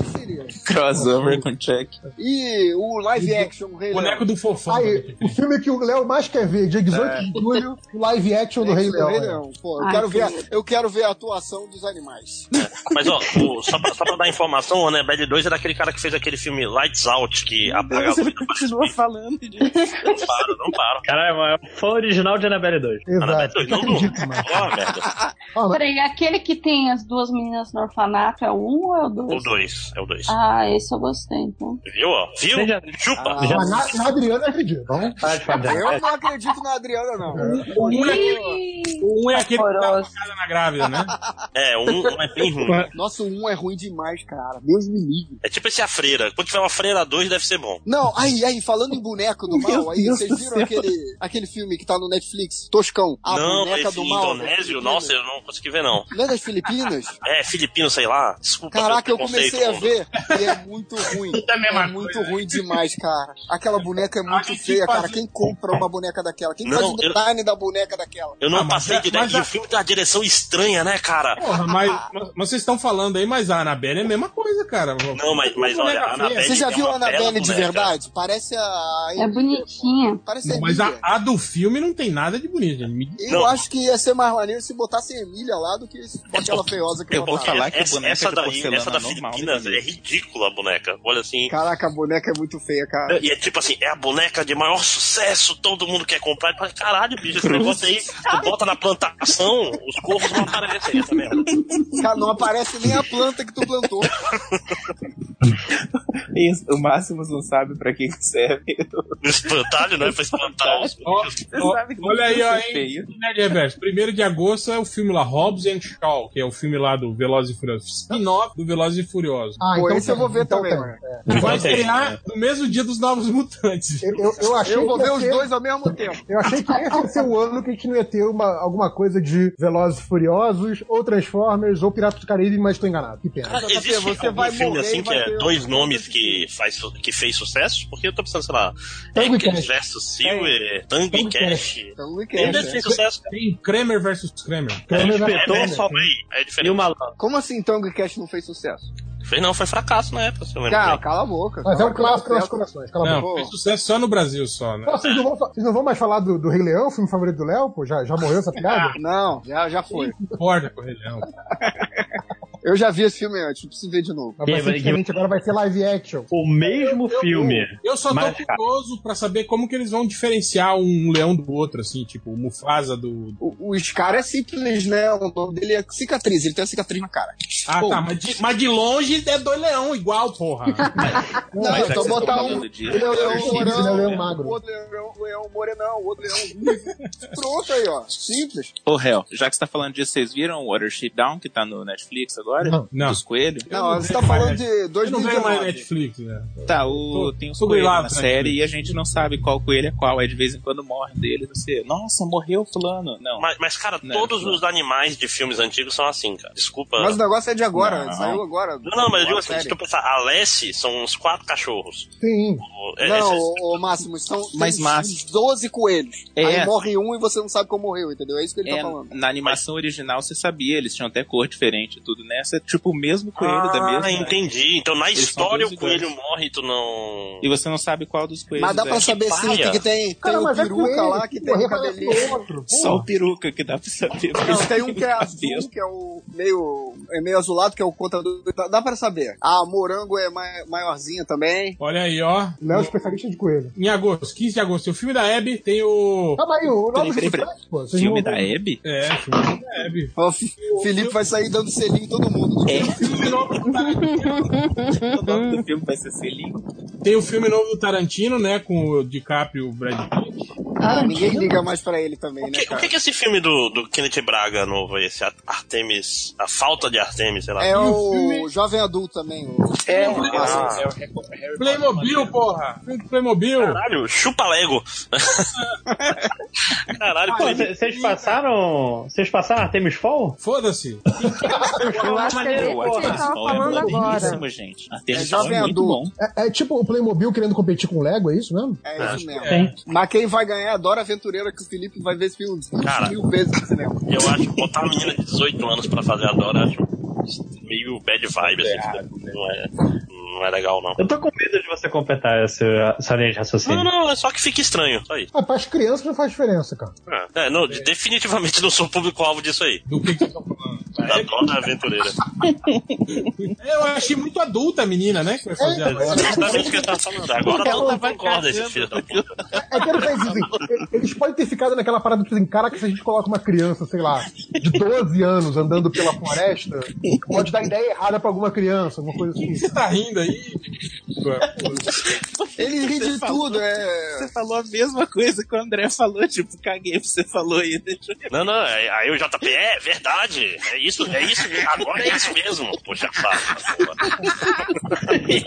M: Crossover com Chuck.
D: E o live action, o Rei Leão.
B: do fofão.
J: Aí, o filme que o Léo mais quer ver, dia 18
D: É.
J: de julho, o live action do Rei
D: Rei
J: Leão. né?
D: Leão, pô, eu,
J: Ai,
D: quero
J: que
D: ver a,
J: lindo.
D: eu quero ver a atuação dos animais.
K: Mas ó, o- só, pra, só pra dar informação, o Annabelle 2 é daquele cara que fez aquele filme Lights Out, que apaga a luz.
D: continua
K: *laughs*
D: falando disso.
K: Não paro, não paro.
G: Caralho, é o fã original de Annabelle 2.
K: Annabelle 2, não
J: acredito,
K: não. Ó, É merda.
F: Peraí, aquele que tem as duas meninas no orfanato é o um ou é o
K: O
F: dois?
K: 2, é o 2.
F: Ah, esse eu gostei, então.
K: Viu, ó? Viu?
G: Você já-
K: Chupa!
J: Ah, mas na, na Adriana eu acredito. Vamos.
D: Eu não acredito na Adriana, não.
B: O um é aquele- o um é aquele que tá
D: Horroroso.
B: amarrado na grávida, né?
K: É, um, um é *laughs* bem ruim.
D: Nossa, o um é ruim demais, cara. Deus me livre.
K: É tipo esse A Freira. Quando tiver uma Freira 2, deve ser bom.
D: Não, aí, aí, falando em boneco do mal,
K: Meu
D: aí
K: Deus
D: vocês
K: do
D: viram
K: céu.
D: aquele, aquele filme que tá no Netflix, Toscão, A
K: não,
D: Boneca
K: esse
D: do Mal.
K: indonésio, nossa, eu não consegui ver, não.
D: Não é das Filipinas?
K: É, filipino, sei lá. Desculpa.
D: Caraca, eu
K: pelo
D: comecei a
K: preconceito.
D: ver e é muito ruim.
K: *laughs*
D: É muito ruim demais, cara. Aquela boneca é muito
K: gente
D: feia, cara.
K: fazia-
D: Quem compra uma boneca daquela? Quem
K: Não,
D: faz o
K: eu-
D: design da boneca daquela.
K: Eu não
B: Ah, mas
K: passei
B: é-
K: de ideia
B: mas
K: que
B: a-
K: o filme tem uma direção estranha, né, cara?
B: Porra, mas,
D: *laughs*
B: mas- mas vocês estão falando aí, mas a Annabelle é a mesma coisa, cara.
K: Não, mas- mas olha, a Annabelle
D: Você já
K: é
D: viu a
K: uma bela
D: Annabelle de
K: boneca.
D: verdade? Parece a.
F: É bonitinha.
D: Parece a
B: Não, mas a,
D: Emília.
B: a do filme não tem nada de bonito, gente. Me-
D: Eu acho que ia ser mais maneiro se botasse a Emília lá do que se botar aquela feiosa que tá. botaram.
K: essa, essa daí, essa da
D: normal, né,
K: Filipinas é ridícula a boneca. Olha assim.
D: Caraca, a boneca é muito feia, cara.
K: E é tipo assim, é a boneca de maior sucesso, todo mundo quer comprar. E fala, Caralho, bicho, esse negócio aí, tu bota na plantação, os corvos não
D: *laughs*
K: aparecem essa merda.
D: Cara, não aparece nem a planta que tu plantou.
M: Isso, o Máximo não sabe pra que que serve.
K: Espantalho, né? Pra espantar os
B: Ó, Olha aí, ó,
M: hein?
B: hein? Nerd Reverso. Primeiro de agosto é o filme lá, Hobbs and Shaw, que é o filme lá do Velozes e Furiosos. Spin-off do Velozes e Furiosos.
J: Ah,
D: Pô,
J: então
D: esse eu
J: tem,
D: vou ver
J: então
D: também.
J: tem.
D: mano. É.
B: Vai
J: Então tem,
B: estrear no mesmo dia dos Novos Mutantes.
J: Eu, eu, eu achei
D: Eu vou
J: que
D: ver
J: ia
D: os
J: ser-
D: dois ao mesmo tempo.
J: Eu achei que esse ia ser o ano que a gente não ia ter uma, alguma coisa de Velozes e Furiosos, ou Transformers, ou Piratas do Caribe, mas tô enganado. Que pena.
K: Cara, existe algum filme assim que é dois nomes que, faz, su- que fez sucesso? Porque eu tô pensando, sei lá,
J: Tango e
K: Ackles
J: Cash.
K: versus Silver, Tango e Cash.
D: Tango e
K: Ele deve ter sucesso.
B: Tem Kramer versus Kramer.
K: É,
B: Kramer
K: é,
J: né?
K: é,
B: versus Kramer.
K: é, diferente. E o malandro?
D: Como assim Tango e Cash não fez sucesso?
K: Fez não, foi fracasso na época, se eu lembro
D: Cara,
K: bem.
D: cala a boca.
J: Mas é
D: cala
J: um
D: a boca,
J: clássico
D: cala a
J: dos
D: boca.
J: corações. Cala a
B: Não,
J: boca.
B: fez sucesso só no Brasil, só, né?
J: Pô, Vocês não, vão, fa- vocês não vão mais falar do, do Rei Leão, filme favorito do Léo? Pô, já, já morreu essa
D: Ah,
J: piada?
D: *laughs* Não, já, já foi.
B: Não importa com o Rei Leão.
D: *laughs* Eu já vi esse filme antes, preciso ver de novo.
J: Mas vai ser diferente, agora vai ser live action.
L: O mesmo
J: filme.
B: Eu só tô
J: Mas, cara.
B: curioso pra saber como que eles vão diferenciar um leão do outro, assim, tipo, o Mufasa do.
D: O Scar é simples, né? O nome dele é cicatriz, ele tem uma cicatriz na cara.
B: Ah,
D: Pô.
B: tá, mas de, mas de longe é dois leão igual, porra.
J: Ah.
D: Não,
B: Mas é que
D: então
B: vocês
D: botar
B: tão
D: um.
B: falando de-
D: Ele é o leão
B: Simples,
D: morão,
B: né, leão
M: magro.
D: o outro leão, leão morenão, o outro leão ruivo. Pronto aí, ó. Simples.
M: Ô, réu, já que você tá falando disso, vocês viram o Watership Down, que tá no Netflix agora?
B: Não. Não.
M: Dos coelhos?
D: Não, você tá falando de
B: Eu não vejo mais
D: 2019.
B: Netflix, né?
M: Tá, o, tem os
B: Tô
M: coelhos
B: grilado,
M: na
B: né?
M: série e a gente não sabe qual coelho é qual. Aí de vez em quando morre um deles. Você, nossa, morreu fulano. Não.
K: Mas, mas, cara, todos os animais de filmes antigos são assim, cara. Desculpa.
D: Mas o negócio é de agora,
K: Não.
D: saiu agora.
K: Não, não, mas eu digo
D: Uma
K: assim,
D: série.
K: se tu pensar, a Lessie são uns quatro cachorros.
J: Sim.
K: O- é-
D: não,
K: esses-
D: ô, ô, Máximo, são
M: Mas,
D: tem
M: Máximo-
D: 12 coelhos.
M: É.
D: Aí morre um e você não sabe como morreu, entendeu? É isso que ele tá
M: É,
D: falando.
M: na animação original você sabia, eles tinham até cor diferente e tudo nessa. É tipo o mesmo coelho da
K: ah,
M: mesma.
K: entendi. Então na
M: Eles são
K: história
M: todos
K: o coelho
M: iguais.
K: morre e tu não.
M: E você não sabe qual dos coelhos.
D: Mas dá
M: é.
D: pra saber sim o que, que tem.
J: Cara,
D: tem o
J: mas é
D: peruca
J: coelho,
D: lá, que tem
J: porra,
D: o cabelinho.
J: parece outro,
M: Só o peruca que dá pra saber.
D: Não, tem um que é azul, que é o meio, é meio azulado, que é o contador. Dá- Dá pra saber. Ah, morango é mai- maiorzinha também.
B: Olha aí, ó.
J: Léo, especialista de coelho.
B: Em agosto, 15 de agosto, o filme da Abby tem o.
J: Calma aí, o nome
M: Peraí,
J: do
M: peraí,
J: filme, pô. vocês
M: Filme
J: não-
M: da Abby?
B: É, filme da Abby.
D: Ó, o Fi- Felipe vai sair dando selinho em todo mundo.
M: É. O nome do filme vai ser Selinho.
B: Tem o filme novo do Tarantino, né? Com o DiCaprio e o Brad Pitt.
D: Ah, ninguém liga mais pra ele também, né,
K: Que- o
D: cara?
K: que, que é esse filme do, do Kenneth Braga novo, esse Ar- Artemis, a falta de Artemis, sei lá.
D: É o jovem adulto também. O... É,
K: Ah,
B: Playmobil, porra! Filme do Playmobil!
K: Caralho, chupa Lego. Caralho,
L: Pô, c- Vocês passaram. Vocês passaram Artemis Fall?
B: Foda-se!
I: Eu acho que é
M: Maneiro,
I: desse
M: o
I: que ele
M: Artemis
I: tava
M: Fall é
I: falando agora.
M: maneiríssimo, gente.
D: É
M: Artemis Fall
D: jovem
M: é muito bom.
D: adulto.
J: É, é tipo o Playmobil querendo competir com o Lego, é isso mesmo?
D: É isso mesmo.
B: é.
D: Mas quem vai ganhar é a Dora Aventureira, que o Felipe vai ver esse filme
K: Cara.
D: mil vezes no cinema.
K: *laughs* Eu acho que botar uma menina de 18 anos pra fazer a Dora, eu acho meio bad vibe,
M: Tá
K: assim. tipo,
M: né?
K: Não é, não é legal, não.
L: Eu tô com medo de você completar essa, essa linha de raciocínio.
K: Não, não, é só que fica estranho, só isso.
J: Ah, pras crianças não faz diferença, cara.
K: É, é, não, de- definitivamente não sou público-alvo disso aí.
B: Do que que vocês estão falando? é
K: Da Dora Aventureira.
B: Eu achei muito adulta a menina, né? Que vai fazer agora.
K: É Exatamente o que eu tava falando. Agora todo mundo concorda, esse filho da puta.
J: É que ele faz
M: *laughs*
J: isso, assim, eles podem ter ficado naquela parada, tipo assim, caraca, se a gente coloca uma criança, sei lá, de 12 anos andando pela floresta, pode dar ideia errada pra alguma criança, alguma coisa assim.
B: Você tá rindo aí?
D: Ele ri de tudo, é.
M: Você falou a mesma coisa que o André falou, tipo, caguei pro que você falou aí, deixa eu...
K: Não, não, é- aí o JP, é verdade. É isso, é isso, agora é isso mesmo. Poxa, fala.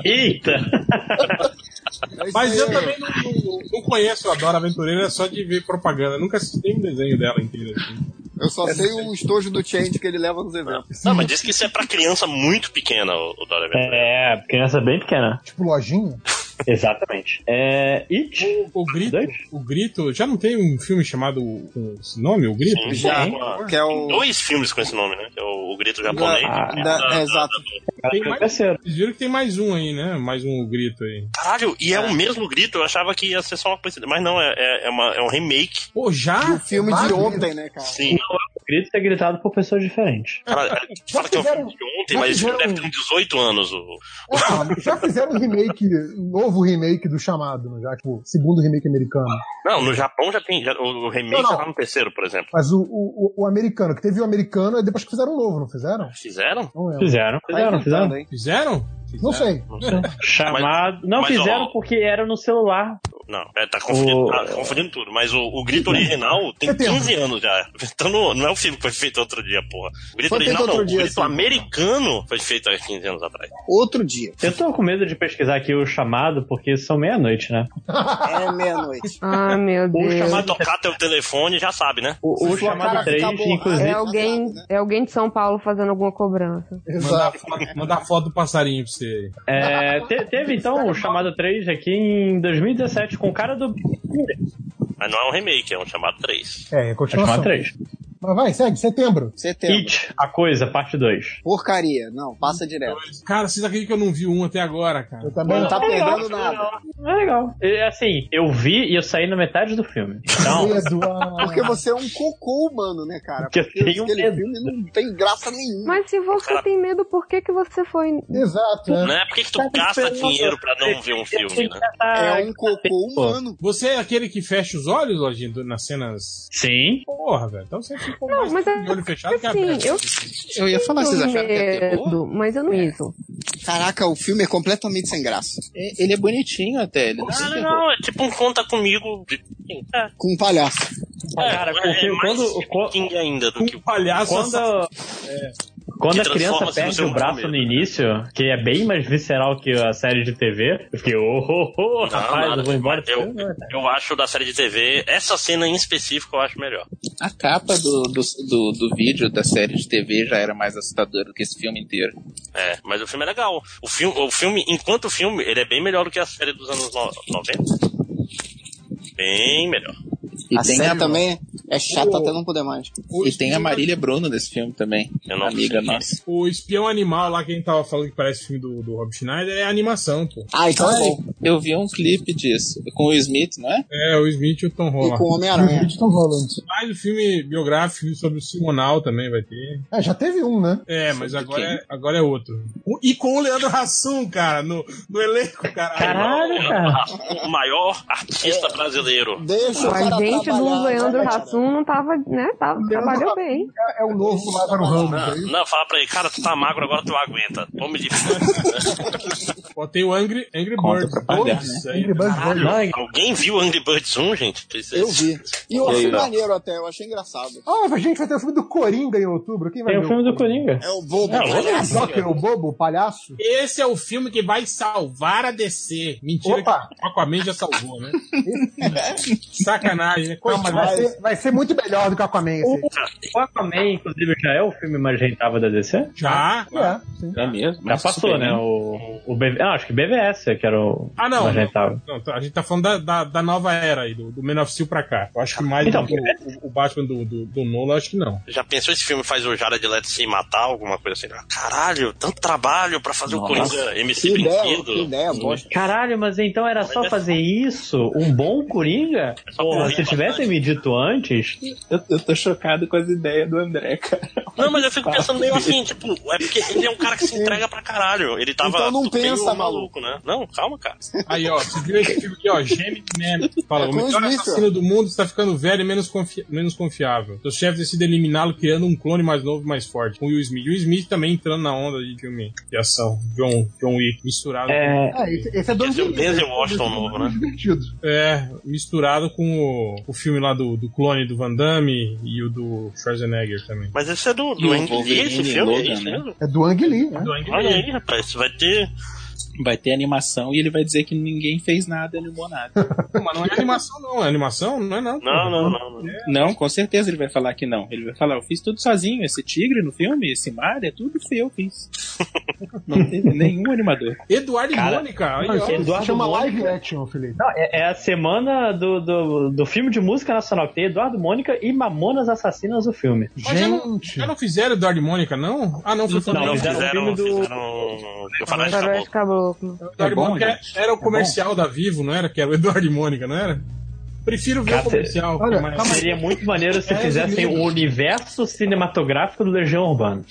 L: Eita!
D: é isso
B: Mas eu
D: aí.
B: também não, não- não conheço a Dora Aventureira, é só de ver propaganda. Nunca assisti um desenho dela inteiro. assim.
D: Eu só sei um o estojo do Change que ele leva nos eventos.
K: Não, mas diz que isso é pra criança muito pequena, o, o Dora Aventureira.
L: É, criança bem pequena.
J: Tipo, lojinha.
G: *laughs* Exatamente. É, It?
B: O, o grito, o grito. Já não tem um filme chamado com esse nome, o grito?
K: Sim,
B: Já.
K: tem uma-
B: Que é
K: tem dois filmes com esse nome, né? Que é o, o Grito Japonês.
B: Da-
K: e o
B: da-
K: da- da-
B: exato.
K: da-
B: Tem mais, vocês viram que tem mais um aí, né? Mais um grito aí.
K: Caralho, e é, o mesmo grito, eu achava que ia ser só uma coincidência. Mas não, é, é, é uma- é um remake.
B: Pô, já?
D: Do filme de ontem, né, cara?
K: Sim.
G: O grito é gritado por pessoas diferentes.
K: Caralho, tu fala que
B: *laughs*
K: é um filme de ontem,
J: já
K: mas esse filme
J: fizeram-
K: deve ter uns 18 anos. o-
J: Ah, já fizeram um remake, um novo remake do chamado, não já, tipo, segundo remake americano.
K: Não, no Japão já tem. já- o, o remake
J: Não, não.
K: já tá no terceiro, por exemplo.
J: Mas o, o, o americano, que teve o americano, é depois que fizeram o novo, não fizeram? É,
K: Fizeram?
J: Não lembro.
G: Fizeram, fizeram, fizeram.
B: Fizeram?
J: Não
D: é-
J: sei.
G: Chamado. não
K: mas,
G: fizeram
K: ó,
G: porque era no celular.
K: Não, é, tá confundindo, tá confundindo tudo. Mas o, o grito original tem 15 anos já. Então não, não é o filme que foi feito outro dia, porra. O grito
G: Foi feito
K: original não,
G: outro
K: o
G: dia,
K: grito
G: sim.
K: americano foi feito há 15 anos atrás.
D: Outro dia.
G: Eu tô com medo de pesquisar aqui o chamado, porque são meia-noite, né?
D: É meia-noite.
I: Ah, meu
G: O
I: Deus.
K: Vai tocar teu telefone, já sabe, né?
G: O, o chamado 3, inclusive.
I: É alguém,
D: né?
I: é alguém de São Paulo fazendo alguma cobrança.
B: Mandar foto, mandar foto do passarinho pra você.
G: É, te- teve então o chamado 3 aqui em 2017 com o cara do.
K: Mas não é um remake, é um chamado 3.
J: É, é continuação.
G: Chamado 3.
J: Mas vai, segue, setembro.
D: Setembro.
G: It, a coisa, parte 2.
D: Porcaria. Não,
K: Então
D: passa direto.
K: é
B: Cara, vocês acreditam que eu não vi um até agora, cara? Eu
D: também não.
I: é
D: Tá perdendo nada.
G: É legal. É, assim, eu vi e eu saí na metade do filme. Então,
D: Porque você é um cocô humano, né, cara?
G: Porque eu
K: um
G: tenho
D: aquele
G: medo.
D: filme não tem graça nenhuma.
I: Mas se você tem medo, por que, que você foi.
J: Exato.
K: Né? Por que, que tu gasta dinheiro pra não ver um filme, né?
D: É um cocô humano.
B: Você é aquele que fecha os olhos, Lojinha, do- nas cenas.
G: Sim.
B: Porra, velho. Então você ficou
I: Não,
B: mais
I: mas é-
B: de olho fechado que
I: assim,
B: aberto.
I: eu-
D: Eu ia falar, vocês acharam que é
I: medo, mas eu não isso.
D: Caraca, o filme é completamente sem graça.
M: Ele é bonitinho até. Ele não se
K: Ah,
M: ferrou.
K: não, é tipo um conta comigo. de- É,
D: Com um palhaço.
G: cara, porque quando-
K: quando. é ainda do que o
B: palhaço.
G: Quando- Quando
K: Que
G: a criança
K: transforma-se no
G: perde
K: seu
G: o braço no
K: né?
G: início, que é bem mais visceral que a série de TV, eu fiquei, oh, oh, oh, rapaz,
K: nada.
G: eu vou embora.
K: Eu, eu acho da série de TV, essa cena em específico eu acho melhor.
M: A capa do, do, do, do vídeo da série de TV já era mais assustadora do Tá que esse filme inteiro.
K: É, mas o filme é legal. O filme, o filme, enquanto filme, ele é bem melhor do que a série dos anos no- 90. Bem melhor.
D: a cena também é chata
B: O-
D: até não poder mais.
M: E tem a Marília Bruno nesse filme também.
K: Eu não
M: amiga
K: sei.
M: nossa.
B: O Espião Animal lá, que a gente tava falando que parece filme do, do Rob Schneider, é animação, pô.
D: Ah, então é bom.
M: Eu vi um clipe disso. Com o Smith, não é?
B: É, o Smith e o Tom Holland.
D: Homem-Aranha.
B: Mais o filme biográfico sobre o Simonal também vai ter.
J: É, já teve um, né?
B: É, mas agora é, agora é outro. O- E com o Leandro Hassum, cara, no, no elenco, cara.
K: Caralho, cara. O maior artista brasileiro.
D: Deixa
I: O agente do Leandro Hassum não tava, né? Tava, trabalhou bem.
J: É o novo Lázaro
K: Não, não, fala pra ele, cara, tu tá magro, agora tu aguenta. Tome de
B: Pô, tem o Angry, Angry
K: Conta
B: Birds.
K: pra pagar,
B: dois
K: né?
B: aí. tá
K: Angry Birds Caralho, Alguém viu Angry Birds 1, gente?
D: Eu vi. E eu
K: E aí,
D: achei
K: não?
D: maneiro até, eu achei engraçado.
J: Ah, mas, gente, vai ter o filme do Coringa em outubro. Quem vai
G: Tem
J: ver
G: o filme do Coringa.
D: É o bobo.
J: É, o
B: palhaço.
J: Joker, o bobo, o palhaço.
B: Esse é o filme que vai salvar a DC. Mentira
J: Opa.
B: que o Aquaman já
J: *laughs*
B: salvou, né? Sacanagem, né?
J: Não, mas vai, ser, vai ser muito melhor do que o Aquaman esse.
G: O Aquaman, inclusive, já é o filme mais rentável da DC?
B: Já.
J: É, sim.
M: É mesmo.
G: Já passou, né? O, o BV... ah, acho que BVS é que era o
B: Ah, não.
G: mais
B: não,
G: rentável.
B: não, tá, a gente tá falando da, da, da nova era aí, do, do Man of Steel pra cá. Eu acho que mais
G: Então,
B: do que o, o Batman do, do, do Nolan, eu acho que não.
K: Já pensou esse filme faz o Jared Leto sem matar alguma coisa assim? Caralho, tanto trabalho pra fazer o
G: Nossa.
K: Coringa MC
D: Que ideia,
K: vencido.
D: que ideia, bosta.
G: Caralho, mas então era só fazer isso? Um bom Coringa?
K: É
G: Porra, se tivessem me dito antes.
M: Eu, eu tô chocado com as ideias do André, cara.
K: Não, mas eu fico pensando meio assim, tipo, é porque ele é um cara que se entrega pra caralho. Ele tava
D: Então não
K: tudo meio
D: pensa,
K: maluco, né? Não, calma, cara.
B: Aí, ó, você viu esse filme aqui, ó, Gêmeos Man. Fala,
D: É
B: o
D: com
B: melhor
D: Smith,
B: assassino do mundo está ficando velho e menos, confi- menos confiável. Seu chefe decide eliminá-lo, criando um clone mais novo e mais forte. Com Will Smith. Will Smith também entrando na onda de filme de ação. John, John Wick, misturado.
G: É,
J: É, esse, esse é dois
K: Esse é o Denzel Washington novo, né?
J: divertidos.
B: É, misturado com o, o filme lá do, do clone do Van Damme e o do Schwarzenegger também.
K: Mas esse é do,
M: E
K: do
M: o
K: Ang Lee, esse
M: Wolverine
K: filme?
M: Logan,
K: é isso
M: né?
K: mesmo?
J: É do Ang Lee, né?
B: Do Ang
K: Olha
B: Lee.
K: aí, rapaz, vai ter
M: Vai ter animação e ele vai dizer que ninguém fez nada, animou nada.
B: Não, mas não é animação, não. É animação? Não é, não.
M: Não, não, não.
B: É.
M: Não, com certeza ele vai falar que não. Ele vai falar, eu fiz tudo sozinho. Esse tigre no filme, esse mar, é tudo que eu
K: *laughs*
M: fiz. não teve nenhum animador.
B: Eduardo
M: Cara,
B: e Mônica. Aí,
M: não,
B: ó.
M: Eduardo
J: Isso chama
M: Mônica.
J: live action, Felipe.
G: Não, é, é a semana do, do, do filme de música nacional, que tem Eduardo Mônica e Mamonas Assassinas o filme.
B: Mas já não, já não fizeram Eduardo e Mônica, não? Ah, não, foi
G: Não,
B: Fantástico.
G: fizeram o filme do-
K: Fizeram o Faroeste
I: Faroeste
K: Caboclo.
B: É
I: Caboclo.
M: É
B: Eduardo e Mônica era, era o comercial da Vivo, não era? Que era o Eduardo e Mônica, não era? Prefiro ver
G: Cara,
B: o comercial.
G: olha,
B: mas-
G: calma aí. seria muito maneiro se
B: É,
G: fizessem
B: Juninho.
G: o universo cinematográfico do Legião Urbana.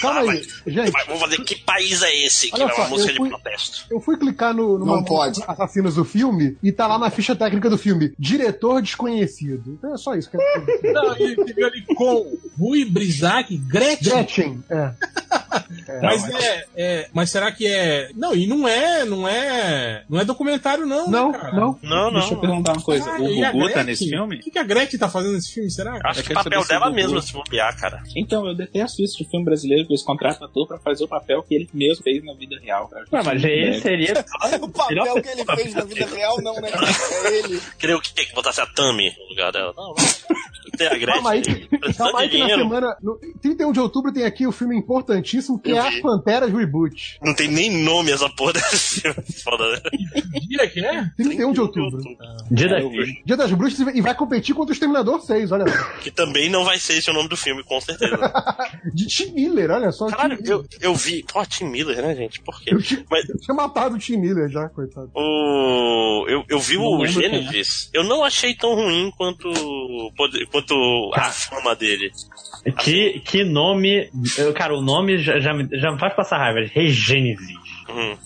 J: Calma aí, gente.
K: Ah, Mas vamos fazer que país é esse que
J: Olha
K: é uma
J: só,
K: música
J: eu
K: de
J: fui-
K: protesto?
J: Eu fui clicar no, no Mamonas Assassinos do filme e tá lá na ficha técnica do filme. Diretor desconhecido. Então é só isso que é.
B: Não, e teve ali com Rui Brisac, Gretchen.
J: Gretchen,
B: *laughs*
J: é.
B: mas, é, é- mas será que é. Não, e não é, não é. Não é documentário, não. Ah, Não, não.
K: Não, não.
M: Deixa eu perguntar uma coisa. O Gugu tá nesse filme?
B: O que, que a Gretchen tá fazendo nesse filme, será?
K: Acho
M: É Eu
K: que o
M: quero
K: papel
M: saber se o
K: dela
M: Gugu-
K: mesma se bobear, cara.
M: Então, eu detesto isso de filme brasileiro, que eles contratam ator pra fazer o papel que ele mesmo fez na vida real. cara. Né?
G: Ué, Ah, mas ele seria
D: o papel que ele fez na vida real, não, né? É ele.
K: Queria o quê? Que botasse a Tami no lugar dela. Não, não.
D: *laughs*
K: Tem a Gretchen.
J: Calma aí,
K: aí.
J: Calma aí que na
K: dinheiro.
J: semana. No 31 de outubro tem aqui o filme importantíssimo que
K: Eu
J: é
K: vi.
J: As Panteras Reboot.
K: Não tem nem nome essa porra desse filme. *laughs* Foda, né?
B: Dia que é?
J: 31 de outubro.
G: Dia
K: É,
G: das
J: Dia das Bruxas e vai competir contra o Exterminador 6, olha só.
K: Que também não vai ser esse o nome do filme, com certeza.
J: De Tim Miller, olha só.
K: Caralho, eu, *laughs* eu vi. Pô, Tim Miller, né, gente? Por quê?
J: Eu tinha,
K: Mas
J: eu *laughs* tinha matado o Tim Miller já, coitado.
K: o. Eu, eu vi
J: Não
K: o
J: lembro quem é.
K: Gênesis. Eu não achei tão ruim quanto. pode- quanto a fama dele.
G: Que, que nome. eu, cara, o nome já, já, me- já me faz passar raiva. Regênesis.
K: Hum.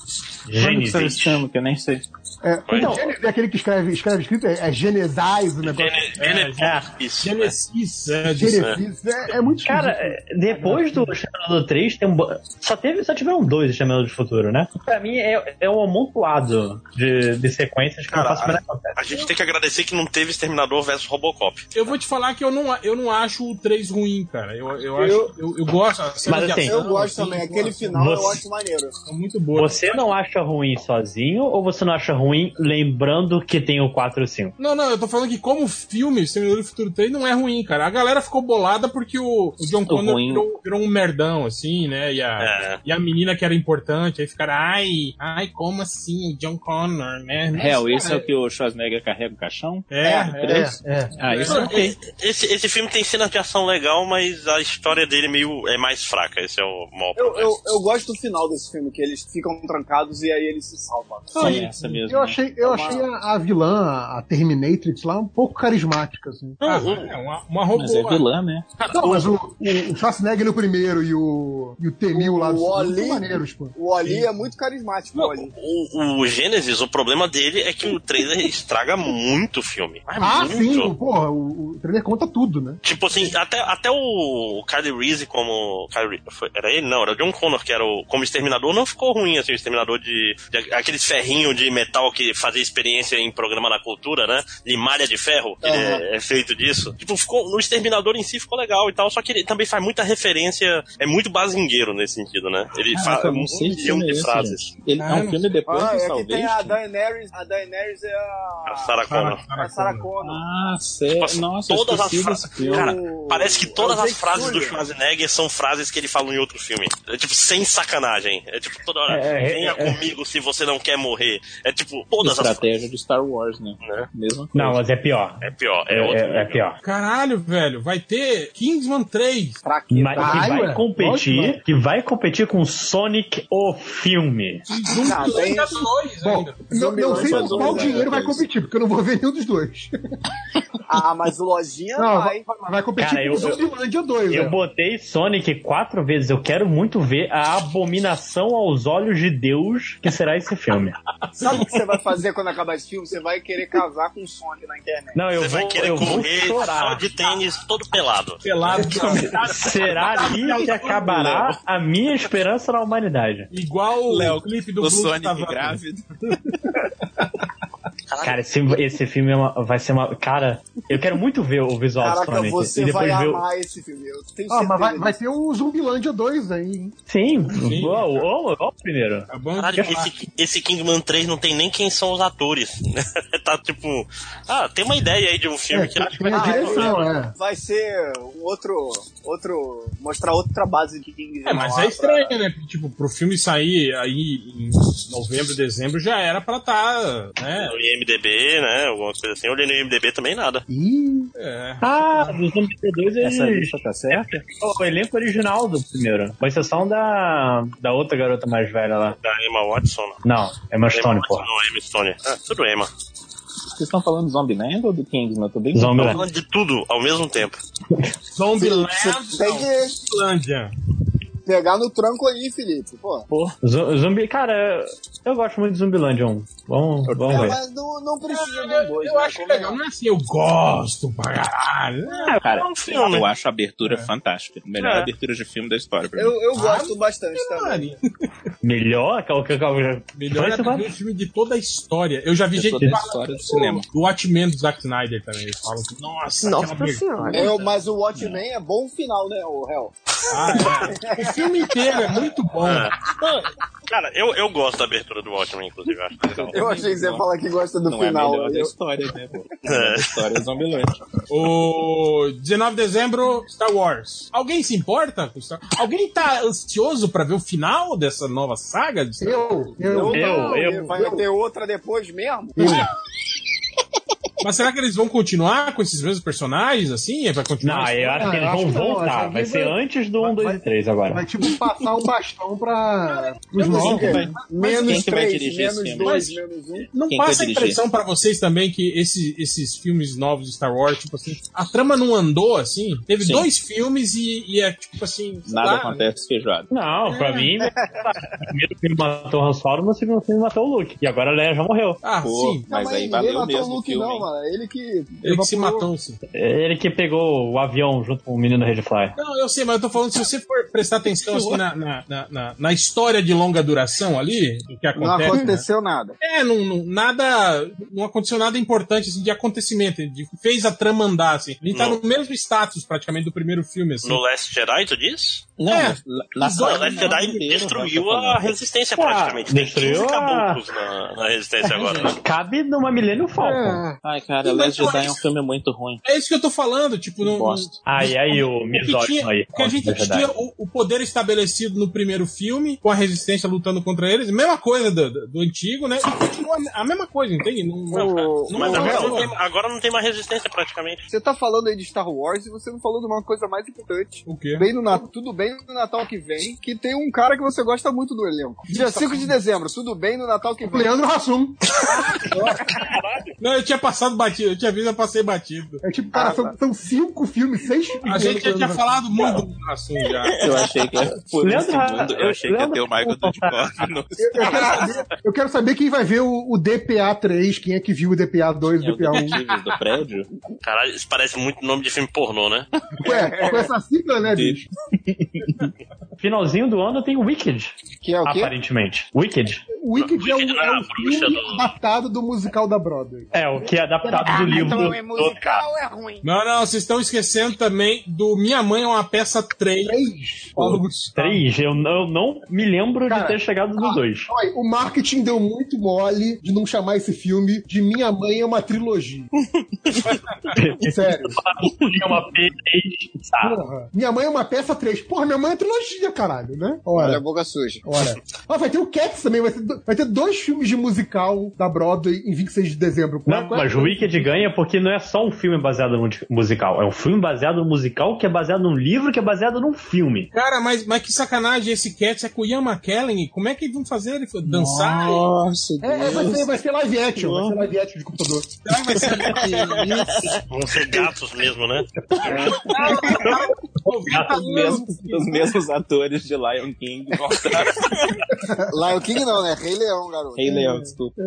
G: Gênesis.
M: chama, que eu nem sei.
J: É,
G: Pois
J: o
G: é.
J: Gênesis é aquele que escreve, escreve escrito, é, é Genesize o negócio.
G: É,
B: Genesis. É,
J: Genesis, é, é muito
G: Cara, é, depois do Exterminador 3, tem um, bo- só, teve, só tiveram dois Exterminador do Futuro, né? Pra mim é, é um amontoado de, de sequências que eu não faço a menor ideia.
K: A gente tem que agradecer que não teve Exterminador versus Robocop.
B: Eu vou te falar que eu não, eu não acho o 3 ruim, cara. Eu, eu, acho. Eu, eu gosto. a cena de ação,
D: eu gosto
B: assim,
D: também.
B: pô,
D: Aquele
B: assim,
D: final eu
B: nossa.
D: acho maneiro.
B: tá Muito boa.
G: Você não acha ruim sozinho ou você não acha ruim lembrando que tem o 4 e o 5?
B: Não, não, eu tô falando que como filme, Exterminador do Futuro 3 não é ruim, cara. A galera ficou bolada porque o, o John Connor
M: ruim. É.
B: virou, virou um merdão, assim, né? E a, e a menina que era importante, aí ficaram, ai, ai, como assim, o John Connor, né? Mas,
M: Hell, esse é
B: cara,
M: o que o Schwarzenegger carrega o caixão?
B: É, é,
J: é.
M: Ah, isso é
K: Não,
M: ok.
K: Esse, esse filme tem cenas de ação legal, mas a história dele é meio, é mais fraca. Esse é o maior
D: *laughs* Eu,
K: problema.
D: eu, eu gosto do final desse filme, que eles ficam trancados e aí eles se salvam.
J: Ah, e- Eu achei, eu achei a, a vilã, a Terminatrix lá, um pouco carismática, assim.
B: Ah, é uma, uma robô.
M: Mas é vilã, né?
J: Não, mas o, o, o Schwarzenegger no primeiro e o, e o Temil lá do
D: O
J: segundo
D: Oli,
J: são maneiros, pô.
D: o Oli é muito carismático, o Oli.
K: O, o Gênesis, o problema dele é que o trailer estraga muito o filme. Mas
J: Ah,
K: muito.
J: sim, o- porra, o, o trailer conta tudo, né?
K: Tipo assim, até, até o Kyle Reese como. Kyle Reese- foi- era ele? Não, era o John Connor, que era o, como exterminador, não ficou ruim, assim, o exterminador de. de aqueles ferrinhos de metal que fazia experiência em programa da cultura, né? De malha de ferro, que ele é, é feito disso. Tipo, ficou, no exterminador em si ficou legal e tal, só que ele também faz muita referência. É muito bazingueiro nesse sentido, né? Ele faz
M: Caraca, eu
K: um
M: não sei que
K: milhão
M: filme é
K: de
M: esse,
K: frases.
M: gente. Ele é um filme depois
D: Ah, é
M: do
D: que tem a
M: Salvation.
D: Daenerys. A Daenerys é a.
K: A Sarah Connor.
D: A Sarah Connor.
M: Ah, sério. Nossa, eu
K: todas as
M: esqueci desse
K: frases.
M: filme.
K: Cara, parece que todas
D: é o
K: as
D: Jake
K: frases do
D: Fuller.
K: Schwarzenegger são frases que ele falou em outro filme. É tipo, sem sacanagem. É tipo, toda hora,
M: É, é,
K: venha
M: é.
K: comigo se você não quer morrer. É tipo, todas as frases.
M: estratégia de Star Wars, né? Mesma coisa.
G: Não, mas é pior.
K: É pior, é,
G: É-
K: outro.
G: é- é pior.
B: Caralho, velho, vai ter Kingsman 3.
D: Pra
G: Mas que
B: Caralho,
G: vai
B: é.
G: competir,
B: Lógico,
G: que vai competir com Sonic o filme.
D: Ah, tem-
J: Não, não sei
D: Zumbilândia
J: com qual
D: dois,
J: dinheiro
D: né,
J: vai
D: dois.
J: competir, porque eu não vou ver nenhum dos dois.
D: *laughs* Ah, mas o Lojinha
J: Não,
D: vai.
J: vai, vai competir
G: Cara, eu-
J: com o Zumbilândia 2,
G: Eu
J: né?
G: botei Sonic quatro vezes. Eu quero muito ver a abominação aos olhos de Deus que será esse filme.
D: Sabe o que você vai fazer quando acabar esse filme? Você vai querer casar com o Sonic na internet.
G: Não, eu
K: Você vai
G: vou,
K: querer
G: eu vou
K: correr só
G: chorar.
K: de tênis, todo pelado. É
B: Pelado.
G: *laughs*
D: *laughs*
G: Será ali que acabará a minha esperança na humanidade.
B: Igual o clipe do
M: o
B: Blue
M: Sonic
B: Savage.
M: grávido.
G: *laughs* Cara, esse, esse filme é uma- vai ser uma. Cara, eu quero muito ver o visual desse
D: Caraca,
G: planeta.
D: você
G: e
D: vai
G: depois ver o-
D: amar esse filme. Eu tenho
J: Ah,
D: certeza.
J: mas vai, vai
D: disso.
J: ter o Zumbilândia 2 aí, hein?
G: Sim, boa, ó, ó o primeiro.
K: Caralho, esse, esse Kingman 3 não tem nem quem são os atores. *laughs* tá tipo. Ah, tem uma ideia aí de
B: É,
K: um filme que.
D: Ah,
K: Ah,
D: eu- Vai ser um outro, outro. Mostrar outra base de King
B: É, mas é estranho, né? Porque, Tipo, pro filme sair aí em novembro, dezembro, já era pra tá, né?
K: No IMDB, né? Alguma coisa assim. Eu olhei no IMDB também nada.
B: É.
G: Ah, dos anos 32 eles...
K: Essa lista
G: tá certa? O elenco original do primeiro. Com exceção da, da outra garota mais velha lá.
K: Da Emma Watson.
G: Não, Emma Stone,
K: Watson,
G: porra.
K: Não, Emma Stone. Ah, tudo Emma.
M: Vocês estão falando do Zombieland ou do Kingsman? Eu tô bem
K: Tô
M: confuso.
K: falando de tudo ao mesmo tempo.
B: Zombieland.
D: Você tem que pegar no tranco aí, Felipe. Pô.
G: Zo- Zumbi, cara, eu gosto muito de Zumbiland 1. Vamos, vamos
D: É,
G: ver.
D: mas não, não precisa de dois. Eu acho legal,
B: não é assim, eu gosto É pra caralho.
M: Ah, cara,
D: um filme.
M: eu acho a abertura fantástica. Melhor
D: É.
M: abertura de filme da história. Pra mim.
D: Eu, eu gosto bastante também.
M: é
G: Melhor? Calma, calma, calma.
B: Melhor
G: Parece
B: é
G: uma-
B: ver o filme de toda a história. Eu já vi
M: De
B: gente
M: toda a
B: falar
M: história do
B: pô,
M: cinema.
B: Do Watchmen do Zack Snyder também. Eles falam que, nossa, aquela abertura.
D: É, mas o Watchmen é bom final, né, o réu?
B: O filme inteiro é muito bom.
K: Cara, eu, eu gosto da abertura do Watchmen, inclusive. Eu, acho legal.
D: Eu achei que você ia falar que gosta do
K: Não é
D: final.
K: melhor da
D: eu...
M: história, né,
G: *laughs*
M: pô?
K: É.
M: História Zombieland.
B: O 19 de dezembro, Star Wars. Alguém se importa com Star Alguém tá ansioso pra ver o final dessa nova saga? De Star Wars?
D: não, Vai ter outra depois mesmo?
B: Mas será que eles vão continuar com esses mesmos personagens, assim? Vai continuar?
G: Não, eu acho que eles
J: Ah, eu
G: vão
J: acho que não,
G: voltar.
J: acho que
G: vai ser
J: vai-
G: antes do 1, 2 e 3 agora.
J: Vai tipo passar o bastão pra os
B: não sei
J: novos. né?
B: quem vai-
D: Menos
B: vai
D: três,
B: dirigir
D: menos
B: esse filme?
D: dois,
B: Mas-
D: menos um.
B: Não passa a impressão pra vocês também que esse- esses filmes novos de Star Wars, tipo assim, a trama não andou assim? Teve
M: Sim.
B: dois filmes e, e é tipo assim. sei
M: Nada
B: lá,
M: acontece feijoado.
G: Não, pra mim, né, o primeiro filme matou o Han Solo, no segundo filme matou o Luke. E agora a Leia já morreu.
B: Ah,
M: sim. Mas aí valeu
D: Ele matou
M: mesmo
D: o
M: o
D: Luke,
M: filme,
D: não,
M: hein?
D: mano. Ele que.
B: Ele que se matou, sim.
G: Ele que pegou o avião junto com o menino Redfly.
B: Não, eu sei, mas eu tô falando, se você for prestar atenção assim, na, na, na, na- na história de longa duração ali, do que
D: Não
B: acontece.
D: aconteceu nada.
B: É, não, não- nada, não aconteceu nada importante assim, de acontecimento, de, fez a trama andar, assim. Ele tá
K: Não.
B: no mesmo status praticamente do primeiro filme, assim.
K: No Last Jedi, tu diz?
M: Não,
B: É.
M: na
K: Não,
M: saga
K: o Last
M: inteira,
K: Jedi
M: vai,
K: destruiu
M: tá falando.
K: a resistência
G: Ah,
K: praticamente. Tem
G: destruiu
K: 15
G: a-
K: caboclos na,
G: *laughs*
K: na resistência agora. né?
G: Cabe numa Millennium Falcon.
M: Ai, cara,
B: Mas
M: Last
B: não é
M: Jedi é um
B: isso.
M: filme muito ruim.
B: É isso que eu tô falando, tipo, não.
M: Bosta.
G: Aí, aí, o
B: que tinha-
G: misógino aí.
B: Porque a gente
G: Last Jedi.
B: tinha o, o poder estabelecido no primeiro filme, com a resistência lutando contra eles, mesma coisa do, do- do antigo, né? E continua a mesma coisa, entende? Não, não- é
K: Mas
B: não-
K: agora
B: não-
K: não, tem, agora não tem mais resistência praticamente.
D: Você tá falando aí de Star Wars e você não falou de uma coisa mais importante.
B: O quê?
D: Bem no Natal, tudo bem no Natal que vem, que tem um cara que você gosta muito do elenco.
B: tá
D: Dia 5 de dezembro, tudo bem no Natal que vem.
J: Leandro Hassum.
B: Não, eu tinha passado batido, eu tinha visto, eu passei batido.
J: É tipo,
D: Ah,
J: cara, são, são cinco né? filmes, seis filmes.
B: A gente já tinha falado muito do assunto é já.
M: *laughs* Eu achei que era por um
G: Leandro-
M: segundo, eu achei que ia
G: Leandro-
M: ter o Michael Dudikoff no
J: Eu quero saber quem vai ver o, o DPA 3, quem é que viu o DPA 2,
B: É,
J: o DPA 1.
M: detetives do prédio.
K: Caralho, isso parece muito nome de filme pornô, né?
J: Ué, com essa sigla, né, bicho?
G: Finalzinho do ano tem Wicked.
D: Que é o quê?
G: Aparentemente. Wicked.
J: O Wicked é o, é o filme adaptado do musical da Broadway.
G: É, o que é adaptado
D: Ah,
G: do livro. do-
D: então é ruim.
B: Não, não, vocês estão esquecendo também do Minha Mãe é uma peça 3. Paulo Gustavo.
G: Três, eu não, eu não me lembro
J: Cara,
G: de ter chegado no
J: ah,
G: dois.
J: Olha, o marketing deu muito mole de não chamar esse filme de Minha Mãe é uma
G: *laughs*
J: trilogia. Sério.
G: É uma P3, tá?
J: Porra. Minha mãe é uma peça 3. Porra, minha mãe é trilogia, caralho, né?
D: Olha a
J: Ora.
D: boca suja.
J: Ora. Ah, vai ter o Cats também, vai ter, do- vai ter dois filmes de musical da Broadway em 26 de dezembro. Qual é-
G: Não,
J: qual é?
G: mas o Wicked ganha porque não é só um filme baseado no mu- musical. É um filme baseado no musical que é baseado num livro que é baseado num filme.
B: Cara, mas, mas que sacanagem esse Cats é com o Ian McKellen. Como é que eles vão fazer ele foi dançar?
M: Nossa,
J: É, é, vai, ser, vai ser live action, vai ser live action de computador.
B: Será que
J: *laughs*
B: vai ser
K: Vão ser gatos mesmo, né?
M: É.
K: *laughs*
M: Os mesmos, os mesmos atores de Lion King voltaram.
D: *laughs* Lion King não, né? Rei Leão, garoto.
M: Rei Leão, desculpa.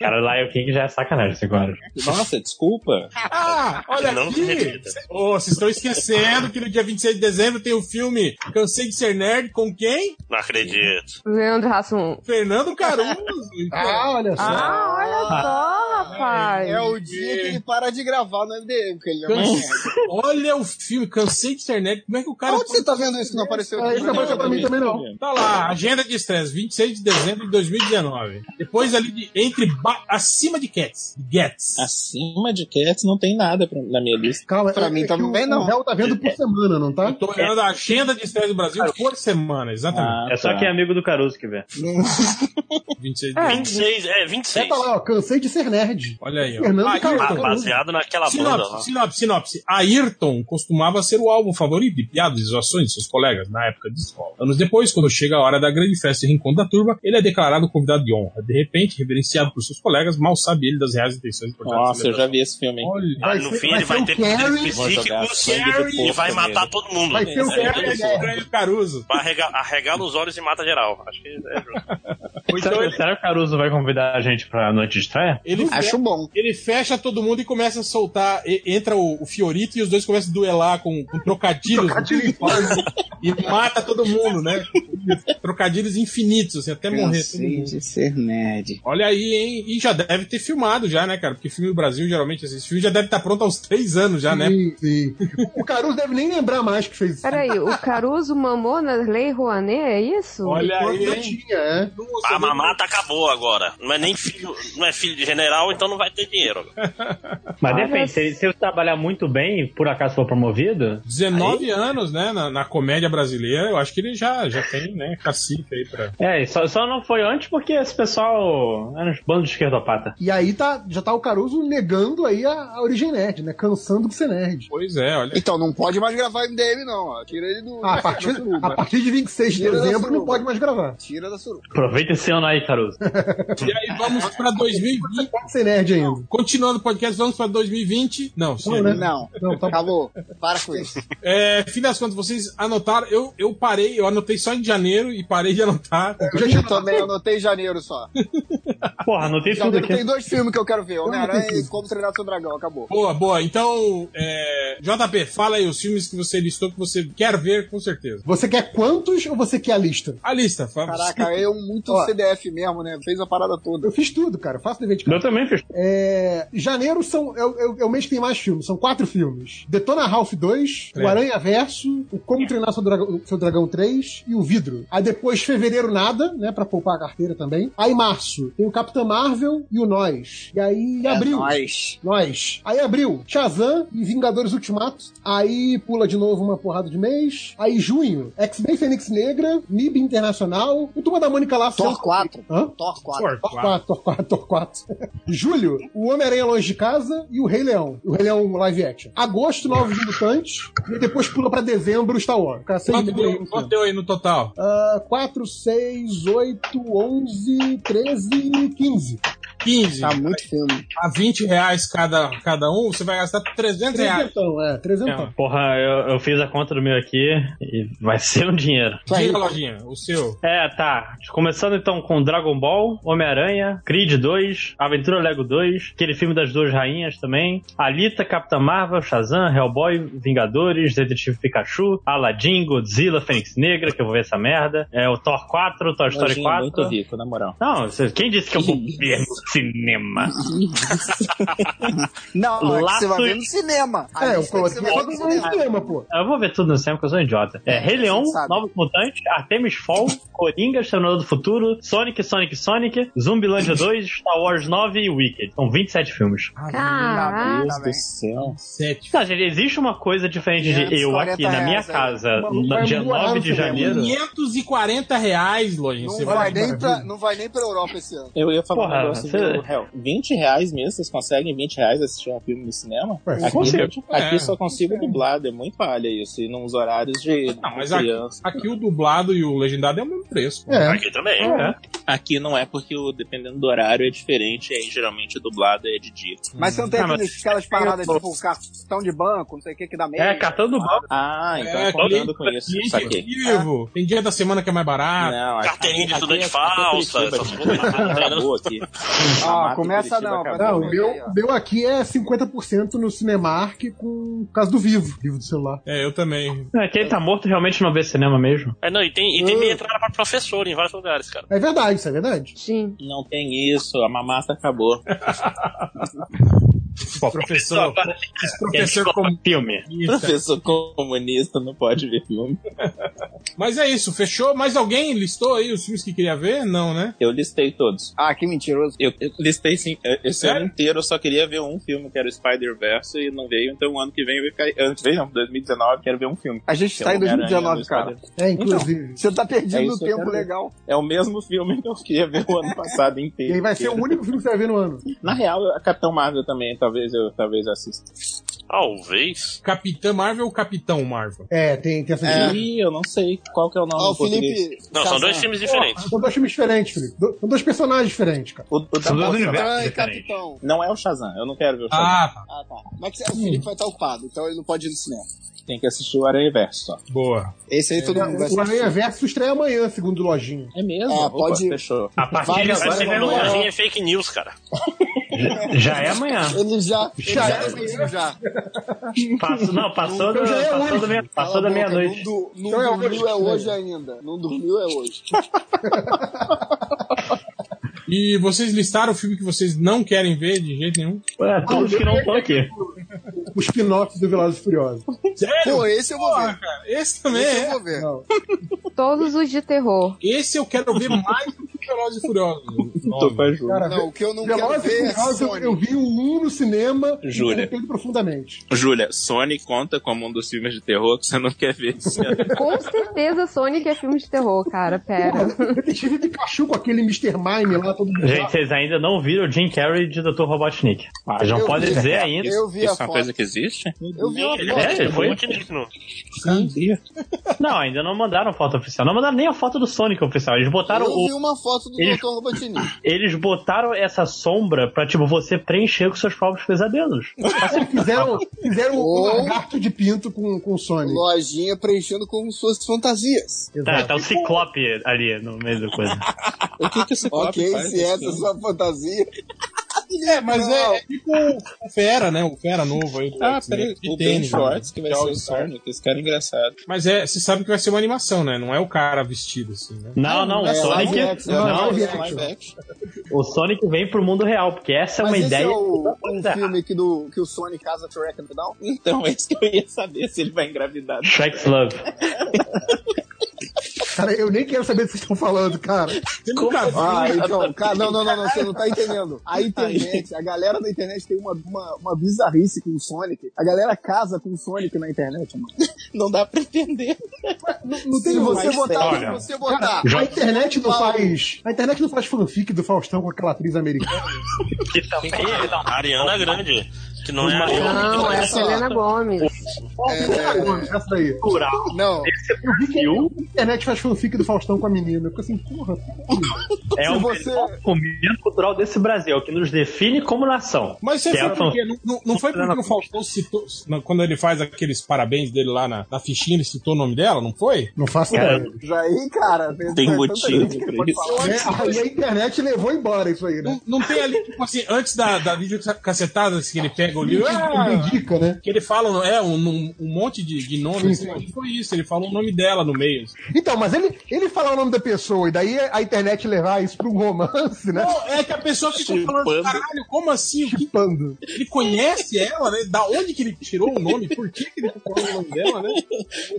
G: Cara, Lion King já é sacanagem isso agora.
M: Nossa, desculpa.
B: Ah, olha
K: Não se
B: aqui.
K: repita.
B: Ô, vocês estão esquecendo que no dia 26 de dezembro tem o filme Cansei de Ser Nerd com quem?
K: Não acredito.
I: Leandro Hassum.
D: *laughs*
B: Fernando Caruso. então.
J: Ah, olha só.
H: Ah, olha só,
I: rapaz.
D: É o dia que ele para de gravar no MDM, porque ele é uma
B: Canse-
D: merda.
B: Olha o filme, cansei de internet. Como é que o cara.
D: Onde você tá vendo isso que não apareceu
J: É, isso não apareceu pra mim também, não.
B: Tá lá, agenda de estresse, 26 de dezembro de 2019. Depois ali de, entre ba- acima de Cats. Gets.
M: Acima de Cats não tem nada pra- na minha lista. É.
J: Calma,
M: pra
J: é que o- O réu tá vendo por semana, não tá?
B: Tô olhando a agenda de estresse do Brasil por semana, exatamente.
G: É só quem é amigo do Caruso que vê.
J: É.
B: 26 de dezembro.
K: 26, é, 26.
J: É, tá lá, ó, cansei de ser nerd.
B: Olha aí, ó.
J: Fernando Cardoso.
K: baseado naquela banda lá.
B: Sinopse, sinopse, sinopse. Ayrton costumava ser o alvo favorito de piadas e zoações de seus colegas na época de escola. Anos depois, quando chega a hora da grande festa e reencontro da turma, ele é declarado convidado de honra. De repente, reverenciado por seus colegas, mal sabe ele das reais intenções por trás da
M: Nossa, eu já
B: celebração.
M: vi esse filme. hein?
B: Olha,
K: Ah, no fim ele vai ter poderes psíquicos
M: sangue do
K: e vai
M: porco
K: matar
M: nele.
K: todo mundo.
M: Vai ser o
K: É,
M: Carrie,
K: isso.
M: né?
B: Grande Caruso.
K: Vai arrega- arregala os olhos e mata geral. Acho que é justo.
G: Será, será que o Caruso vai convidar a gente pra noite de estreia?
B: Ele
D: Acho bom.
B: Ele fecha todo mundo e começa a soltar. e- entra o, o Fiorito e os dois começam a duelar com, com *laughs* trocadilhos. e mata todo mundo, né? Trocadilhos infinitos, assim, até morrer todo
D: Cansei
B: mundo.
D: de ser nerd.
B: Olha aí, hein? E já deve ter filmado já, né, cara? Porque filme do Brasil, geralmente, esses filmes já deve estar pronto há uns três anos já, né?
J: Sim, sim. O Caruso deve nem lembrar mais que fez isso.
D: *laughs*
I: Peraí, o Caruso mamou na Lei Rouanet, é isso?
B: Olha aí,
J: Eu
B: hein?
J: tinha, é.
K: A mamata Ah, acabou agora. Não é nem filho, não é filho de general, então não vai ter dinheiro.
B: É,
G: Mas depende, se, se eu trabalhar muito bem e por acaso for promovido,
B: 19 anos, né, na, na comédia brasileira, eu acho que ele já, já tem, né, cacife aí pra...
G: É, e só, só não foi antes porque esse pessoal era um bando de esquerdopata.
J: E aí tá, já tá o Caruso negando aí a, a origem nerd, né? Cansando de ser nerd.
B: Pois é, olha.
D: Então, não pode mais gravar MDM, não. ó. Tira ele do.
J: Ah, a,
D: *laughs*
J: partir,
D: da
J: a partir de 26 de
D: Tira da
J: dezembro não
D: suruba.
J: pode mais gravar.
D: Tira da suruba.
G: Aproveita esse ano aí, Caruso.
B: E aí vamos pra 2020.
J: Pode ser é nerd ainda.
B: Continuando o podcast, vamos pra 2020. Não,
J: Não,
B: sério.
J: né?
D: Não,
J: Não, tá
D: acabou. Para com isso.
B: É, fim das contas, vocês anotaram. Eu, eu parei, eu anotei só em janeiro e parei de anotar.
J: já
D: Eu também anotei em janeiro só.
G: Porra, não tem tudo
D: Janeiro
G: aqui.
D: tem dois filmes que eu quero ver: Homem-Aranha
J: anotei
D: e Como Treinar Seu Dragão. Acabou.
B: Boa, boa. Então, é, JP, fala aí os filmes que você listou que você quer ver com certeza.
J: Você quer quantos ou você quer a lista?
B: A lista, fa-
D: Caraca, eu muito
J: Ó.
D: CDF mesmo, né? Fez a parada toda.
J: Eu fiz tudo, cara. Faço dever de casa.
G: Eu também fiz.
J: É, janeiro são, é, o- é o- é o mês que tem mais filmes. São quatro filmes: Detona Ralph 2,
B: É.
J: O Aranha Verso, O Como Treinar seu Dragão, Seu Dragão 3 e O Vidro. Aí depois, fevereiro, nada, né? Pra poupar a carteira também. Aí, março, tem o Capitã Marvel e o Nós. E
D: É
J: aí, abril.
D: Nós.
J: Nós. Aí abril, Shazam e Vingadores Ultimato. Aí pula de novo uma porrada de mês. Aí junho, X-Men Fênix Negra, MIB Internacional, o Turma da Mônica lá.
D: Thor 4.
J: Hã?
D: Thor 4.
B: Porra,
J: Thor
B: claro.
J: 4, Thor 4, Thor 4. *laughs* Julho, o Homem-Aranha Longe de Casa e o Rei Leão. O Rei Leão live action. Agosto, Novos Mutantes. E depois pula pra dezembro, Star Wars. Cara, seis
B: Quanto
J: meses.
B: deu, quanto deu aí no total?
J: Ah, 4, 6, 8, 11, 13, 15.
B: 15.
D: Tá muito filme.
B: A 20 reais cada, cada um, você vai gastar 300 reais.
J: Trezentão, é, trezentão.
G: Então, Porra, eu, eu fiz a conta do meu aqui e vai *laughs* ser um dinheiro.
B: Diga, Lojinha, o seu.
G: É, tá. Começando então com Dragon Ball, Homem-Aranha, Creed 2, Aventura Lego 2, aquele filme das duas rainhas também, Alita, Capitã Marvel, Shazam, Hellboy, Vingadores, Detetive Pikachu, Aladdin, Godzilla, Fênix Negra, que eu vou ver essa merda, é o Thor 4, Toy Story
M: Lojinha
G: 4.
M: muito rico, na moral.
G: Não, você- quem disse que eu
D: *laughs*
G: vou ver no cinema?
D: Não, é que você
G: Laço
D: vai ver
G: e-
D: no cinema. A
J: É, eu
D: lista que você
J: coloquei
D: vai ver
J: todo
D: no
J: mundo
D: cinema.
J: no cinema, pô.
G: Eu vou ver tudo no cinema, porque eu sou um idiota. É, Rei Leão,
D: sabe.
G: Novos Mutantes, Artemis Fall, *laughs* Coringa, Exterminador do Futuro, Sonic, Sonic, Sonic, Zumbilândia 2, Star Wars 9 e Wicked. São 27 filmes.
H: tá,
I: Caraca.
M: Deus do céu.
B: Sete.
G: Não, gente, existe uma coisa diferente de
D: 540
G: eu aqui na minha
D: reais, é.
G: casa,
J: Maluco,
G: no
J: vai
G: dia
J: morar
G: 9
J: no
G: de
J: cinema.
G: janeiro.
B: 540 reais, Lojinha.
D: Não
B: Você
D: vai,
B: vai.
D: nem pra, não vai nem pra Europa esse ano.
M: Eu ia falar
G: Porra,
M: um negócio
G: você-
M: do réu. 20 reais mesmo, vocês conseguem 20 reais assistir um filme no cinema?
J: Ué,
M: aqui
G: consigo.
M: aqui
B: É.
M: só consigo dublado, é muito palha isso. E nos horários de
B: Não, mas aqui,
M: criança.
B: aqui o dublado e o legendado é o mesmo preço. pô.
J: É.
K: Aqui tá também. né?
G: É.
M: Aqui não é porque o, dependendo do horário é diferente, aí geralmente dublado é de dia.
D: Mas
K: Hum.
D: você não tem
G: Ah,
D: aqueles- aquelas paradas tipo cartão de banco, não sei o que que dá meio.
G: É, cartão do banco.
M: Ah, então é, contando
B: cliente-
M: com isso.
B: cliente
M: Saquei.
B: vivo. Tem dia da semana que é mais barato.
M: Não, aqui-
K: Carteirinha de
M: aqui-
K: estudante
M: aqui-
K: falsa,
M: aqui é Curitiba,
K: essas
M: gente.
K: coisas. né?
M: Acabou aqui.
J: Ah,
N: começa não, vai
J: Não, o
N: tomar
J: meu,
N: aí, ó.
J: meu aqui é 50% no Cinemark com o caso do vivo, vivo do celular.
B: É, eu também.
G: É, quem tá morto realmente não vê cinema mesmo.
K: É, não, e *laughs* tem, e tem meia entrada pra professor em vários lugares, cara.
J: É verdade, isso é verdade.
I: Sim.
M: Não tem isso, a mamata acabou.
B: professor,
M: professor,
B: como-
G: filme.
M: professor comunista não pode ver filme.
B: Mas é isso, fechou? Mais alguém listou aí os filmes que queria ver? Não, né?
M: Eu listei todos.
D: Ah, que mentiroso.
M: Eu, eu listei sim. eh, Esse
B: Sério?
M: ano inteiro eu só queria ver um filme, que era o Spider-Verse, e não veio, então ano que vem eu vai ficar. Ano que vem, não, 2019, quero ver um filme.
D: A gente
M: Que é
D: tá
M: o
D: em
M: Homem-Aranha
D: 2019,
M: do
D: cara.
M: Spider-Man.
J: É, inclusive.
D: Você tá
M: É
D: perdendo
M: isso
D: o
M: que eu
D: tempo
M: quero ver.
D: legal.
M: É o mesmo filme que eu queria ver o ano passado
J: E
M: inteiro.
J: aí vai ser o único filme que você vai ver no ano.
M: *laughs* Na real, a Capitão Marvel também, talvez eu talvez eu assista.
K: Talvez.
B: Capitã Marvel ou Capitão Marvel?
J: É, tem, tem essa
M: É. Ih, eu não sei qual que é o nome
J: Ó,
M: do português.
J: Porra, São dois filmes diferentes, Felipe. Do- São dois personagens diferentes, cara.
M: O, o da
J: São dois
M: Capitão
J: universos
M: Marvel,
J: diferentes.
M: Capitão. Não é o Shazam, eu não quero ver o Shazam.
B: Ah, tá.
D: Então, Ah, tá. Mas que- o Felipe vai estar ocupado, então ele não pode ir no cinema.
M: Tem que assistir o Aranha Verso só.
B: Boa.
D: Esse aí todo mundo vai
J: É, O Aranha Verso estreia amanhã, segundo o Lojinha.
M: É mesmo?
D: É, pode-
M: Fechou.
G: A
D: Vai,
G: partir de
D: vai,
G: agora
D: vai, vai,
B: um
G: vai mudar.
K: Sim, é fake news, cara.
G: Já é amanhã.
D: Ele já. ele
G: Já
D: já,
G: é
D: conseguiu, já.
G: Passou, não, passou,
D: Então
G: da-
D: já é
G: passou
D: hoje.
G: da meia-
D: Cala
G: passou
D: a
G: da
D: boca,
G: meia-noite.
D: Não, du- não
G: Então é hoje.
D: dormiu é hoje ainda. Não dormiu é hoje.
B: E vocês listaram o filme que vocês não querem ver de jeito nenhum?
G: É,
J: todos que não estão
G: aqui.
J: O spin-off do Velozes e Furiosos.
B: Sério?
D: Pô, esse eu vou
B: ver. Cara, esse também
D: Esse
B: é.
D: eu vou ver.
I: Todos os de terror.
B: Esse eu quero ver mais do que Velozes e
M: *laughs*
B: Furiosos. Tô
M: com a Júlia.
J: Cara,
D: Não, o que eu não
J: Velozes
D: quero ver
J: e
D: é
J: Furiosos, eu,
D: Sony.
J: eu vi o 1 no cinema
M: Júlia.
J: e me arrependo profundamente.
M: Júlia, Sony conta como um dos filmes de terror que você não quer ver. esse ano.
I: Com certeza Sonic é filme de terror, cara. Pera.
J: Detetive Pikachu com aquele Mr. Mime lá, todo mundo.
G: Gente, vocês ainda não viram o Jim Carrey de Dr. Robotnik. Vocês não
J: eu
G: podem
J: vi.
G: dizer ainda.
J: Eu vi
M: Isso
J: a
M: é uma
J: foto.
M: coisa que existe?
D: Eu vi uma
G: Ele
D: foto.
G: é, ele foi.
K: Não.
G: Não, ainda não mandaram foto oficial. Não mandaram nem a foto do Sonic oficial. Eles botaram
D: Eu
G: o.
D: vi uma foto do
G: Ele-
D: Dr. Robotini.
G: Eles botaram essa sombra pra, tipo, você preencher com seus próprios pesadelos.
J: Fizeram, fizeram um
D: Ou-
J: lagarto de pinto com, com o Sonic.
D: Lojinha preenchendo com suas fantasias.
G: Tá, tá o Ciclope ali no meio da coisa.
M: O que, que o Ciclope
D: Ok,
M: faz
D: se
M: nesse
D: essa é
M: filme?
D: sua fantasia.
B: *laughs* É, mas é, é tipo o Fera, né? O Fera novo aí. do
M: Ah,
B: X-Men,
M: peraí.
B: de
M: O Ben
B: tênis,
M: Schwartz,
B: né?
M: que vai ser o Sonic. Esse cara é engraçado.
B: Mas é, você sabe que vai ser uma animação, né? Não é o cara vestido assim, né?
G: Não, não, o
D: É,
G: Sonic.
D: live action,
G: não,
D: não, é live action.
M: Live action.
G: o Sonic vem pro mundo real, porque essa é uma
D: Mas esse
G: ideia.
D: é o, um filme que, do, que o Sony casa Shrek no final?
M: Então, *laughs* é isso que eu ia saber se ele vai engravidar.
G: Shrek's Love.
J: Cara, eu nem quero saber do que vocês estão falando, cara.
B: Você nunca
G: assim?
B: viu?
D: Ah, então, cara, não, não, não, não, você não tá entendendo. A internet, a galera da internet tem uma, uma, uma bizarrice com o Sonic. A galera casa com o Sonic na internet, mano.
M: *laughs* Não dá pra entender.
J: Não
D: Se
J: tem
D: você
J: mais
D: botar,
J: sério.
D: se você botar.
J: A internet não faz. A internet não faz fanfic do Faustão com aquela atriz americana.
G: Que também é. não.
K: Ariana Grande. Que não é a
I: Não, é a Selena Gomes.
J: é Essa daí.
G: Plural.
D: Não,
J: Eu vi que a internet faz fanfic do Faustão com a menina. Eu fico assim, porra.
G: É
D: Se
G: o
D: você-
G: melhor momento cultural desse Brasil, é o que nos define como nação.
B: Mas você
G: Que é
B: foi
G: a fan-
B: porque, não, não- não foi porque o Faustão citou, na- quando ele faz aqueles parabéns dele lá na, na fichinha, ele citou o nome dela, não foi? É,
J: Não faço
G: Cara,
J: ideia.
D: Tá aí, cara.
M: Tem
D: tanta
M: motivo
D: gente que
M: pra
D: pode
M: isso.
D: falar.
J: É, aí a internet levou embora isso aí, né?
B: Não, não tem ali, tipo assim, antes da, da videocacetada, assim, que ele pega o livro. "Ah",
J: Indica, né?
B: que ele fala, é, um, um- um monte de, de nomes.
J: Sim, sim.
B: assim, Foi isso, ele fala o nome dela no meio. assim.
J: Então, mas ele, ele falar o nome da pessoa e daí a internet levar isso pra um romance, né?
B: Não, é que a pessoa fica falando,
M: Chupando.
B: caralho, como assim? O que-
J: Pando.
B: Ele conhece ela, né? Da onde que ele tirou o nome? Por que, que ele
J: É um
B: falou o nome dela, né?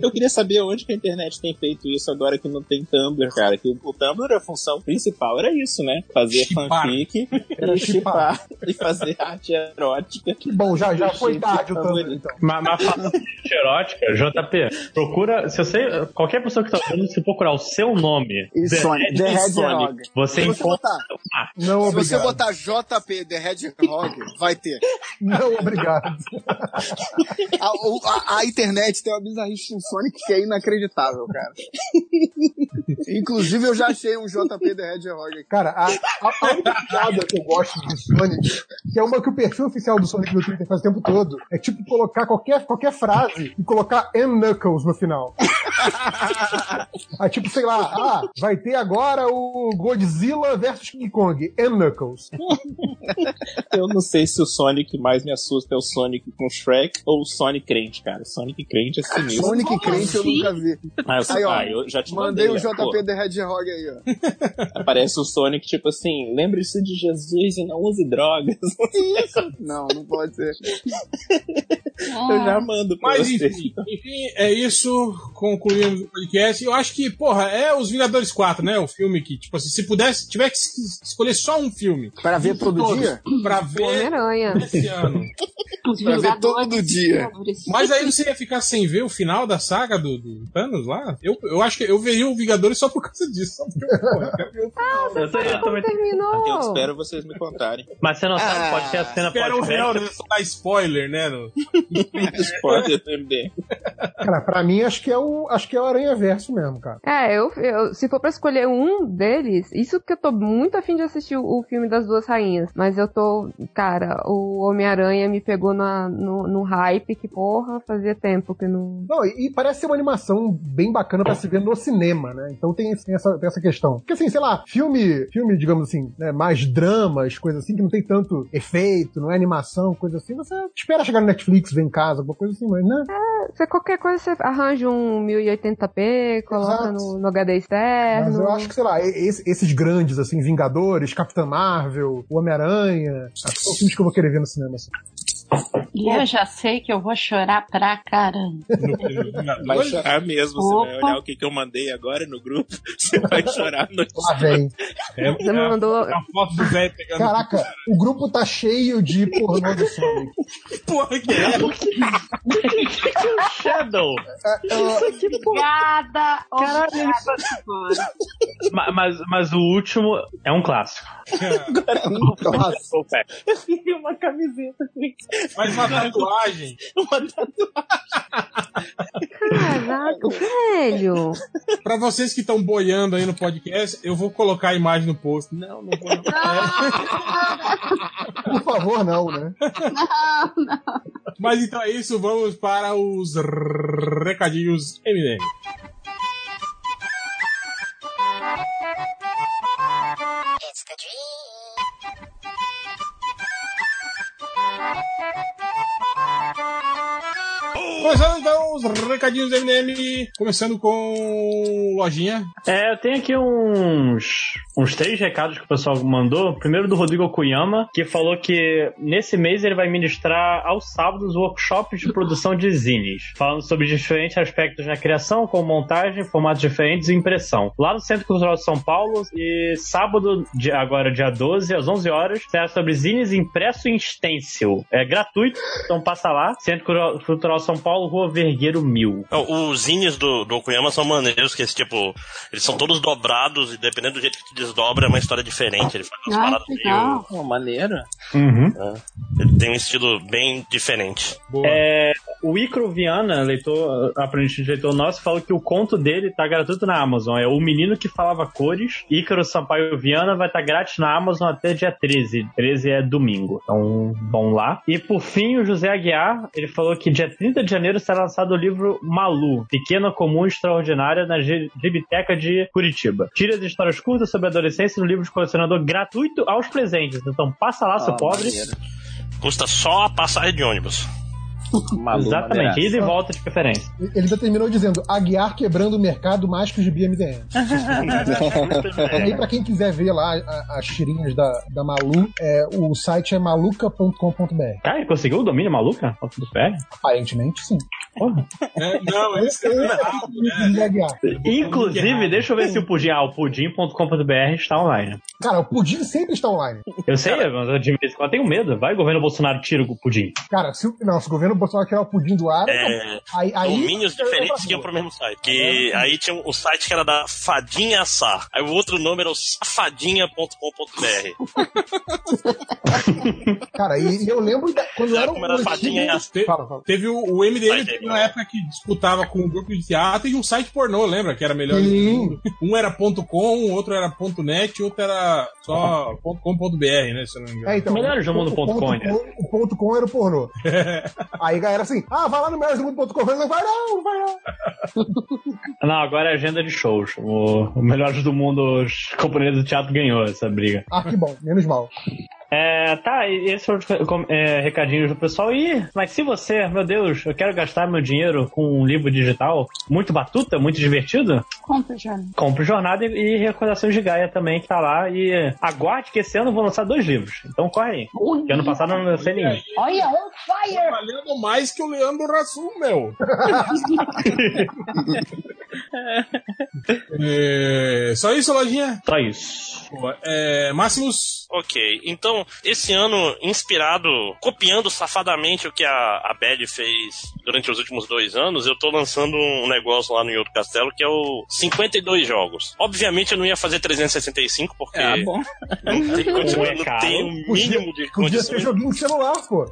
M: Eu queria saber onde que a internet tem feito isso agora que não tem Tumblr, cara. Que o, o Tumblr, a função principal era isso, né? Fazer
B: Chipar.
M: fanfic
J: Era
M: e chipar. E fazer arte erótica.
J: Que bom, já, já foi
M: Gente,
J: tarde o
M: tá
J: Tumblr,
M: bonito.
J: então.
G: Mas, mas falando de erótica, JP, procura. Se você. Qualquer pessoa que tá ouvindo, se procurar o seu nome.
D: E Sonic, The
G: Hedgehog,
D: Hedgehog.
G: Você
D: Se você
G: encontra.
D: botar-
G: Ah,
J: Não,
D: Se você
J: obrigado.
D: botar JP The Hedgehog, vai ter.
J: Não, obrigado.
D: A, o- a- a internet tem uma bizarrice com o Sonic que é inacreditável, cara. Inclusive, eu já achei um JP The Hedgehog aqui.
J: Cara, a, a, a única piada que eu gosto do Sonic, que é uma que o perfil oficial do Sonic no Twitter faz o tempo todo, é tipo colocar qualquer, qualquer frase e colocar and Knuckles
D: *laughs*
J: no final. Aí, tipo, sei lá, ah, vai ter agora o Godzilla versus King Kong, and Knuckles.
M: Eu não sei se o Sonic que mais me assusta é o Sonic com Shrek ou o Sonic crente, cara. Sonic crente é sinistro.
D: Sonic crente eu nunca vi.
M: Ah, eu,
D: Aí, ó,
M: ah, eu já te
D: mandei o
M: né?
D: JP
M: Pô.
D: The Hedgehog aí, ó.
M: Aparece o Sonic, tipo assim, lembre-se de Jesus e não use drogas.
D: Não, não pode ser.
B: Ah.
M: Eu já mando pra
B: Mas
M: você.
B: enfim, enfim, é isso. Concluímos o podcast. Eu acho que, porra, é Os Vingadores 4, né? O filme que, tipo assim, se pudesse, tivesse que escolher só um filme.
D: Pra ver todo
B: Todos.
D: dia?
B: Pra ver
I: Homem-Aranha.
D: *laughs*
B: esse ano.
D: Né? Pra ver todo dia.
B: Mas aí você ia ficar sem ver o final da saga do, do Thanos lá? Eu, eu acho que eu veria o Vingadores só por causa disso. Só porque, porra, eu quero ver o final.
M: Eu sei, eu também-
I: Terminou.
M: Eu espero vocês me contarem.
G: Mas você não
B: Ah,
G: sabe, pode ter a cena
B: Espera o final,
G: pós-crédito.
B: né? Só dá spoiler, né? No...
M: *laughs* Spoiler né, do MDM.
J: Cara, pra mim acho que é o, acho que é o Aranha Verso mesmo, cara.
I: É, eu, eu- se for pra escolher um deles, isso que eu tô muito afim de assistir o, o filme das duas rainhas. Mas eu tô, cara, o Homem-Aranha me pegou na, no, no hype, que porra, fazia tempo que não.
J: Não, e, e parece ser uma animação bem bacana pra se ver no cinema, né? Então tem, esse- tem essa, tem essa questão. Porque assim, sei lá, filme, filme, digamos assim, né, mais dramas, coisa assim, que não tem tanto efeito, não é animação, coisa assim, você espera chegar no Netflix, ver em casa, alguma coisa assim, mas né?
I: é, Você, qualquer coisa você arranja um 1080p, coloca
J: Exato.
I: no, no HD
J: Mas
I: externo.
J: eu acho que, sei lá, e- esse- esses grandes, assim, Vingadores, Capitã Marvel, o Homem-Aranha, são filmes que eu vou querer ver no cinema, assim.
H: E eu já sei que eu vou chorar
B: *laughs*
H: pra caramba.
M: Vai chorar mesmo. Você vai
H: Opa.
M: olhar o que, que eu mandei agora no grupo. *laughs* Você vai chorar no
J: Lá vem.
B: É,
I: Você me mandou.
B: a foto do Zé pegando.
J: Caraca, o grupo tá cheio de pornô do Sonic.
B: *laughs* Porra, que é?
G: é um Shadow!
J: É,
G: é
H: Obrigada!
G: tipo- Caralho,
H: Obrigada, senhora.
G: Ma- Mas, mas o último é um
D: *laughs*
G: clássico.
D: é um Nossa.
G: Full Pack.
M: Eu uma camiseta com isso.
B: Faz uma tatuagem.
M: Uma tatuagem.
I: Caraca, velho!
B: Pra vocês que estão boiando aí no podcast, eu vou colocar a imagem no post. Não, não vou. Não.
D: *laughs*
J: Por favor, não, né?
B: Mas então é isso, vamos para os recadinhos MDM. Começando então os recadinhos do MDM, começando com Lojinha.
G: É, eu tenho aqui uns, uns três recados que o pessoal mandou. Primeiro do Rodrigo Okuyama, que falou que nesse mês ele vai ministrar aos sábados workshops de produção de zines, falando sobre diferentes aspectos na criação, com montagem, formatos diferentes e impressão. Lá no Centro Cultural de São Paulo, e sábado, dia- agora dia 12, às 11 horas, será sobre zines impresso em stencil. É gratuito, então passa lá. Centro Cultural- Cultural São Paulo, Rua Vergueiro 1000.
K: Não, os zines do, do Okuyama são maneiros, que esse tipo, eles são todos dobrados e dependendo do jeito que tu desdobra é uma história diferente. Ele faz umas
H: Ai,
K: paradas
H: que legal.
K: meio.
M: Pô, maneiro.
G: Uhum.
K: Ele tem um estilo bem diferente.
B: Boa.
G: É, o Icro Viana, leitor, aprendiz de leitor nosso, falou que o conto dele tá gratuito na Amazon. É O Menino que Falava Cores, Ícaro Sampaio Viana, vai estar grátis na Amazon até dia 13. 13 é domingo, então vão lá. E por fim, o José Aguiar, ele falou que dia 30 de janeiro será lançado o livro Malu, Pequena Comum Extraordinária, na Gi- Gibiteca de Curitiba. Tira as histórias curtas sobre a adolescência no livro de colecionador gratuito aos presentes. Então passa lá,
K: Ah,
G: seu pobre.
K: *laughs* Custa só a passagem de ônibus.
G: Exatamente, ida e volta de preferência.
J: Ele ainda terminou dizendo: Aguiar quebrando o mercado mais que os de
G: *laughs*
J: BMDM.
G: É.
J: e aí, pra quem quiser ver lá a- as tirinhas da, da Malu, é, o site é maluca.com.br.
G: Cara, Ah, ele conseguiu o domínio maluca? Foto do pé?
J: Aparentemente, sim.
G: Porra.
B: É, não, é né? isso.
J: Esse é o link de Aguiar.
G: Inclusive,
B: é errado.
G: deixa eu ver se o Pudim. Ah, o pudim.com.br está online.
J: Cara, o pudim sempre está online.
G: Eu sei, mas eu de vez em quando tenho medo. Vai, governo Bolsonaro tira o pudim.
J: Cara, se, o- não, se o governo Bolsonaro tirar o pudim do ar,
K: É,
J: aí, aí-
K: domínios
J: eu- eu
K: diferentes
J: faço.
K: que iam pro mesmo site. Que aí tinha um site que era da Fadinha Assar. Aí o outro nome era o safadinha.com.br.
J: *laughs* Cara, e, e eu lembro da- quando era
K: Como era
J: um.
K: Fadinha Assar.
B: Te-
J: Fala, fala.
B: Teve o, o MDM
K: Vai,
B: teve
K: David.
B: uma época que disputava com um grupo de teatro e um site pornô, lembra? Que era melhor.
J: Sim.
B: Um era .com, o outro era .net, o outro era só .com.br, né? Se eu não me engano.
J: É, então,
G: Melhores do
J: o- o
G: mundo ponto com,
J: ponto
G: né?
B: *laughs*
J: com- O ponto com era o pornô. Aí a galera assim, ah, vai lá no melhoresdomundo.com. Não vai não, não vai não.
G: Não, agora é agenda de shows. O, o Melhores do Mundo, os companheiros do teatro ganhou essa briga.
J: Ah, que bom, menos mal.
G: É, tá, e- esses são os com- é, recadinhos do pessoal. E, mas se você, meu Deus, eu quero gastar meu dinheiro com um livro digital muito batuta, muito divertido,
F: Compra, Jana.
G: compre o Jornada e, e Recordações de Gaia também, que tá lá. E aguarde que esse ano eu vou lançar dois livros. Então corre aí. Que ano passado eu não lancei nenhum.
F: Olha, on fire!
B: Valendo mais que o Leandro Rassum, meu. É, Só isso, Lojinha?
G: Só isso.
B: É, Máximos?
K: Ok, então esse ano, inspirado, copiando safadamente o que a, a Belly fez durante os últimos dois anos, eu tô lançando um negócio lá no Yoto Castelo que é o 52 jogos. Obviamente eu não ia fazer 365 porque
J: Ah, bom.
K: não tem
J: *laughs*
K: condição,
J: É
K: não
J: caro.
K: tem o mínimo de
J: Podia
K: condições.
J: ser joguinho de celular, pô.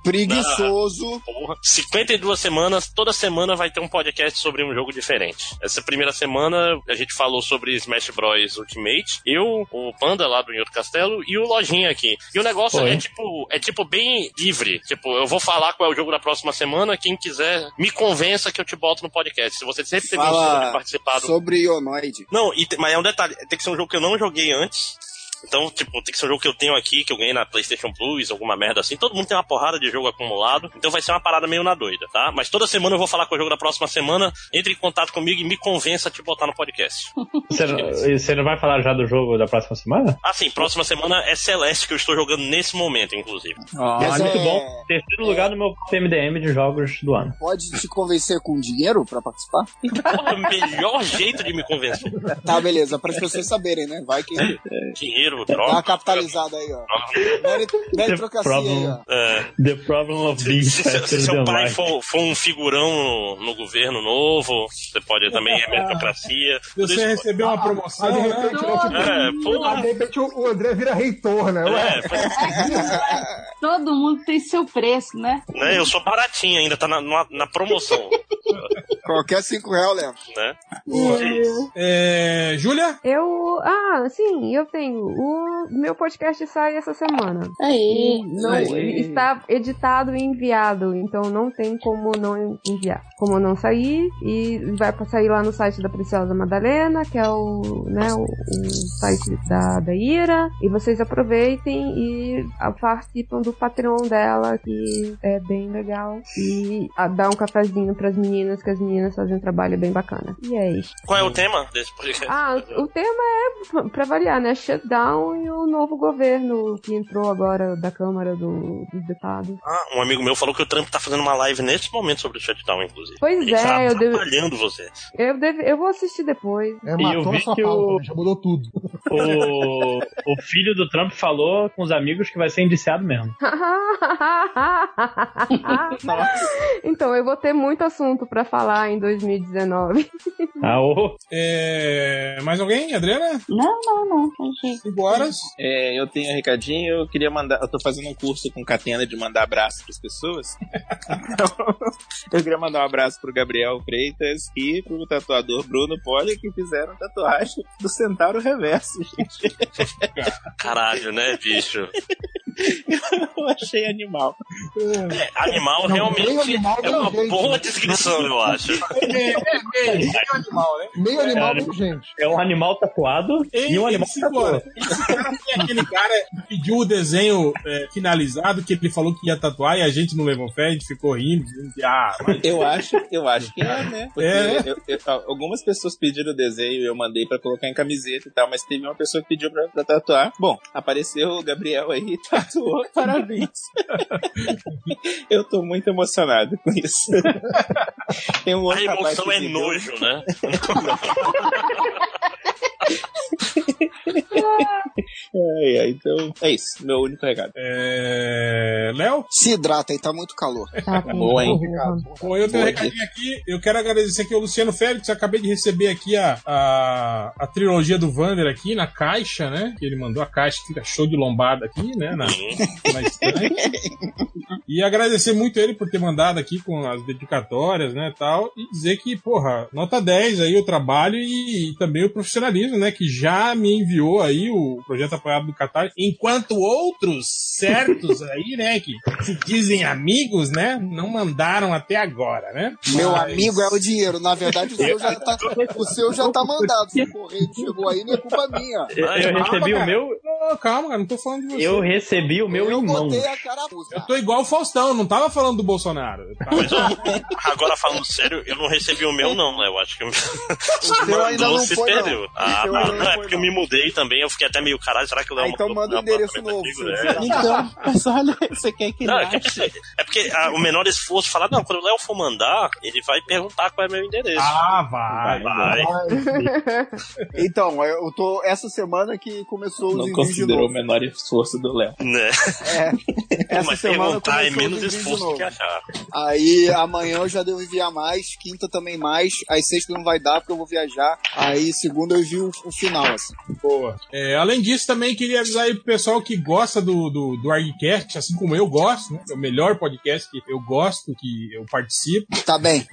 K: Ah, porra. 52 semanas, toda semana vai ter um podcast sobre um jogo diferente. Essa primeira semana a gente falou sobre Smash Bros Ultimate, eu, o Panda lá do Nhoto Castelo e o Lojinha aqui. E o negócio
G: Foi.
K: é tipo, é tipo bem livre. Tipo, eu vou falar qual é o jogo da próxima semana, quem quiser me convença que eu te boto no podcast. Se você sempre teve vontade de
N: Fala
K: participar do
N: sobre Ionoid.
K: não, e te- mas é um detalhe, tem que ser um jogo que eu não joguei antes. Então, tipo, tem que ser um jogo que eu tenho aqui, que eu ganhei na PlayStation Plus, alguma merda assim. Todo mundo tem uma porrada de jogo acumulado, então vai ser uma parada meio na doida, tá? Mas toda semana eu vou falar com o jogo da próxima semana, entre em contato comigo e me convença a te botar no podcast.
G: Você, não- e você não vai falar já do jogo da próxima semana?
K: Assim, próxima semana é Celeste, que eu estou jogando nesse momento, inclusive.
G: Ah, muito bom. Terceiro lugar no meu PMDM de jogos do ano.
N: Pode te convencer com dinheiro pra participar?
K: O
M: É
K: melhor jeito de me convencer.
N: Tá, beleza. Para as pessoas saberem, né? Vai
M: É.
N: que...
K: Dinheiro,
N: Dá
K: droga.
N: uma capitalizada aí, ó. Mérito-
D: assim
N: Meritocracia assim aí, ó.
G: The problem of being
K: É. Se, se- se
G: faster
K: seu
G: than
K: pai
G: life.
K: for, for um figurão no, no governo novo, você pode também é meritocracia. tudo
B: Você
K: isso-
B: recebeu uma promoção,
J: Aí, de
B: né?
J: repente, né, tipo,
K: É, porra.
J: de repente o o André vira reitor, né? Ué,
K: É, foi-
F: Todo mundo tem seu preço, né?
K: né, eu sou baratinho ainda, tá na, na- na
N: *laughs*
K: promoção.
N: Qualquer 5 real leva.
K: Né?
B: É, Júlia?
I: Eu. Ah, sim, eu tenho. O meu podcast sai essa semana.
F: Aí.
I: Não,
F: Aí.
I: Está editado e enviado, então não tem como não enviar. Como não sair. E vai pra sair lá no site da Preciosa Madalena, que é o, né, o, o site da, da Ira. E vocês aproveitem e ah, participam do Patreon dela, que é bem legal. E ah, dá um cafezinho pras meninas, que as meninas fazem um trabalho bem bacana. E é isso.
K: Qual é o tema desse podcast?
I: Ah, o tema é, pra variar, né? Shutdown e o novo governo que entrou agora da Câmara do- dos Deputados.
K: Ah, um amigo meu falou que o Trump tá fazendo uma live nesse momento sobre o shutdown, inclusive.
I: Pois
K: Ele
I: é,
K: tá
I: eu devo-
K: atrapalhando você.
I: Eu, deve, eu vou assistir depois.
J: É,
G: E eu
J: matou na
G: vi
J: sua
G: que
J: pauta,
G: o-
J: né? já mudou tudo.
G: O, o filho do Trump falou com os amigos que vai ser indiciado mesmo.
J: né?
I: *laughs* então, eu vou ter muito assunto pra falar em 2019.
G: Ah,
B: É, mais alguém, Adriana?
F: Não, não, não.
B: Cinco horas.
M: É, eu tenho um recadinho, eu queria mandar. Eu tô fazendo um curso com Catena de mandar abraço pras pessoas. Então, eu queria mandar um abraço pro Gabriel Freitas e pro tatuador Bruno Poli, que fizeram tatuagem do Centauro Reverso, gente.
K: Caralho, né, bicho?
M: *laughs* Eu achei animal.
K: É, animal
M: Não,
K: realmente
M: meio animal
K: é
M: não,
K: uma
M: gente.
K: boa descrição, eu acho.
N: É
B: meio
J: animal, né? Meio animal, meio gente.
G: É um animal tatuado e um animal
B: Esse
G: tatuado.
B: cara, foi aquele cara que pediu o desenho é, finalizado, que ele falou que ia tatuar e a gente não levou fé, a gente ficou rindo. dizendo que, ah, mas-
M: Eu acho, eu acho que é, né? Porque
B: É.
M: eu- eu- algumas pessoas pediram o desenho e eu mandei pra colocar em camiseta e tal, mas teve uma pessoa que pediu pra, pra tatuar. Bom, apareceu o Gabriel aí e tatuou. Parabéns. eu tô muito emocionado com isso. *laughs* Tem um
K: A
M: outro rapaz
K: emoção
M: que
K: é
M: pediu-
K: nojo, né?
M: É, é, então, é isso. Meu único recado.
B: É... Léo?
N: Se hidrata aí, tá muito calor.
F: Ah,
M: Boa, hein?
F: Tá
B: Bom, eu
N: Boa,
B: tenho um recadinho aqui. Eu quero agradecer aqui ao Luciano Félix. Eu acabei de receber aqui a, a, a trilogia do Vander aqui na caixa, né? Que ele mandou a caixa, que fica show de lombada aqui, né? Na, na estante. E agradecer muito ele por ter mandado aqui com as dedicatórias, né, tal, e dizer que, porra, nota 10 aí o trabalho e, e também o profissionalismo, né, que já me enviou apoiou aí o projeto apoiado do Catar, enquanto outros certos aí, né, que se dizem amigos, né, não mandaram até agora, né?
N: Meu
B: Mas-
N: amigo é o dinheiro. Na verdade, o
D: É,
N: seu já tá, o seu já tá mandado. Se o correio chegou aí, não é culpa minha.
G: Eu- eu recebi o
B: cara.
G: meu.
B: Não, calma, cara, não tô falando de você.
G: Eu recebi o meu
B: Eu
G: em mãos.
B: botei Eu tô igual o Faustão, não tava falando do Bolsonaro. Eu tava-
K: Agora falando sério, eu não recebi o meu, não, né? Eu acho que o
N: seu ainda não
K: se
N: foi, não.
K: perdeu. Ah,
N: O seu
K: não,
N: ainda não
K: não, é
N: foi,
K: porque eu me mudei também, eu fiquei até meio caralho, será que eu levo
M: Ah, então manda o endereço novo.
K: É.
M: Então, mas olha, você quer que
K: Não,
M: ele
K: é,
M: ache?
K: que- é porque ah, o menor esforço falar, não, quando o Léo for mandar, ele vai perguntar qual é meu endereço.
B: Ah, vai,
K: vai.
N: Então, eu tô. Essa semana que começou os
M: Não
N: envios de novo. É,
M: considerou o menor esforço do Léo.
K: Né?
N: Essa
K: Mas
N: semana
K: perguntar é
N: começou
K: menos
N: os envios de
K: esforço
N: novo.
K: que achar.
N: Aí amanhã eu já devo enviar mais, quinta também mais, aí sexta não vai dar porque eu vou viajar. Aí segunda eu envio o o final, assim.
B: Boa. É, além disso, também queria avisar aí pro pessoal que gosta do, do, do Argcast, assim como eu gosto, né? É o melhor podcast que eu gosto, que eu participo.
N: Tá
B: *laughs*
N: bem.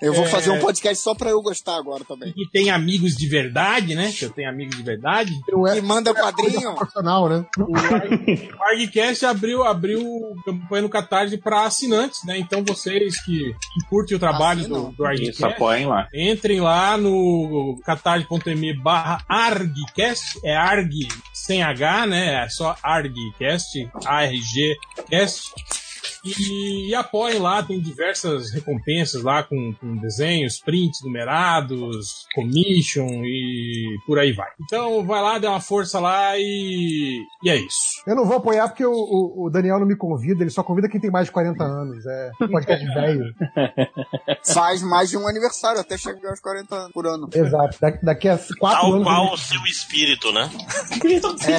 N: Eu vou
B: É.
N: fazer um podcast só pra eu gostar agora
J: *laughs*
N: também.
B: E tem amigos de verdade, né? Que eu tenho amigos de verdade.
N: Que manda quadrinho.
J: Não, né?
B: O Argcast abriu, abriu campanha no Catarse para assinantes, né? Então vocês que, que curtem o trabalho do, do Argcast,
M: Isso, apoiem lá.
B: Entrem lá no catarse.me barra argcast, é arg sem H, né? É só argcast, argcast. E, e apoiem lá, tem diversas recompensas lá com, com desenhos, prints numerados, commission e por aí vai. Então vai lá, dê uma força lá e, e é isso.
J: Eu não vou apoiar porque o, o- o Daniel não me convida, ele só convida quem tem mais de 40 anos. É podcast velho.
N: Faz mais de um aniversário, até chegar aos 40 anos por ano.
J: Exato. Da- daqui a quatro
K: Tal
J: anos.
K: qual o seu espírito, né?
J: *laughs*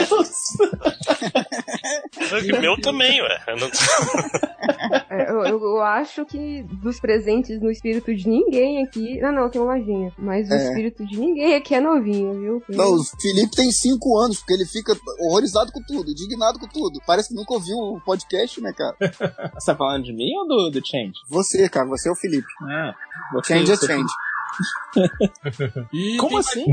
N: É.
K: O meu também, ué. Eu não-
I: *laughs* É, eu, eu- eu acho que dos presentes no espírito de ninguém aqui. Ah, não, tem uma lojinha. Mas o
N: É.
I: espírito de ninguém aqui é novinho, viu?
N: Não, o Felipe tem cinco anos, porque ele fica horrorizado com tudo, indignado com tudo. Parece que nunca ouviu o podcast, né, cara?
M: Você tá falando de mim ou do, do Change?
N: Você, cara, você é o Felipe.
M: Ah,
N: Change é
M: *laughs*
N: change.
M: Como assim?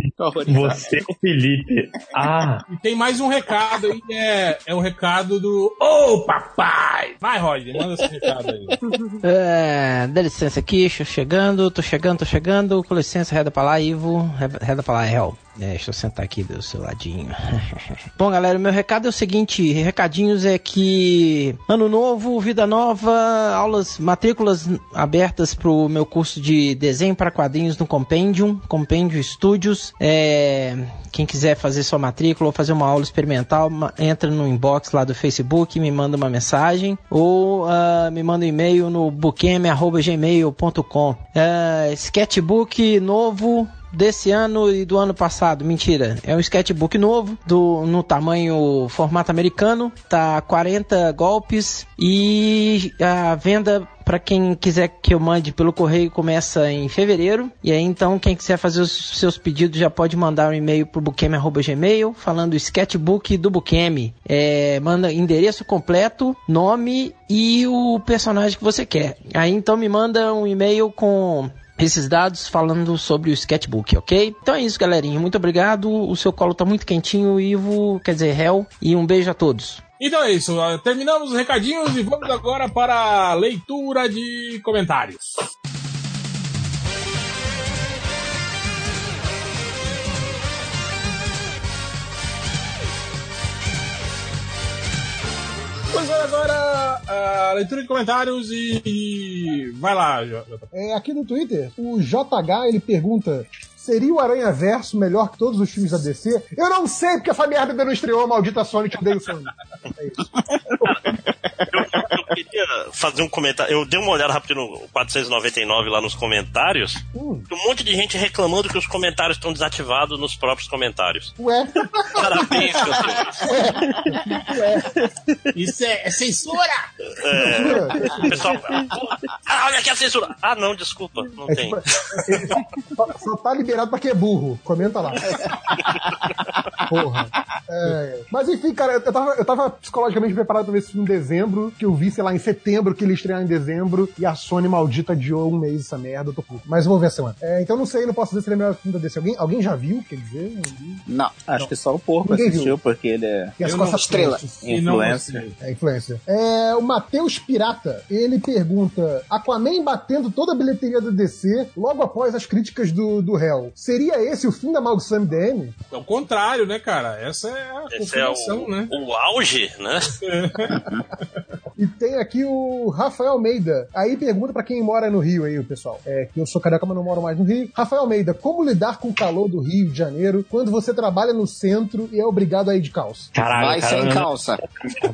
G: Você, é Felipe. Ah,
B: um. E tem mais um recado aí, que é, é o recado do Ô papai! Vai, Roger, manda esse recado aí.
O: *laughs* É, dá licença aqui, estou chegando, tô chegando, tô chegando. Com licença, reda pra lá, Ivo. Re- Reda pra lá, Hel. É, deixa eu sentar aqui do seu ladinho. *laughs* Bom, galera, meu recado é o seguinte: recadinhos é que ano novo, vida nova, aulas, matrículas abertas pro meu curso de desenho para quadrinhos no Compendium, Compendium Studios. É, quem quiser fazer sua matrícula ou fazer uma aula experimental, ma- entra no inbox lá do Facebook, me manda uma mensagem ou ah, me manda um e-mail no bookm@gmail.com. É, sketchbook novo desse ano e do ano passado. Mentira, é um sketchbook novo, do, no tamanho formato americano, tá 40 golpes e a venda para quem quiser que eu mande pelo correio começa em fevereiro. E aí então quem quiser fazer os seus pedidos já pode mandar um e-mail pro buqueme@gmail falando o sketchbook do Buqueme. É, manda endereço completo, nome e o personagem que você quer. Aí então me manda um e-mail com esses dados falando sobre o sketchbook, ok? Então é isso, galerinha. Muito obrigado. O seu colo tá muito quentinho, Ivo, quer dizer, réu. E um beijo a todos.
B: Então é isso, ó, terminamos os recadinhos e vamos agora para a leitura de comentários. Pois vai agora ah, a leitura de comentários e, e vai lá, Jota.
J: É, aqui no Twitter, o JH ele pergunta: seria o Aranha Verso melhor que todos os filmes da DC? Eu não sei, porque essa merda ainda não estreou, maldita Sony, te odeio Sony. É
K: Eu queria fazer um comentário. Eu dei uma olhada rápido no 499 lá nos comentários. Tem Um monte de gente reclamando que os comentários estão desativados nos próprios comentários.
J: Ué.
M: *laughs*
K: Parabéns,
B: Isso é, censura!
K: É, pessoal, ah, olha aqui a censura. Ah, não, desculpa, não
J: É
K: tem.
J: tipo, Só, só tá liberado pra quem é burro. Comenta lá. Porra. É. Mas enfim, cara, eu tava, eu tava psicologicamente preparado pra ver esse filme em dezembro, que eu vi, sei lá, em setembro, que ele ia estrear em dezembro, e a Sony maldita adiou um mês essa merda, eu tô puto. Mas eu vou ver a semana. É, então não sei, não posso dizer se ele é o melhor filme desse. Alguém, alguém já viu? Quer dizer?
M: Não, acho que só o porco
J: Ninguém
M: assistiu,
J: viu.
M: porque ele é
J: E as Eu costas não
M: estrela.
J: assisti. E não
M: Influencer.
J: É influência. É, o Matheus Pirata, ele pergunta: Aquaman batendo toda a bilheteria do DC logo após as críticas do, do réu. Seria esse o fim da maldição MDM?
B: É o contrário, né, cara? Essa é a
K: Esse é o,
B: confirmação, né?
K: o auge, né?
B: *laughs*
J: E tem aqui o Rafael Almeida. Aí pergunta pra quem mora no Rio aí, o pessoal. É que eu sou carioca, mas não moro mais no Rio. Rafael Almeida, como lidar com o calor do Rio de Janeiro quando você trabalha no centro e é obrigado a ir de calça?
G: Caralho,
N: Vai
G: cara,
N: sem
G: eu-
N: calça.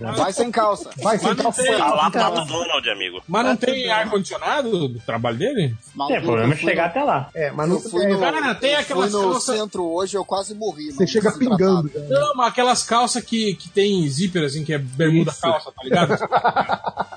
B: Ah,
N: Vai sem calça.
J: Vai sem
K: Mas não
J: calça.
K: tem a lata
J: Calça.
K: do Donald, amigo.
B: Mas não tem ar-condicionado do trabalho dele?
N: Maluco, problema é eu fui chegar no- até
G: lá.
J: É, mas
N: Eu
J: não
N: fui no,
B: Cara, tem
N: eu
B: aquelas
N: fui no
B: calças.
N: centro hoje, eu quase morri.
J: Você chega pingando. cara.
B: Não, mas aquelas calças que, que tem zíper, assim, que é bermuda calça, tá ligado?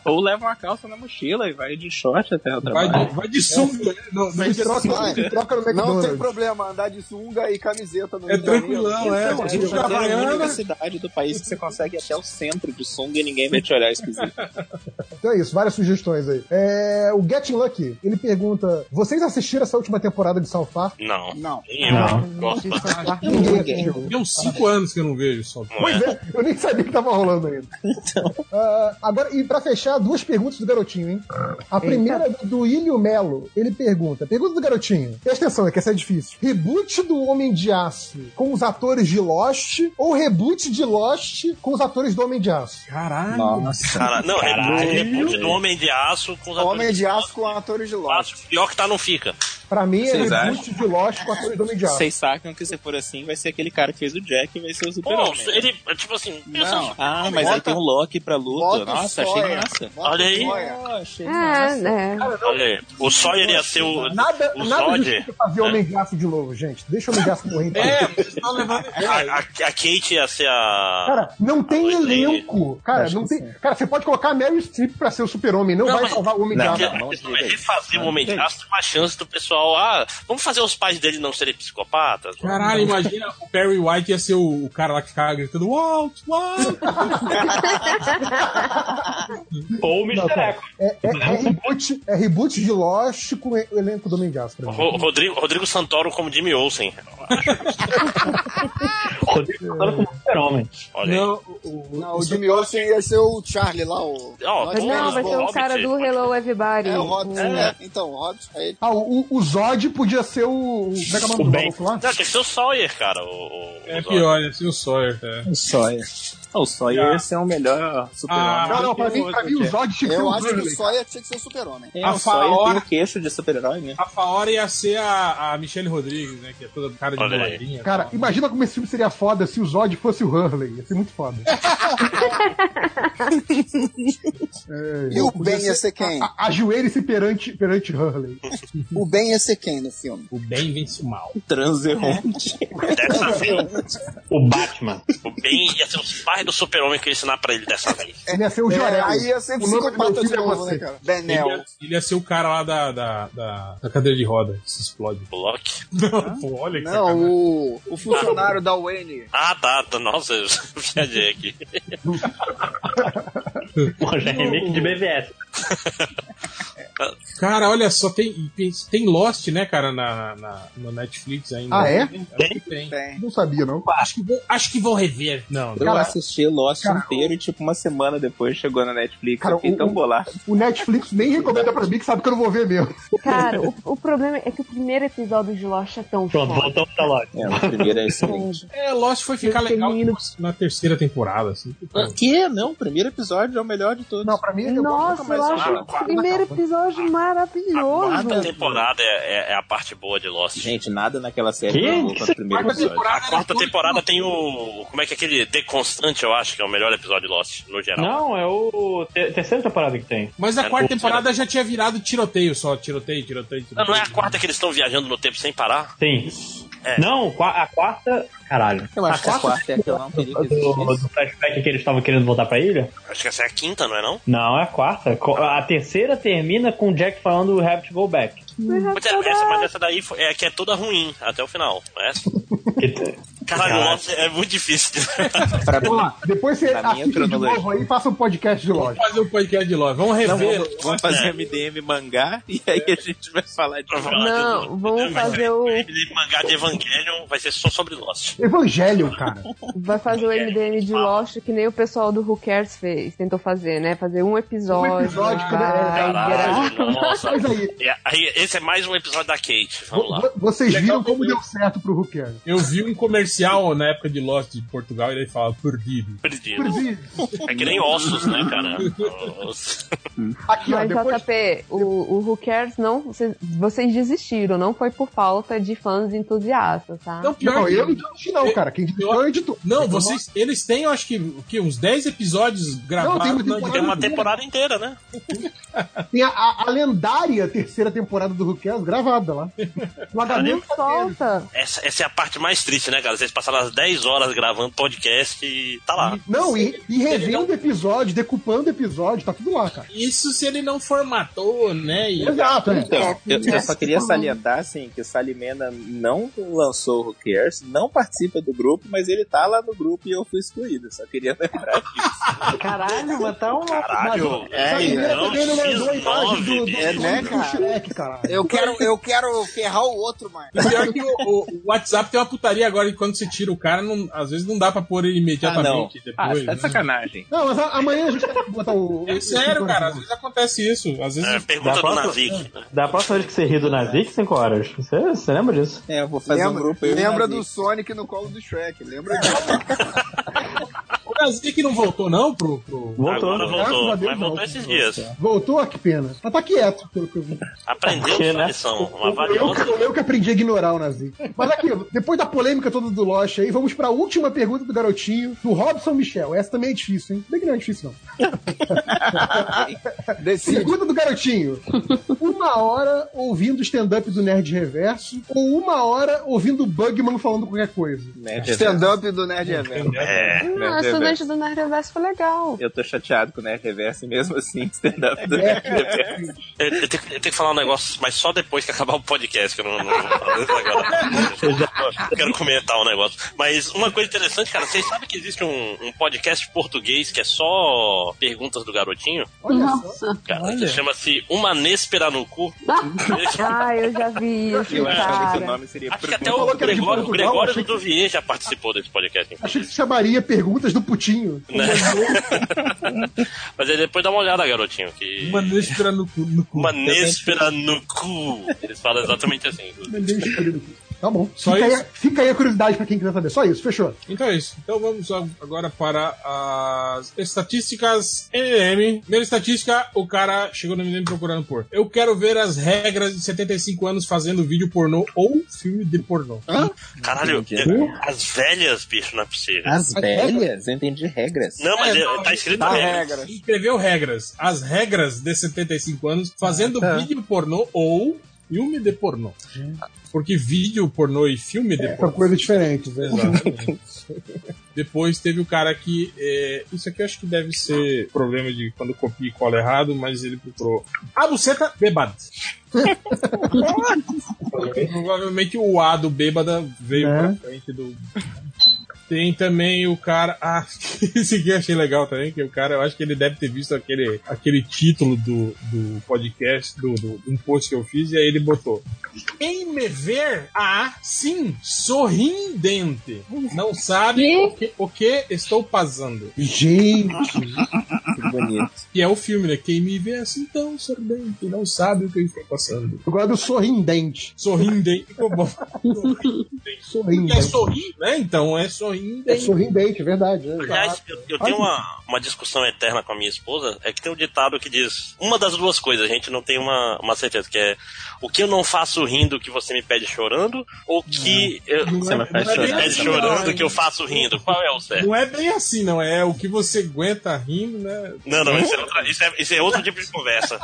M: Ou leva uma calça Tá na mochila e vai de short até o
B: Vai
M: trabalho.
B: de, vai de sunga, né? Não,
M: Vai de
J: troca-
M: sunga.
J: de troca no
N: Não tem
J: McDonald's.
N: problema andar de sunga e camiseta no
B: É
N: Rio de Janeiro.
B: tranquilão, é.
M: Então,
B: Tipo,
M: Rio de Janeiro é a
B: Havaiana.
M: única cidade do país que você consegue ir até o centro de sunga e ninguém vai te olhar esquisito.
J: Então é isso, várias sugestões aí. É, o Getting Lucky, ele pergunta: Vocês assistiram essa última temporada de South Park?
K: Não.
N: Não.
K: Eu
J: Não.
K: gosto bastante.
B: Tem uns 5 anos que eu não vejo só.
J: Pois é, eu nem sabia que tava rolando ainda. Ah, agora, e pra fechar, duas perguntas do garotinho, hein? A primeira é do Ilho Melo. Ele pergunta: Pergunta do garotinho. Presta atenção, é que essa é difícil. Reboot do Homem de Aço com os atores de Lost ou reboot de Lost com os atores do Homem de Aço?
B: Caralho.
K: Cara, não,
J: Caralho.
K: é reboot do Homem de Aço com os
N: Homem de aço com atores de loja.
K: Aço. Pior que tá, não fica.
J: Pra mim é
M: Vocês
J: reboot de Lost com atores do Homem de Aço.
M: Vocês sacam que se for assim, vai ser aquele cara que fez o Jack e vai ser o
K: Pô,
M: super-homem. né?
K: ele, tipo assim, pensa
M: Não.
K: só.
M: Ah, mas aí tem o Loki pra luta.
K: Bota o
M: Nossa, achei
K: Sawyer.
M: massa.
K: Bota Olha o aí. Sawyer.
M: Nossa.
I: É, né?
K: Olha aí, o Sawyer ia ser o.
J: Nada,
K: o
J: nada
K: Zod.
J: justifica fazer Homem de Aço de novo, gente. Deixa o Homem de Aço morrer. então.
K: A, a, a Kate ia ser a.
J: Cara, não é tem elenco. Cara, não tem. Cara, você pode colocar a Mary Streep pra ser o super-homem, não, vai salvar o homem de
K: não,
J: aço.
K: não, vai refazer o um Homem de Aço, tem uma chance do pessoal. Ah, vamos fazer os pais dele não serem psicopatas?
B: Caralho, imagina o Perry White ia ser o, o cara lá que ficava gritando Walt, Walt!
G: Ou o
J: Não,
G: Mr.
J: cara,
G: Echo.
J: é, é- é reboot, é reboot de Lost com o elenco do Homem de Aço. pra mim.
K: Ro- Rodrigo, Rodrigo Santoro como Jimmy Olsen.
G: *laughs* Rodrigo Santoro como super-homem.
K: Olha aí.
N: Não, o Jimmy Olsen ia ser o Charlie lá, o.
I: Mas não, vai ser o cara do Hello Everybody.
N: É o Hobbit,
I: O-
N: né? Então, o Hobbit é ele.
J: Ah, o, o Zod podia ser o. o- Como é que é o nome do maluco lá?
K: Não, tem que ser o Sawyer, cara. O, o-
B: É
K: o Zod.
B: pior, ia ser o Sawyer, cara.
M: O Um Sawyer. Ah, O Sawyer ia ser o melhor
B: Ah,
M: super-homem.
B: não, não,
J: pra mim- pra mim o Zod tinha que ser
N: Eu
J: o
N: acho que o
J: Hurley.
N: Sawyer tinha que ser o super-homem.
M: É,
B: A
M: o Sawyer tem
B: Faora-
M: o queixo de super-herói, né?
B: A Faora ia ser a, a Michelle Rodrigues, né? Que é toda cara de
M: Olha aí.
B: boladinha.
J: Cara, imagina como esse filme seria foda se o Zod fosse o Hurley. Ia ser muito
M: *laughs*
J: foda. É,
N: E o
J: podia
N: Ben ia ser quem?
J: a- Ajoelhe-se perante, perante Hurley.
N: O Ben ia ser quem no filme?
B: O bem vence o mal.
M: Transeunte.
N: *laughs*
K: Dessa vez,
G: É. O Batman.
K: o Ben ia ser os pais do super-homem que ia ensinar pra ele dessa vez.
J: Ele ia ser o
N: É,
J: Jorel.
N: aí ia ser
J: o nome do meu
N: psicopata de
J: filho *laughs* é
N: novo,
J: você.
N: né, cara?
B: Ele
N: Benel.
B: ia, ele ia ser o cara lá da, da, da, da cadeira de roda que se explode.
G: *laughs*
K: O Loki.
B: Não, pô, olha que
N: Não, o, o funcionário da Wayne.
K: Ah, tá, tá. Nossa, eu *laughs* viajei aqui.
B: *laughs*
G: Pô, já é remake de BVS.
B: Cara, olha só, tem, tem, tem Lost, né, cara, na, na, na Netflix ainda.
J: Ah, é?
B: Tem, tem.
J: Não sabia, não.
B: Acho que vou, acho que vou rever. Não,
M: Eu
J: Cara,
M: assisti Lost inteiro e, tipo, uma semana depois chegou na Netflix.
J: Cara,
M: eu fiquei
J: o-
M: tão bolado.
J: O Netflix nem recomenda pra mim que sabe que eu não vou ver mesmo.
I: Cara, o, o problema é que o primeiro episódio de Lost é
M: Tá
I: tão
G: Pronto,
I: foda.
G: voltamos pra Loki.
M: É, o primeiro é excelente.
B: É, Lost foi ficar legal na terceira temporada, assim.
M: Que? Não, o primeiro episódio é o melhor de todos.
J: Não, pra mim é eu
I: Nossa,
J: gosto
I: eu
J: mais
I: acho o primeiro episódio maravilhoso.
K: Quarta temporada é, é- é a parte boa de Lost.
M: Gente, nada naquela série
G: Que?
M: é bom quanto o primeiro
B: Quarta
M: episódio.
B: temporada
K: A quarta temporada tem o. Como é que é aquele The Constante, eu acho, que é o melhor episódio de Lost, no geral.
G: Não, é o te- terceira temporada que tem.
B: Mas a
K: É,
B: quarta
K: o-
B: temporada já tinha virado tiroteio só. Tiroteio, tiroteio,
K: Não,
B: tiroteio.
K: não é a quarta que eles estão viajando no tempo sem parar?
G: Sim. Não, qua- a quarta. Caralho.
M: Eu acho que a quarta é aquela não queria que
G: do,
M: existisse.
G: do flashback que eles estavam querendo voltar pra ilha?
K: Acho que essa é a quinta, não é não?
G: Não, é a quarta. Co- A terceira termina com o Jack falando We have to go back.
K: Pois é, essa, mas essa daí foi- é a que é toda ruim até o final, não é? Caralho, nossa, é muito difícil. *laughs*
J: Vamos lá, depois você
K: pra mim é
J: assiste de
K: cronologia.
J: novo aí e faça um podcast de loja.
B: fazer um podcast de lore. Vamos
M: Não,
B: rever.
M: vamos, vamos fazer MDM mangá e aí a gente vai falar de
I: Não, vamos fazer o.
K: Esse mangá de Evangelion vai ser só sobre Lost.
J: Evangelho, cara.
I: Vai fazer o MDM de Lost que nem o pessoal do Who Cares fez, tentou fazer, né? Fazer um episódio.
J: Um episódio,
I: vai, grava.
K: Caralho, nossa.
J: Mas aí-
K: E aí, esse é mais um episódio da Kate. Vamos lá.
J: Vo- Vocês viram como deu certo pro Hooker.
B: Eu vi um comercial na época de Lost de Portugal e ele falava perdido.
K: Perdido. É que nem ossos, né,
M: *laughs*
K: cara? Os-
J: Aqui,
I: Mas, JP, o, o Who Cares não. Vocês, vocês desistiram, não foi por falta de fãs entusiastas, tá?
B: Não, pior que-
J: eu não desisti não, cara. Quem desistiu é o editor.
B: Não, vocês, eles têm, eu acho que, o quê? uns 10 episódios gravados. né?
J: tem uma
B: na-
J: temporada
K: Tem uma temporada inteira, né?
J: Tem a, a- a lendária terceira temporada do Hooker gravada lá. No HD.
I: Solta!
K: Essa, essa é a parte mais triste, né, cara? Vocês passaram as 10 horas gravando podcast e tá
B: Ah.
K: lá.
J: Não, e, e revendo episódio, decupando episódio, tá tudo lá, cara.
B: Isso se ele não formatou, né? E...
J: Exato, é.
M: Então, eu, eu só queria salientar, assim, que o Salimena não lançou o Who Cares, não participa do grupo, mas ele tá lá no grupo e eu fui excluído. Só queria lembrar
G: Caralho, mas tá um.
K: Caralho.
M: É, então,
J: Só que ele tá também
K: tá
J: não mandou a imagem do, do,
K: É,
J: do-
K: né,
J: do
K: cara?
J: Shrek, caralho.
N: Eu quero, eu quero ferrar o outro, mano.
B: E pior que o, o- o WhatsApp tem uma putaria agora que quando você tira o cara, não- às vezes não dá pra pôr ele imediatamente
K: Ah,
B: depois.
K: tá
B: né?
M: sacanagem.
J: Não, mas a- amanhã a gente tem que botar o.
B: É sério, cara, às vezes acontece isso. Às vezes.
K: É, Pergunta do
G: próxima-
K: Nazik.
G: Da próxima vez que você ri do Nazik, 5 horas. Você, você lembra disso?
M: É, eu vou fazer um grupo. eu e o
N: lembra
M: Nazik.
N: do Sonic no colo do Shrek, lembra
K: É,
N: disso?
B: O Brasil que não voltou, não, pro. pro...
G: Voltou.
K: Agora
J: Graças a
K: voltou.
J: Deus,
K: Mas voltou
J: não.
K: esses dias.
J: Voltou, ah, que pena. Mas tá quieto, pelo que eu vi.
K: Aprendeu
G: Porque,
K: sua
G: né?
K: lição. Uma
J: Eu,
K: valiosa.
J: eu, eu que aprendi a ignorar o Nazi. Mas aqui, depois da polêmica toda do Loche aí, vamos pra última pergunta do garotinho, do Robson Michel. Essa também é difícil, hein? Bem que não é difícil, não. Pergunta do garotinho. Uma hora ouvindo stand-up do Nerd Reverso ou uma hora ouvindo o Bugman falando qualquer coisa?
M: Nerd é Reverso.
N: Stand-up do Nerd
J: *laughs*
N: Event.
M: É,
I: Não,
M: Nerd Reverso.
I: estudante do Nerd Reverso foi legal.
M: Eu tô chateado com o Nerd Reverso e mesmo assim, *laughs* stand-up do
J: É.
M: Nerd Reverso.
K: Eu, eu tenho, que- eu tenho que falar um negócio, mas só depois que acabar o podcast, que eu não, não vou falar isso agora. Eu quero comentar um negócio. Mas uma coisa interessante, cara, vocês sabem que existe um, um podcast português que é só perguntas do garotinho?
F: Nossa.
K: Cara, que chama-se Uma Nespera no Cu.
I: *laughs* Ah, eu já vi isso,
M: Eu achava que é o
I: cara.
M: nome seria
K: Acho que até
M: Pergunta-
K: o
J: falou que era de
K: Gregório,
J: Portugal,
K: Gregório
J: achei
K: do Duvier já participou desse podcast. inclusive.
J: Achei que se chamaria Perguntas do Putinho.
K: Né? *laughs*
M: Né?
K: Mas aí depois dá uma olhada, garotinho, que...
B: Uma nespera no cu. No cu.
K: Uma Nespera no Cu. Eles falam exatamente assim.
J: Tá bom.
B: Só
J: Fica aí,
B: isso?
J: fica aí a curiosidade pra quem quiser saber. Só isso, fechou.
B: Então é isso. Então vamos a- agora para as estatísticas MDM. Primeira estatística, o cara chegou no MDM procurando por. Eu quero ver as regras de 75 anos fazendo vídeo pornô ou filme de pornô.
K: Caralho,
M: Entendi. Uhum.
K: as velhas, bicho, não é possível.
M: As velhas? Eu entendi regras.
K: Não, mas
B: É,
K: é-
B: não,
K: tá escrito
N: A
K: regra.
N: regra.
B: Escreveu regras. As regras de 75 anos fazendo vídeo pornô ou filme de pornô. Porque vídeo pornô e filme de
J: É, São
B: pornô.
J: coisas diferentes. né? *laughs*
B: Exatamente. *laughs* Depois teve o cara que. é, isso aqui eu acho que deve ser problema de quando copia e cola errado, mas ele procurou. A buceta bêbada. Provavelmente o A do bêbada veio
J: É.
B: pra frente do. Tem também o cara. Ah, *laughs* esse aqui eu achei legal também, que o cara, eu acho que ele deve ter visto aquele, aquele título do, do podcast, do, do, de um post que eu fiz, e aí ele botou. Em me ver, ah, sim, sorridente. Não sabe o que, o que estou passando.
J: Gente,
M: Que bonito.
B: Que é o filme, né? Quem me vê assim tão sorridente, não sabe o que eu estou passando.
J: eu gosto do sorrindente.
B: Sorridente, ficou bom. Porque é
J: Sorrindente.
B: sorrir, né? Então é sorridente.
J: É sorrindente, é verdade. é.
K: Aliás, eu, eu tenho uma, uma discussão eterna com a minha esposa, é que tem um ditado que diz uma das duas coisas, a gente não tem uma, uma certeza, que é o que eu não faço rindo que você me pede chorando, ou que eu,
M: Você não faz
B: não é
K: você me
B: bem
M: chorar.
K: pede
B: assim,
M: também.
B: não.
K: chorando que eu faço rindo. Qual é o certo?
B: Não é bem assim, não. É o que você aguenta rindo, né?
K: Não, não, isso é, outra- isso é- isso é outro tipo de conversa.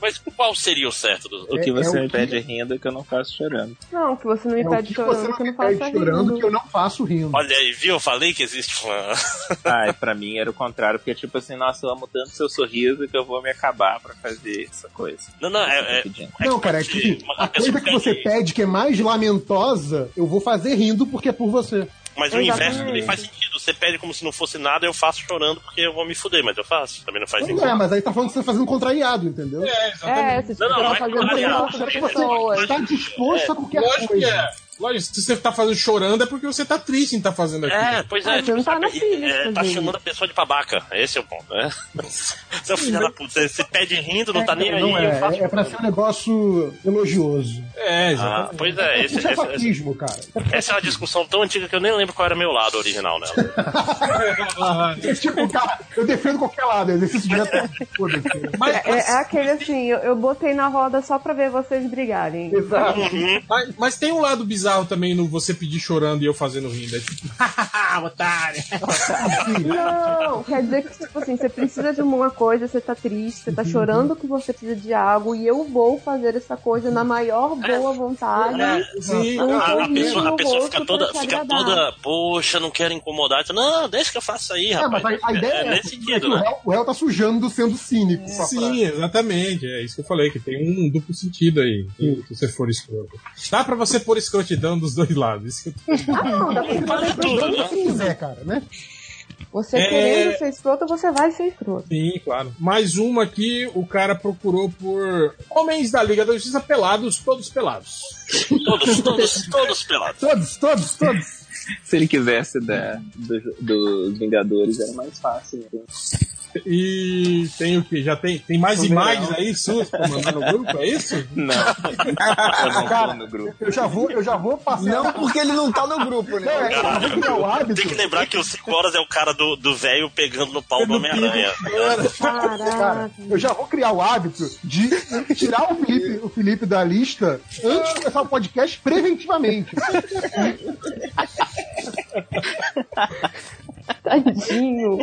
K: Mas qual seria o certo? Do...
M: O que você me pede rindo é que eu não faço chorando.
I: Não, que você não me
J: É, o
I: pede
J: que
I: chorando,
J: você não
I: que eu não
J: me
I: faço
J: pede chorando,
I: rindo.
J: que eu não faço rindo.
K: Olha aí, viu? Eu falei que existe uma.
M: *laughs* Ai, pra mim era o contrário, porque tipo assim, nossa, eu amo tanto seu sorriso que eu vou me acabar pra fazer essa coisa.
K: Não, não, é.
J: Não, cara, é que assim, a coisa que você pede que é mais lamentosa, eu vou fazer rindo porque é por você.
K: Mas o inverso também faz sentido. Você pede como se não fosse nada, eu faço chorando porque eu vou me fuder, mas eu faço. Também não faz
J: Não
K: sentido.
J: é, mas aí tá falando que você tá fazendo contrariado, entendeu? É,
I: É, você
K: Não, não, não é contrariado. assim,
J: Você tá disposto a qualquer
B: Lógico que
J: coisa.
B: é. Lógico, se você tá fazendo chorando é porque você tá triste em estar fazendo aquilo.
K: É, pois
J: Ah,
K: é. tipo, sabe, é, tá chamando a pessoa de babaca. Esse é o ponto, né? Seu filho da puta, você se pede rindo, não tá nem aí.
J: Não
K: eu
J: é,
K: faço.
J: é, é pra ser um negócio elogioso.
B: É,
K: Ah, pois é, esse,
J: Isso é
K: esse-
J: faquismo, cara.
K: esse- essa é uma discussão tão antiga que eu nem lembro qual era meu lado original nela.
J: É tipo, cara, eu defendo qualquer lado, exercício direto. é foda, cara.
I: É, é aquele assim, eu, eu botei na roda só pra ver vocês brigarem.
B: Uhum. Mas, mas tem um lado bizarro também no você pedir chorando e eu fazendo rindo. É tipo, *laughs* hahaha, otário.
K: é
I: Não, quer dizer que, tipo assim, você precisa de alguma coisa, você tá triste,
J: Uhum.
I: você tá chorando que você precisa de algo e eu vou fazer essa coisa na maior boa vontade.
K: É,
I: Um
K: a, a
I: sorriso
K: pessoa, a
I: no
K: pessoa
I: rosto
K: fica
I: pra
K: toda,
I: te
K: fica
I: agradar.
K: toda, poxa, não quero incomodar. Então, Não, não, deixa que eu faça aí,
J: É,
K: rapaz.
J: mas a, a ideia é,
K: é, nesse
J: essa,
K: sentido,
J: que o
K: né?
J: réu, o réu tá sujando sendo cínico. com a frase.
B: Sim, exatamente. É isso que eu falei, que tem um duplo sentido aí, se você for escroto. Dá pra você pôr escrotidão dos dois lados. Isso que eu tô
I: Ah, não, dá pra você fazer tudo,
J: Se quiser, cara, né?
I: Você
B: É.
I: querendo ser escroto, você vai ser escroto.
B: Sim, claro. Mais uma aqui, o cara procurou por homens da Liga da Justiça pelados, todos pelados.
K: Todos, todos, todos pelados.
J: Todos, todos, todos.
M: Se ele quisesse da, do- dos Vingadores, era mais fácil.
J: *laughs*
M: né?
B: E tem o que? Já tem, tem mais
M: Não,
B: imagens
M: não.
B: aí suas pra mandar no grupo, é isso? *laughs*
M: Não. Eu não tô no grupo.
J: Eu já vou, eu já vou passar.
D: Não, porque ele não tá no grupo, né?
J: É, eu vou criar o hábito.
K: Tem que lembrar que o 5 horas é o cara do do velho pegando no pau do Homem-Aranha.
J: Cara, eu já vou criar o hábito de tirar o Felipe, o Felipe da lista antes de começar o podcast preventivamente.
I: Tadinho.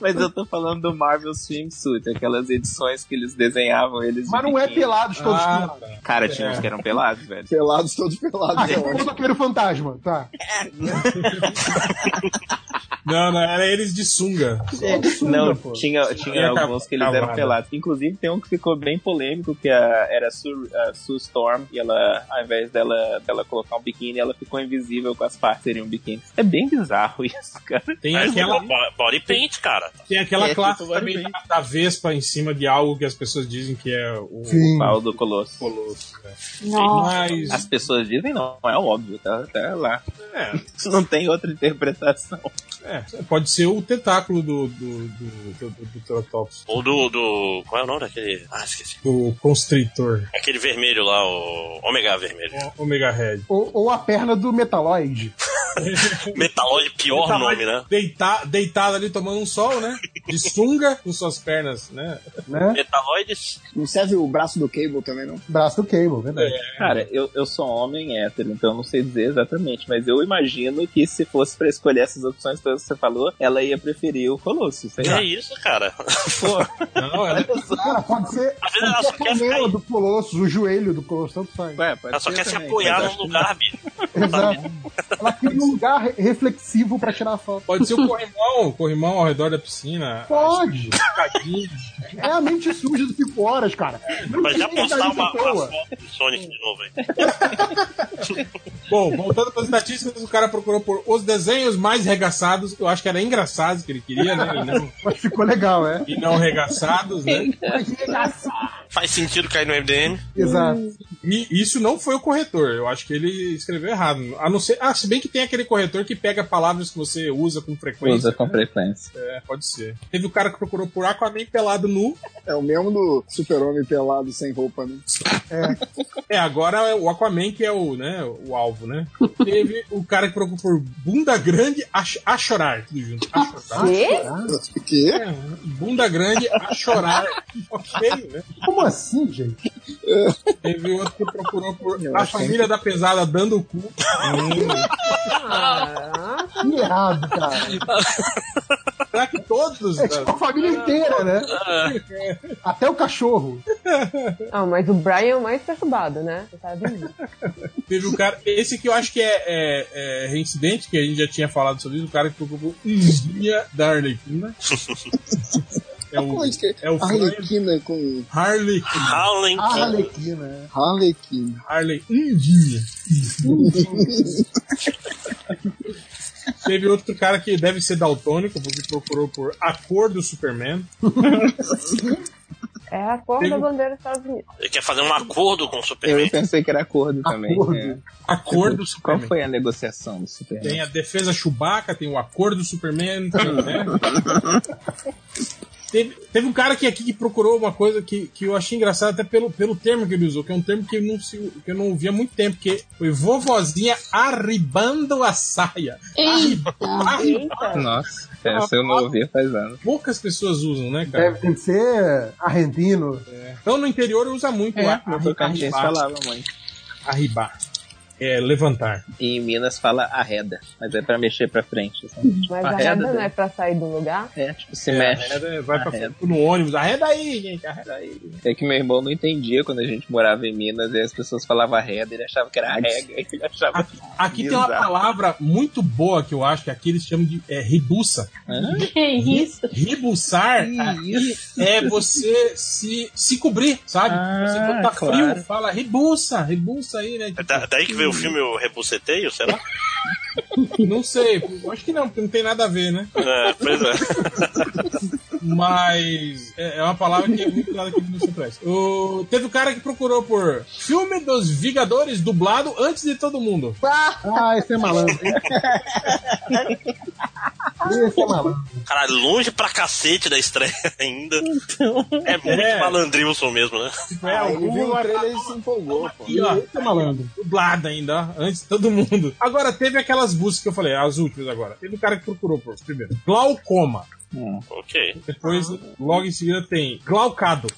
M: Mas eu tô falando do Marvel Swimsuit, aquelas edições que eles desenhavam eles.
J: Mas não é pelados todos
M: Ah,
J: pelados.
B: tá.
M: Cara,
B: É.
M: tinha uns que eram pelados, velho.
D: Pelados, todos pelados.
J: Ah, que é o motoqueiro fantasma, tá.
B: Não, não, era eles de
J: É,
B: É, sunga.
M: Não,
B: pô.
M: tinha, tinha
B: Sunga
M: alguns que eles eram
B: cavada.
M: pelados. Inclusive, tem um que ficou bem polêmico, que a- era a Sue, a Sue Storm, e ela, ao invés dela, dela colocar um biquíni, ela ficou invisível com as partes seriam um biquíni. É bem bizarro *laughs* isso, cara.
B: Tem
K: Mas
B: aquela-
K: É bo- Body paint, cara.
B: Tem aquela
M: É,
B: classe
M: tipo,
B: também da, da Vespa em cima de algo que as pessoas dizem que é o
M: O pau do Colosso.
B: Colosso, cara.
F: Nossa.
B: Mas-
M: As pessoas dizem não, é óbvio, tá, tá lá.
B: É.
M: *laughs* Não tem outra interpretação.
B: É, pode ser o tentáculo do, do, do, do, do, do Triceratops,
K: Ou do, do. Qual é o nome daquele. Ah, esqueci.
B: do Constrictor,
K: Aquele vermelho lá, o. Ômega vermelho. *laughs*
B: Omega Red.
J: Ou, ou a perna do Metaloid.
K: Metaloid, pior
B: Tá mais
K: nome, né?
B: Deita, deitado ali tomando um sol, né? De sunga com suas pernas, né?
K: Metaloides.
D: Não serve o braço do Cable também, não?
J: Braço do Cable, verdade.
B: É.
M: Cara, eu, eu sou um homem hétero, então eu não sei dizer exatamente, mas eu imagino que se fosse pra escolher essas opções todas que você falou, ela ia preferir o Colosso, sei
K: Que
M: *laughs* lá.
K: é isso, cara?
B: Não, ela...
J: Cara, pode ser, pode ser a canela do Colosso, o joelho do Colosso, tanto faz.
M: Ué, pode
K: Ela tá só
M: ser
K: quer se
M: também,
K: apoiar
M: mas
K: num lugar, bicho.
J: Exato. Ela cria um lugar re- reflexivo pra tirar a foto.
B: *laughs* Pode ser o corrimão, o corrimão ao redor da piscina.
J: Pode!
B: Cadinho.
J: É a mente suja do 5 horas, cara. Não
K: Mas já
J: tem essa
K: postar uma,
J: pessoa.
K: uma foto do Sonic de novo aí.
B: Bom, voltando para as estatísticas, o cara procurou por os desenhos mais regaçados. Eu acho que era engraçados que ele queria, né? E não,
J: Mas *laughs* ficou legal, é.
B: e não regaçados, né?
K: Faz sentido cair no MDM?
J: Exato.
B: E isso não foi o corretor. Eu acho que ele escreveu errado. A não ser. Ah, se bem que tem aquele corretor que pega palavras que você usa com frequência.
M: Usa com frequência.
B: É, pode ser. Teve o cara que procurou por Aquaman pelado nu.
D: É o mesmo do super-homem pelado sem roupa, né?
B: É, agora é o Aquaman que é o, né, o alvo, né? Teve o cara que procurou por bunda grande a, ch- a chorar. Tudo junto. A chorar.
D: Que?
B: É, bunda grande a chorar. ok, né?
J: Como assim, gente?
B: Teve outro que procurou por
D: Eu
B: a
D: achei
B: família da pesada dando o cu.
J: Que errado, cara.
B: Será que todos?
J: É tipo a família inteira, né? Até o cachorro.
H: Ah, mas o Brian é o mais perturbado, né? Você sabe?
B: Teve um cara, esse que eu acho que é, é- é reincidente, que a gente já tinha falado sobre isso, o cara que colocou Ismia da Arlequina. É o, é o
N: Arlequina com.
B: Harley.
K: Harley.
J: Arlequina.
N: Arlequina.
B: Harley. um Indinha. Teve outro cara que deve ser daltônico, porque procurou por A Cor do Superman.
H: É a cor
B: Tem-
H: da bandeira dos Estados Unidos.
K: Ele quer fazer um acordo com o Superman.
M: Eu pensei que era acordo também.
K: Acordo.
M: É.
B: Acordo
M: Qual
B: Superman.
M: foi a negociação do Superman?
B: Tem a defesa Chewbacca, tem o acordo do Superman. tem, né? teve, teve um cara que aqui que procurou uma coisa que, que eu achei engraçado até pelo, pelo termo que ele usou, que é um termo que eu não, se, que eu não ouvi há muito tempo, que foi vovozinha arribando a saia. Eita,
M: Nossa, essa eu não ouvi faz anos.
B: Poucas pessoas usam, né, cara?
J: Deve tem que ser argentino.
B: Então no interior usa muito
M: É,
B: lá.
M: no Tocantins falava muito.
B: Arribar. É, levantar.
M: E em Minas fala arreda, mas é pra mexer pra frente.
H: Mas a
M: Arreda,
H: renda não é
M: né?
H: pra sair do lugar?
M: É, tipo, se
B: É,
M: mexe. Ah,
B: arreda, vai pra
M: Arreda.
B: frente no ônibus. Arreda aí, gente, arreda
H: *laughs*
B: aí.
M: É que meu irmão não entendia quando a gente morava em Minas e as pessoas falavam arreda, ele achava que era arrega. *laughs* Ele achava que
B: Aqui tem uma
M: Exato.
B: palavra muito boa que eu acho que aqui eles chamam de é, ribuça.
F: Que isso?
B: Ribuçar aqui é você se, se cobrir, sabe? você quando tá
K: claro.
B: frio, fala ribuça, ribuça aí, né?
K: É da- daí que veio o filme O Rebuceteio, sei lá?
B: Não sei, eu acho que não, porque não tem nada a ver, né?
K: É, pois é.
B: Mas é é uma palavra que é muito clara aqui no Supress. O... Teve um cara que procurou por filme dos Vingadores dublado antes de todo mundo.
J: Ah, esse é malandro. esse é malandro.
K: Caralho, longe pra cacete da estreia ainda.
B: *laughs*
K: É muito
B: É.
K: malandrilson mesmo, né?
B: É, ele viu o trailer e se empolgou, pô. Aqui, ó, dublado ainda, ó, antes de todo mundo. Agora, teve aquelas buscas que eu falei, as últimas agora. Teve o cara que procurou, pô, primeiro. Glaucoma.
K: Ok.
B: Depois, logo em seguida, tem Glaucado.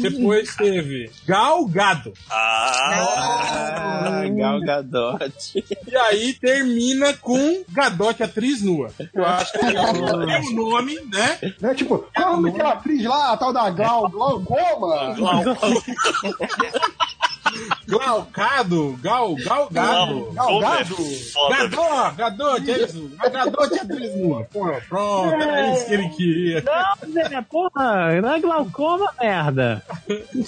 B: Depois teve Galgado.
M: Ah, Gal Gadot.
B: E aí termina com Gadote, atriz nua. Eu acho que é o é o nome, né?
J: Né? Tipo, qual é o nome daquela atriz lá, a tal da Glau, Glaucoma?
B: Glaucado, Gal, Galgado.
J: Galgado.
P: é
B: Gadó, Gadó, Gadó de atriz nua. é Pô, Pronto, era isso que ele queria.
P: Não, Zé, porra, não é glaucoma, merda.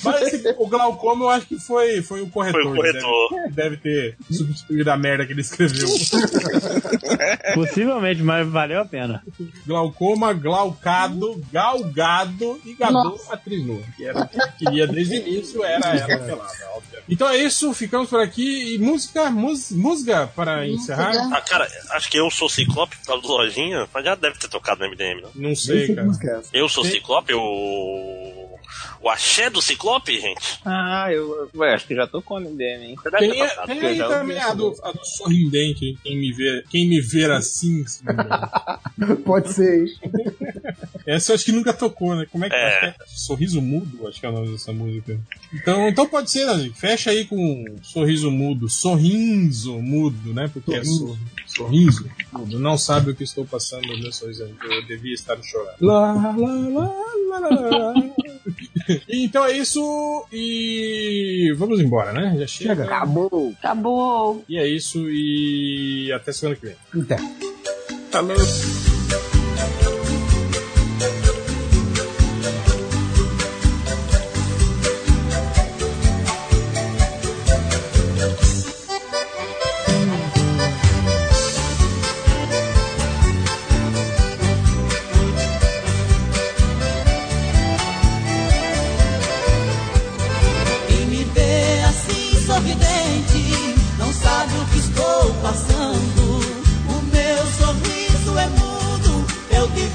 B: Mas esse- o glaucoma eu acho que foi, foi o corretor.
P: Foi o corretor.
B: Deve, deve ter substituído a merda que ele escreveu.
P: *laughs* Possivelmente, mas valeu a pena.
B: Glaucoma, glaucado, galgado e gadô atriz nua. Que era o que ele queria desde o início, era ela pelada, óbvio. Então é isso, ficamos por aqui. E música, mus- música para encerrar.
K: Ah, cara, acho que eu sou ciclope por causa do lojinha, mas já deve ter tocado no MDM, não?
B: Não sei, cara.
K: Eu sou ciclope, o. O axé do ciclope, gente?
M: Ah, eu, eu acho que já tô com o MDM, hein?
B: Tem, tem aí
M: é um
B: também a do, a do sorridente, quem me ver, quem me ver assim. assim.
J: *laughs* Pode ser, hein?
B: Essa eu acho que nunca tocou, né? Como é que
K: É.
B: é? Sorriso Mudo, acho que é o nome dessa música. Então, então pode ser, Nazi. Fecha aí com Sorriso Mudo, Sorriso Mudo, né? Porque é
A: Sorriso.
B: sor- sorriso mudo. Não sabe o que estou passando, meu sorriso. Eu devia estar chorando. Lá, lá, Ah, lá, lá, lá. então é isso e vamos embora, né? Já chega.
J: Acabou.
F: Acabou.
B: E é isso e até semana que vem.
J: Até.
B: Falou.
A: Quem me vê assim sorridente não sabe o que estou passando. O meu sorriso é mudo, eu que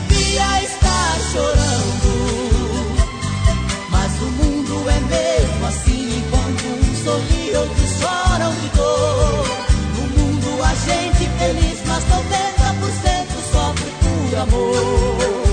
A: é assim
M: amor. assim é é